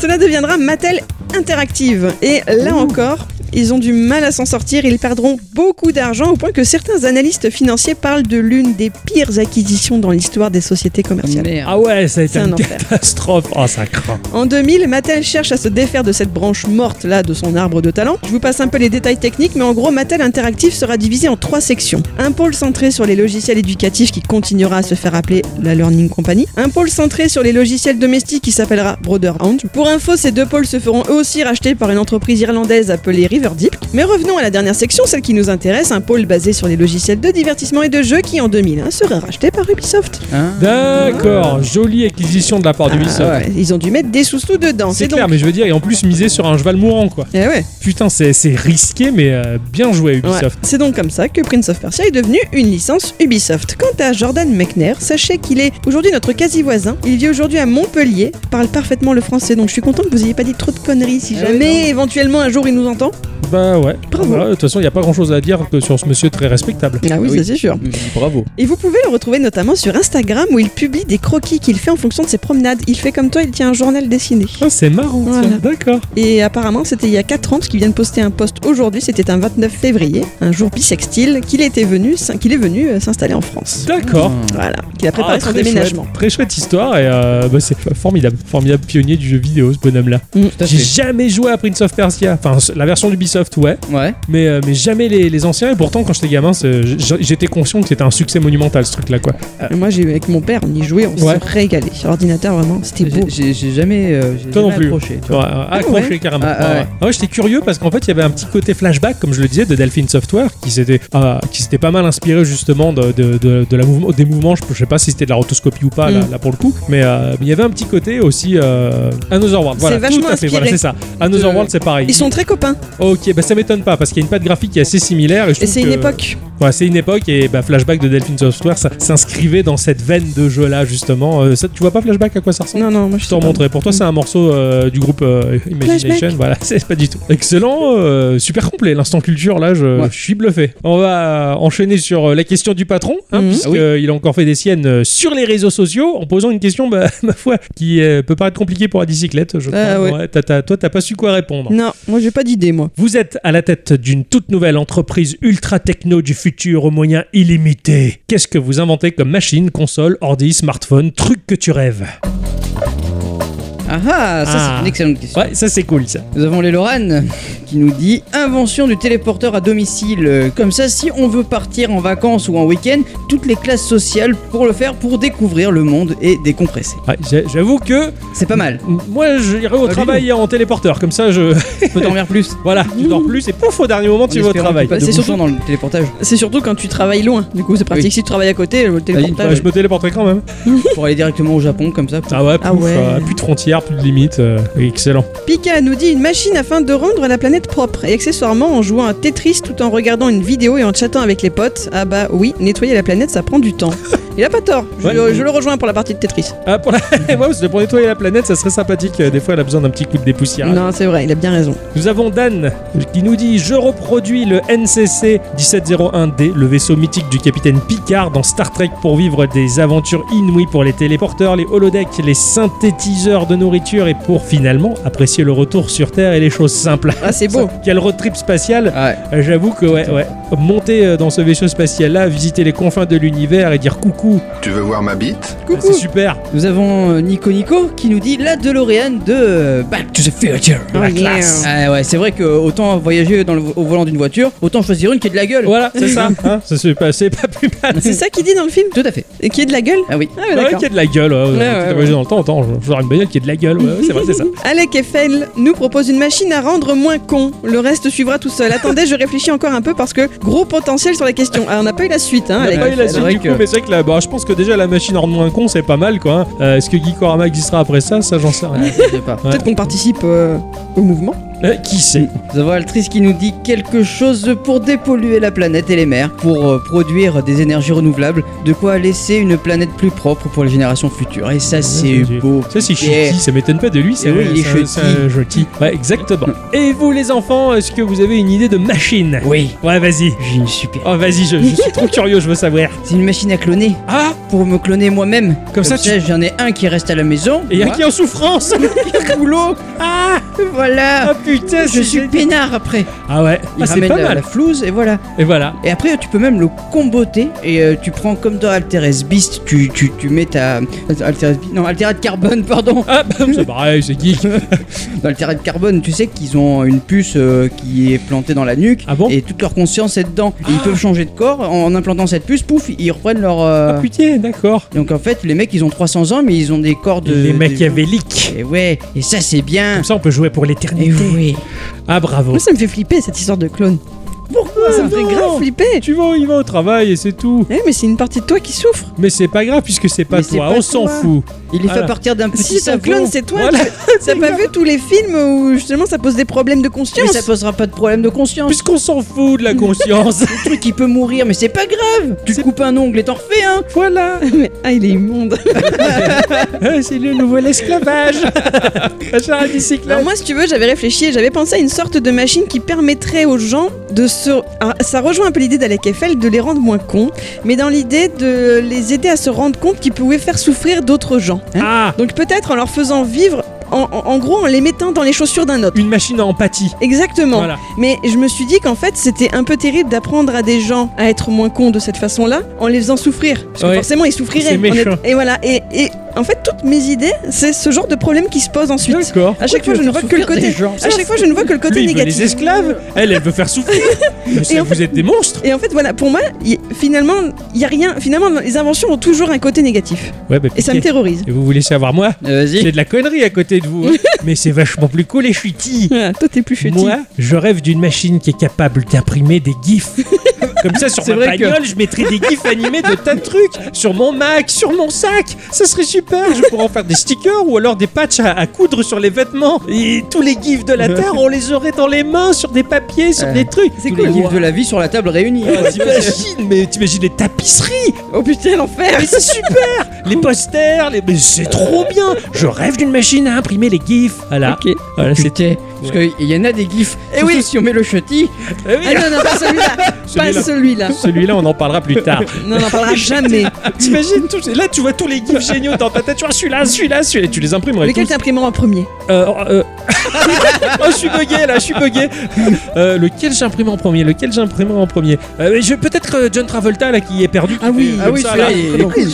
Speaker 3: Cela deviendra Mattel Interactive. Et là encore, ils ont du mal à s'en sortir. Ils perdront beaucoup d'argent au point que certains analystes financiers parlent de l'une des pires acquisitions dans l'histoire des sociétés commerciales.
Speaker 1: ah ouais, ça a été
Speaker 3: C'est un
Speaker 1: une
Speaker 3: enfer.
Speaker 1: catastrophe. Oh, ça craint.
Speaker 3: En 2000, Mattel cherche à se défaire de cette branche morte là de son arbre de talent. Je vous passe un peu les détails techniques, mais en gros, Mattel Interactive sera divisé en trois sections. Un pôle centré sur les logiciels éducatifs qui continuera à se faire appeler la Learning Company. Un pôle centré sur les logiciels domestiques qui s'appellera Brotherhound. Pour info, ces deux pôles se feront eux aussi racheter par une entreprise irlandaise appelée Riverdeep. Mais revenons à la dernière section, celle qui nous intéresse, un pôle basé sur les logiciels de divertissement et de jeu qui en 2001 sera racheté par Ubisoft.
Speaker 1: Ah.
Speaker 2: Hein
Speaker 3: Ah.
Speaker 1: D'accord, jolie acquisition de la part d'Ubisoft.
Speaker 2: Ah ouais.
Speaker 3: Ils ont dû mettre des sous-sous dedans.
Speaker 1: C'est
Speaker 3: C'est
Speaker 1: clair,
Speaker 3: donc.
Speaker 1: mais je veux dire, et en plus miser sur un cheval mourant, quoi.
Speaker 3: Eh ouais.
Speaker 1: Putain, c'est c'est risqué, mais euh, bien joué
Speaker 3: Ouais.
Speaker 1: Ubisoft.
Speaker 3: C'est donc comme ça que Prince of Persia est devenu une licence Ubisoft. Quant à Jordan Mechner, sachez qu'il est aujourd'hui notre quasi-voisin. Il vit aujourd'hui à Montpellier, parle parfaitement le français, donc je suis content que vous n'ayez pas dit trop de conneries si
Speaker 2: Ah
Speaker 3: jamais
Speaker 2: oui,
Speaker 3: éventuellement un jour il nous entend.
Speaker 1: Bah ouais.
Speaker 3: Bravo.
Speaker 1: Voilà, de toute façon, il n'y a pas grand chose à dire que sur ce monsieur très respectable.
Speaker 3: Ah oui,
Speaker 2: oui.
Speaker 3: ça c'est sûr.
Speaker 2: Mmh, Bravo.
Speaker 3: Et vous pouvez le retrouver notamment sur Instagram où il publie des croquis qu'il fait en fonction de ses promenades. Il fait comme toi, il tient un journal dessiné.
Speaker 1: Ah, c'est marrant, tiens.
Speaker 3: Voilà.
Speaker 1: d'accord.
Speaker 3: Et apparemment, c'était il y a 4 ans, parce qu'il vient de poster un post aujourd'hui, c'était un 29 février, un jour bisextile, qu'il était venu, qu'il est venu euh, s'installer en France.
Speaker 1: D'accord.
Speaker 2: Ah.
Speaker 3: Voilà, qu'il a préparé
Speaker 1: Ah,
Speaker 3: son
Speaker 1: très
Speaker 3: déménagement.
Speaker 1: chouette, très chouette histoire et euh, bah, c'est formidable, formidable pionnier du jeu vidéo ce bonhomme là.
Speaker 2: Tout à
Speaker 1: J'ai
Speaker 2: fait.
Speaker 1: jamais joué à Prince of Persia, enfin la version d'Ubisoft Ubisoft, ouais,
Speaker 2: Ouais.
Speaker 1: mais, euh, mais jamais les, les anciens. Et pourtant, quand j'étais gamin, c'est- j'- j'étais conscient que c'était un succès monumental, ce truc-là, quoi.
Speaker 3: Et Moi, j'ai avec mon père, on y jouait, on
Speaker 1: Ouais.
Speaker 3: se régalait. Sur l'ordinateur, vraiment, c'était beau.
Speaker 2: J'ai- J'ai j'ai jamais, euh, j'ai
Speaker 1: Toi non
Speaker 2: jamais
Speaker 1: plus.
Speaker 2: approché. tu
Speaker 1: Ouais,
Speaker 2: vois.
Speaker 1: ouais, euh, accroché carrément.
Speaker 2: Ah,
Speaker 1: Ouais,
Speaker 2: ouais.
Speaker 1: ouais. Ah ouais, j'étais curieux parce qu'en fait, il y avait un petit côté flashback, comme je le disais, de Delphine Software, qui s'était ah, qui s'était pas mal inspiré justement de, de, de- de la mouvement- des mouvements. Je, je sais pas si c'était de la rotoscopie ou pas là,
Speaker 3: Mm.
Speaker 1: là, pour le coup, mais euh, mais il y avait un petit côté aussi euh, Another World. Voilà,
Speaker 3: C'est vachement
Speaker 1: tout à fait. Voilà, c'est
Speaker 3: inspiré
Speaker 1: ça. Another
Speaker 3: de-
Speaker 1: World, c'est pareil.
Speaker 3: Ils sont très copains.
Speaker 1: Ok, bah ça m'étonne pas parce qu'il y a une patte graphique qui est assez similaire. Et, je
Speaker 3: Et
Speaker 1: trouve
Speaker 3: c'est une
Speaker 1: que-
Speaker 3: époque.
Speaker 1: Ouais, c'est une époque et bah, flashback de Delphine Software, ça s'inscrivait dans cette veine de jeu là justement. Euh, ça, tu vois pas flashback à quoi ça ressemble
Speaker 3: Non, non, moi
Speaker 1: je te
Speaker 3: je sais pas.
Speaker 1: remonterai. Pour toi, c'est un morceau euh, du groupe euh, Imagination.
Speaker 3: Flashback.
Speaker 1: Voilà, c'est pas du tout. Excellent, euh, super complet. L'instant culture, là, je,
Speaker 2: Ouais.
Speaker 1: je suis bluffé. On va enchaîner sur euh, la question du patron, hein,
Speaker 3: Mhm.
Speaker 1: puisqu'il a encore fait des siennes euh, sur les réseaux sociaux en posant une question, bah, ma foi, qui euh, peut paraître compliquée pour la bicyclette, je
Speaker 3: Ah,
Speaker 1: crois.
Speaker 3: ouais. Mhm.
Speaker 1: Ouais, t'as- t'as- toi, t'as pas su quoi répondre.
Speaker 3: Non, moi j'ai pas d'idée, moi.
Speaker 1: Vous êtes à la tête d'une toute nouvelle entreprise ultra techno du futur aux moyens illimités. Qu'est-ce que vous inventez comme machine, console, ordi, smartphone, truc que tu rêves
Speaker 2: Ah ah, ça
Speaker 1: Ah.
Speaker 2: c'est une excellente question.
Speaker 1: Ouais, ça c'est cool ça.
Speaker 2: Nous avons les Lorraine qui nous dit invention du téléporteur à domicile. Euh, Comme ça, si on veut partir en vacances ou en week-end, toutes les classes sociales pour le faire, pour découvrir le monde et décompresser.
Speaker 1: Ouais, j'ai- J'avoue que
Speaker 2: C'est pas mal.
Speaker 1: moi j'irai au
Speaker 2: Ah,
Speaker 1: travail en téléporteur, comme ça je.
Speaker 2: On peut dormir plus.
Speaker 1: Voilà, tu dors plus et pouf au dernier moment tu
Speaker 2: En
Speaker 1: vas au
Speaker 2: espérant
Speaker 1: travail.
Speaker 2: qu'il y
Speaker 3: Bah,
Speaker 2: ait Pas de
Speaker 3: c'est
Speaker 2: surtout dans le téléportage
Speaker 3: C'est surtout quand tu travailles loin. Du coup, c'est pratique.
Speaker 2: Oui.
Speaker 3: Si tu travailles à côté, le
Speaker 1: Bah,
Speaker 3: téléportage.
Speaker 1: je me téléporterai quand même.
Speaker 2: pour aller directement au Japon comme ça.
Speaker 1: Ah ouais,
Speaker 3: Ah
Speaker 1: pouf,
Speaker 3: ouais.
Speaker 1: euh, plus de frontières, plus de limites. euh, excellent.
Speaker 3: Pika nous dit une machine afin de rendre la planète propre et accessoirement en jouant à Tetris tout en regardant une vidéo et en chattant avec les potes. Ah bah oui, nettoyer la planète ça prend du temps. Il a pas tort, je,
Speaker 1: Ouais.
Speaker 3: le- je le rejoins pour la partie de Tetris.
Speaker 1: Ah, pour, la... ouais, parce que pour nettoyer la planète, ça serait sympathique. euh, Des fois, elle a besoin d'un petit coup de dépoussiérage.
Speaker 3: Non, c'est vrai, il a bien raison.
Speaker 1: Nous avons Dan qui nous dit Je reproduis le NCC 1701D, le vaisseau mythique du capitaine Picard dans Star Trek pour vivre des aventures inouïes pour les téléporteurs, les holodecks, les synthétiseurs de nourriture et pour finalement apprécier le retour sur Terre et les choses simples.
Speaker 3: Ah c'est beau.
Speaker 1: Quel road trip spatial
Speaker 2: Ah ouais.
Speaker 1: Euh, J'avoue que, ouais, ouais. Monter euh, dans ce vaisseau spatial-là, visiter les confins de l'univers et dire coucou,
Speaker 5: Tu veux voir ma bite
Speaker 1: euh, c'est super.
Speaker 2: Nous avons euh, Nico Nico qui nous dit la DeLorean de euh, Back to the Future.
Speaker 3: Oh,
Speaker 1: la
Speaker 3: yeah.
Speaker 1: classe.
Speaker 2: Ah ouais, c'est vrai que euh, autant voyager dans le vo- au volant d'une voiture, autant choisir une qui a de la gueule.
Speaker 1: Voilà, c'est ça. hein. Ça, c'est pas, c'est pas plus mal.
Speaker 3: C'est ça qu'il dit dans le film
Speaker 2: Tout à fait.
Speaker 3: Et qui est de la gueule
Speaker 2: Ah oui.
Speaker 3: Ah ouais,
Speaker 1: Ouais,
Speaker 3: d'accord.
Speaker 1: qui a de la gueule, ouais. ouais,
Speaker 3: ouais,
Speaker 1: tout à fait, dans le temps, attends, je vais avoir une bagnole qui a de la gueule, ouais, ouais, c'est vrai, c'est ça.
Speaker 3: Alec Eiffel nous propose une machine à rendre moins con. Le reste suivra tout seul. Attendez, je réfléchis encore un peu parce que gros potentiel sur la question. Ah, on n'a pas eu la suite, hein,
Speaker 1: On a
Speaker 3: Alec.
Speaker 1: pas eu la
Speaker 2: c'est
Speaker 1: suite
Speaker 2: vrai
Speaker 1: du coup,
Speaker 2: que-
Speaker 1: mais c'est vrai que là, bah, je pense que déjà la machine en moins con, c'est pas mal quoi. hein. Euh, Est-ce que Gikorama existera après ça Ça, j'en sais rien.
Speaker 2: Ah, je sais pas.
Speaker 3: Peut-être qu'on participe euh, au mouvement.
Speaker 1: Euh, qui sait
Speaker 2: Nous avons Altrice qui nous dit quelque chose pour dépolluer la planète et les mers, pour euh, produire des énergies renouvelables, de quoi laisser une planète plus propre pour les générations futures. Et ça, c'est
Speaker 1: c'est-
Speaker 2: beau.
Speaker 1: Ça, c'est
Speaker 2: Yeah.
Speaker 1: Shitty, ça m'étonne pas de lui, c'est
Speaker 2: Eh oui, il est
Speaker 1: c'est un- c'est un Shitty. Ouais, exactement. Et vous, les enfants, est-ce que vous avez une idée de machine
Speaker 2: Oui,
Speaker 1: Ouais, vas-y.
Speaker 2: j'ai une super.
Speaker 1: Oh, vas-y, je, je suis trop curieux, je veux savoir.
Speaker 2: C'est une machine à cloner
Speaker 1: Ah
Speaker 2: pour me cloner moi-même. Comme,
Speaker 1: ça,
Speaker 2: ça, j'en ai un qui reste à la maison.
Speaker 1: Et y a
Speaker 2: moi,
Speaker 1: qui en souffrance
Speaker 2: au boulot.
Speaker 1: Ah
Speaker 2: Voilà.
Speaker 1: Ah putain,
Speaker 2: je
Speaker 1: c'est
Speaker 2: suis
Speaker 1: génial.
Speaker 2: peinard après.
Speaker 1: Ah ouais,
Speaker 2: Il
Speaker 1: ah, c'est
Speaker 2: ramène
Speaker 1: pas
Speaker 2: la, la
Speaker 1: mal.
Speaker 2: flouze et voilà.
Speaker 1: Et voilà.
Speaker 2: Et après, tu peux même le comboter et euh, tu prends comme dans Alteres Beast, tu, tu, tu mets ta. Altered Beast, non, Altered Carbone, pardon.
Speaker 1: Ah, bah, c'est pareil, c'est geek.
Speaker 2: Dans Altered Carbone, tu sais qu'ils ont une puce euh, qui est plantée dans la nuque.
Speaker 1: Ah bon Ah.
Speaker 2: Et toute leur conscience est dedans. Et Ils peuvent changer de corps en implantant cette puce, pouf, ils reprennent leur. euh,
Speaker 1: Ah
Speaker 3: Oh,
Speaker 1: putain, d'accord.
Speaker 2: Donc en fait, les mecs, ils ont 300 ans, mais ils ont des corps de.
Speaker 3: Euh,
Speaker 1: Les
Speaker 2: de-
Speaker 1: machiavéliques.
Speaker 2: Et ouais, et ça, c'est bien.
Speaker 1: Comme ça, on peut jouer pour
Speaker 2: Et
Speaker 1: l'éternité.
Speaker 3: Eh
Speaker 2: oui.
Speaker 1: Ah, bravo.
Speaker 3: Moi, ça me fait flipper cette histoire de clone. Pourquoi Ça me fait
Speaker 1: non
Speaker 3: grave flipper.
Speaker 1: Tu vas, il va au travail et c'est tout.
Speaker 3: Eh, mais c'est une partie de toi qui souffre.
Speaker 1: Mais c'est pas grave puisque c'est pas
Speaker 2: Mais c'est
Speaker 1: toi,
Speaker 2: pas
Speaker 1: on s'en
Speaker 2: toi.
Speaker 1: fout.
Speaker 2: Il est fait
Speaker 1: Voilà.
Speaker 2: à partir d'un petit
Speaker 3: Si ton
Speaker 2: savon.
Speaker 3: clone, c'est toi.
Speaker 1: Voilà.
Speaker 3: T'as pas vu tous les films où justement ça pose des problèmes de
Speaker 2: Mais
Speaker 3: conscience
Speaker 2: ça posera pas de problème de conscience.
Speaker 1: Puisqu'on s'en fout de la conscience.
Speaker 2: Le truc il peut mourir, mais c'est pas grave. Tu
Speaker 1: C'est-
Speaker 2: te coupes un ongle et t'en refais un.
Speaker 1: voilà,
Speaker 3: Mais, ah, il est immonde.
Speaker 1: Ah, c'est le nouvel esclavage. Ma chère à bicyclette.
Speaker 3: Alors moi, si tu veux, j'avais réfléchi et j'avais pensé à une sorte de machine qui permettrait aux gens de se... Ah, ça rejoint un peu l'idée d'Alec Eiffel, de les rendre moins cons, mais dans l'idée de les aider à se rendre compte qu'ils pouvaient faire souffrir d'autres gens. hein.
Speaker 1: Ah,
Speaker 3: Donc peut-être en leur faisant vivre, en, en- en gros, en les mettant dans les chaussures d'un autre.
Speaker 1: une machine à empathie.
Speaker 3: Exactement.
Speaker 1: Voilà.
Speaker 3: Mais je me suis dit qu'en fait, c'était un peu terrible d'apprendre à des gens à être moins cons de cette façon-là, en les faisant souffrir. Parce que
Speaker 1: Ouais.
Speaker 3: forcément, ils souffriraient.
Speaker 1: C'est méchant.
Speaker 3: En est- Et voilà. Et, et En fait, toutes mes idées, c'est ce genre de problème qui se pose ensuite.
Speaker 1: D'accord.
Speaker 3: À chaque fois, je ne vois que le côté. À chaque fois, je ne vois que le côté
Speaker 1: Lui, il veut les
Speaker 3: négatif.
Speaker 1: esclaves, elle, elle veut faire souffrir. Mais ça,
Speaker 3: en
Speaker 1: vous êtes des monstres.
Speaker 3: Et en fait, voilà, pour moi, y- finalement, il y a rien. Finalement, les inventions ont toujours un côté négatif.
Speaker 1: Ouais, bah,
Speaker 3: Et ça me
Speaker 1: piquez.
Speaker 3: terrorise.
Speaker 1: Et vous voulez savoir moi
Speaker 2: Euh, Vas-y.
Speaker 1: C'est de la connerie à côté de vous. hein. Mais c'est vachement plus cool et chutis.
Speaker 3: Voilà, toi, t'es plus chutis.
Speaker 1: Moi, je rêve d'une machine qui est capable d'imprimer des gifs. Comme ça, sur
Speaker 2: C'est
Speaker 1: ma
Speaker 2: vrai que-
Speaker 1: bagnole, je mettrais des gifs animés de tas de trucs. Sur mon Mac, sur mon sac. Ça serait super. Je pourrais en faire des stickers ou alors des patchs à, à coudre sur les vêtements. Et tous les gifs de la Terre, on les aurait dans les mains, sur des papiers, sur
Speaker 2: Euh,
Speaker 1: des trucs.
Speaker 2: C'est
Speaker 1: Tous
Speaker 2: cool.
Speaker 1: les
Speaker 2: Les
Speaker 1: gifs
Speaker 2: livres de la vie sur la table réunie.
Speaker 1: Ah, T'imagines, mais t'imagines les tapisseries
Speaker 3: Oh putain, l'enfer
Speaker 1: Mais c'est super Les posters, les... mais c'est trop bien Je rêve d'une machine à imprimer les gifs Voilà,
Speaker 2: Ok.
Speaker 1: voilà Ah, c'est...
Speaker 2: C'était. Parce qu'il y en a des gifs. Et oui. si on met le chutty.
Speaker 1: Eh oui,
Speaker 3: Ah non, non, pas celui-là Pas
Speaker 1: celui-là.
Speaker 3: celui-là
Speaker 1: Ah, Celui-là, on en parlera plus tard.
Speaker 3: Non, on n'en parlera jamais
Speaker 1: T'imagines tous- Là, tu vois tous les gifs géniaux dans ta tête. Tu vois celui-là, celui-là, celui-là. Tu les imprimerais
Speaker 3: Lequel
Speaker 1: tous.
Speaker 3: t'imprimeras en premier
Speaker 1: Euh, euh, oh, je suis bugué là, je suis bugué. Euh, lequel j'imprime en premier Lequel j'imprimerai en premier Euh, mais je... Peut-être euh, John Travolta là qui est perdu.
Speaker 3: Ah oui,
Speaker 1: Comme
Speaker 2: ah oui,
Speaker 1: ça,
Speaker 2: celui-là,
Speaker 1: là.
Speaker 2: il est cool.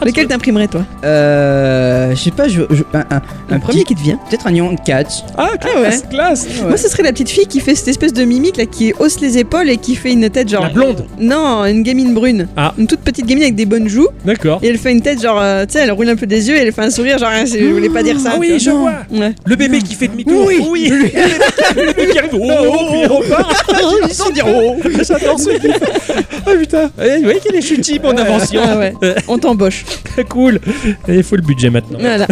Speaker 1: Ah,
Speaker 3: Lequel t'imprimerais, toi
Speaker 2: Euh. Je sais pas, je. je- un, un,
Speaker 3: Le
Speaker 2: un
Speaker 3: premier qui
Speaker 2: petit.
Speaker 3: te vient
Speaker 2: Peut-être un Nyan Catch.
Speaker 1: Ah, classe, classe.
Speaker 3: Moi, ce serait la petite fille qui fait cette espèce de mimique là, qui hausse les épaules et qui fait une tête genre.
Speaker 1: La blonde.
Speaker 3: Non, une gamine brune.
Speaker 1: Ah.
Speaker 3: Une toute petite gamine avec des bonnes joues.
Speaker 1: D'accord.
Speaker 3: Et elle fait une tête genre, euh, tu sais, elle roule un peu des yeux et elle fait un sourire genre, hein, c'est- je voulais pas dire ça.
Speaker 1: Ah oui,
Speaker 3: tu
Speaker 1: je
Speaker 3: vois.
Speaker 1: vois.
Speaker 3: Ouais.
Speaker 1: Le bébé qui fait demi-tour.
Speaker 2: Oui.
Speaker 1: Le bébé qui arrive. Oh, oh, puis il repart. Sans dire oh. J'adore ce gif. Ah putain. Eh, Vous voyez qu'il est chutis, mon invention.
Speaker 3: Ah ouais.
Speaker 1: Euh,
Speaker 3: On t'embauche.
Speaker 1: cool. Et Il faut le budget maintenant.
Speaker 3: Voilà.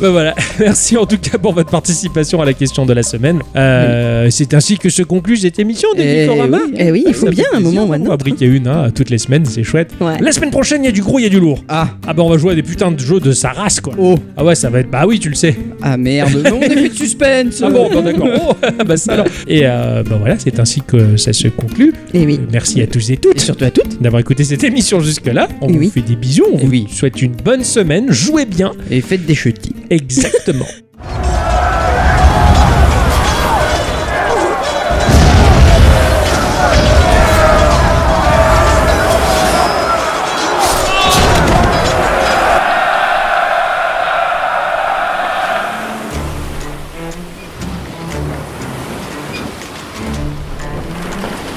Speaker 1: Bah voilà, merci en tout cas pour votre participation à la question de la semaine. Euh, C'est ainsi que se conclut cette émission des
Speaker 2: Eh
Speaker 1: Geekorama.
Speaker 2: oui.
Speaker 3: Eh oui, il faut
Speaker 1: Ça
Speaker 3: bien
Speaker 1: fait
Speaker 3: un
Speaker 1: plaisir,
Speaker 3: moment ou un
Speaker 1: On va
Speaker 3: autre.
Speaker 1: briquer une hein, toutes les semaines, c'est chouette.
Speaker 3: Ouais.
Speaker 1: La semaine prochaine, il y a du gros, il y a du lourd.
Speaker 2: Ah.
Speaker 1: Ah bah on va jouer à des putains de jeux de sa race quoi.
Speaker 2: Oh.
Speaker 1: Ah ouais, ça va être. Bah oui, tu le sais.
Speaker 2: Ah merde. Non, on a fait de suspense.
Speaker 1: Ah bon, bah d'accord. Oh, bah ça alors. Et euh, bah voilà, c'est ainsi que ça se conclut.
Speaker 3: Eh oui.
Speaker 1: Euh, Merci à tous et
Speaker 2: Et
Speaker 1: toutes
Speaker 2: surtout à toutes.
Speaker 1: d'avoir écouté cette émission jusque-là. On
Speaker 3: Eh
Speaker 1: vous
Speaker 3: oui.
Speaker 1: fait des bisous, on
Speaker 2: Eh
Speaker 1: vous
Speaker 2: oui.
Speaker 1: souhaite une bonne semaine, jouez bien.
Speaker 2: Et faites des chutty.
Speaker 1: Exactement.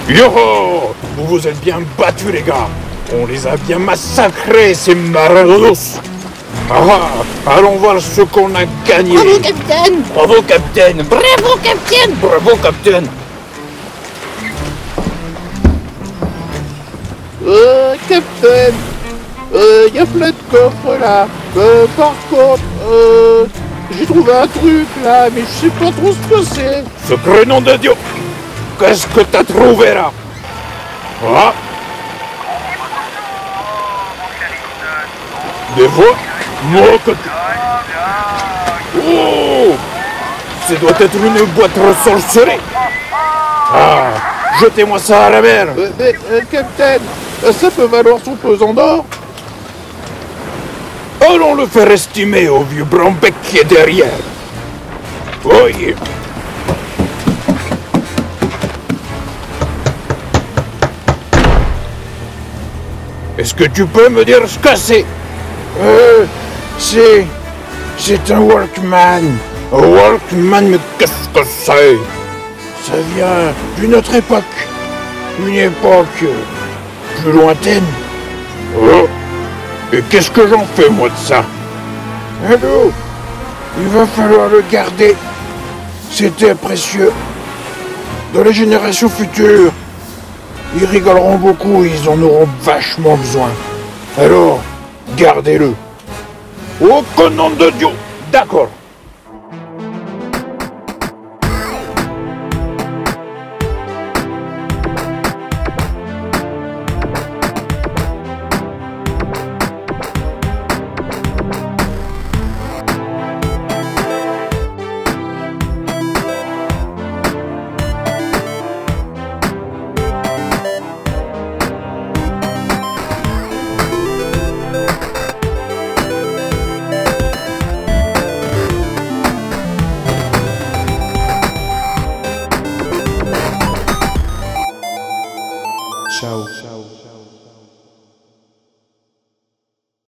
Speaker 5: Yoho Vous vous êtes bien battus les gars On les a bien massacrés ces marauds Ah ah, Allons voir ce qu'on a gagné
Speaker 6: Bravo, capitaine
Speaker 5: Bravo capitaine
Speaker 6: Bravo, capitaine
Speaker 5: Bravo capitaine
Speaker 6: Euh, capitaine Euh, y a plein de coffres, là Euh, par contre, euh... J'ai trouvé un truc, là, mais je sais pas trop ce que c'est
Speaker 5: Ce prénom de Dieu Qu'est-ce que t'as trouvé là Ah Des voix Mon côté Oh Ça doit être une boîte ressorcelée Ah Jetez-moi ça à la mer
Speaker 6: Euh, mais, euh, capitaine euh, Ça peut valoir son pesant d'or
Speaker 5: Allons le faire estimer au vieux blanc bec qui est derrière. Oh yeah. Est-ce que tu peux me dire ce que c'est Euh, c'est... C'est un Walkman. Un Walkman, mais qu'est-ce que c'est Ça vient d'une autre époque. Une époque euh, plus lointaine. Oh. Et qu'est-ce que j'en fais, moi, de ça Allô Il va falloir le garder. C'était précieux. Dans les générations futures, ils rigoleront beaucoup, ils en auront vachement besoin. Alors, gardez-le. Au nom de Dieu D'accord.
Speaker 7: Ciao. Ciao.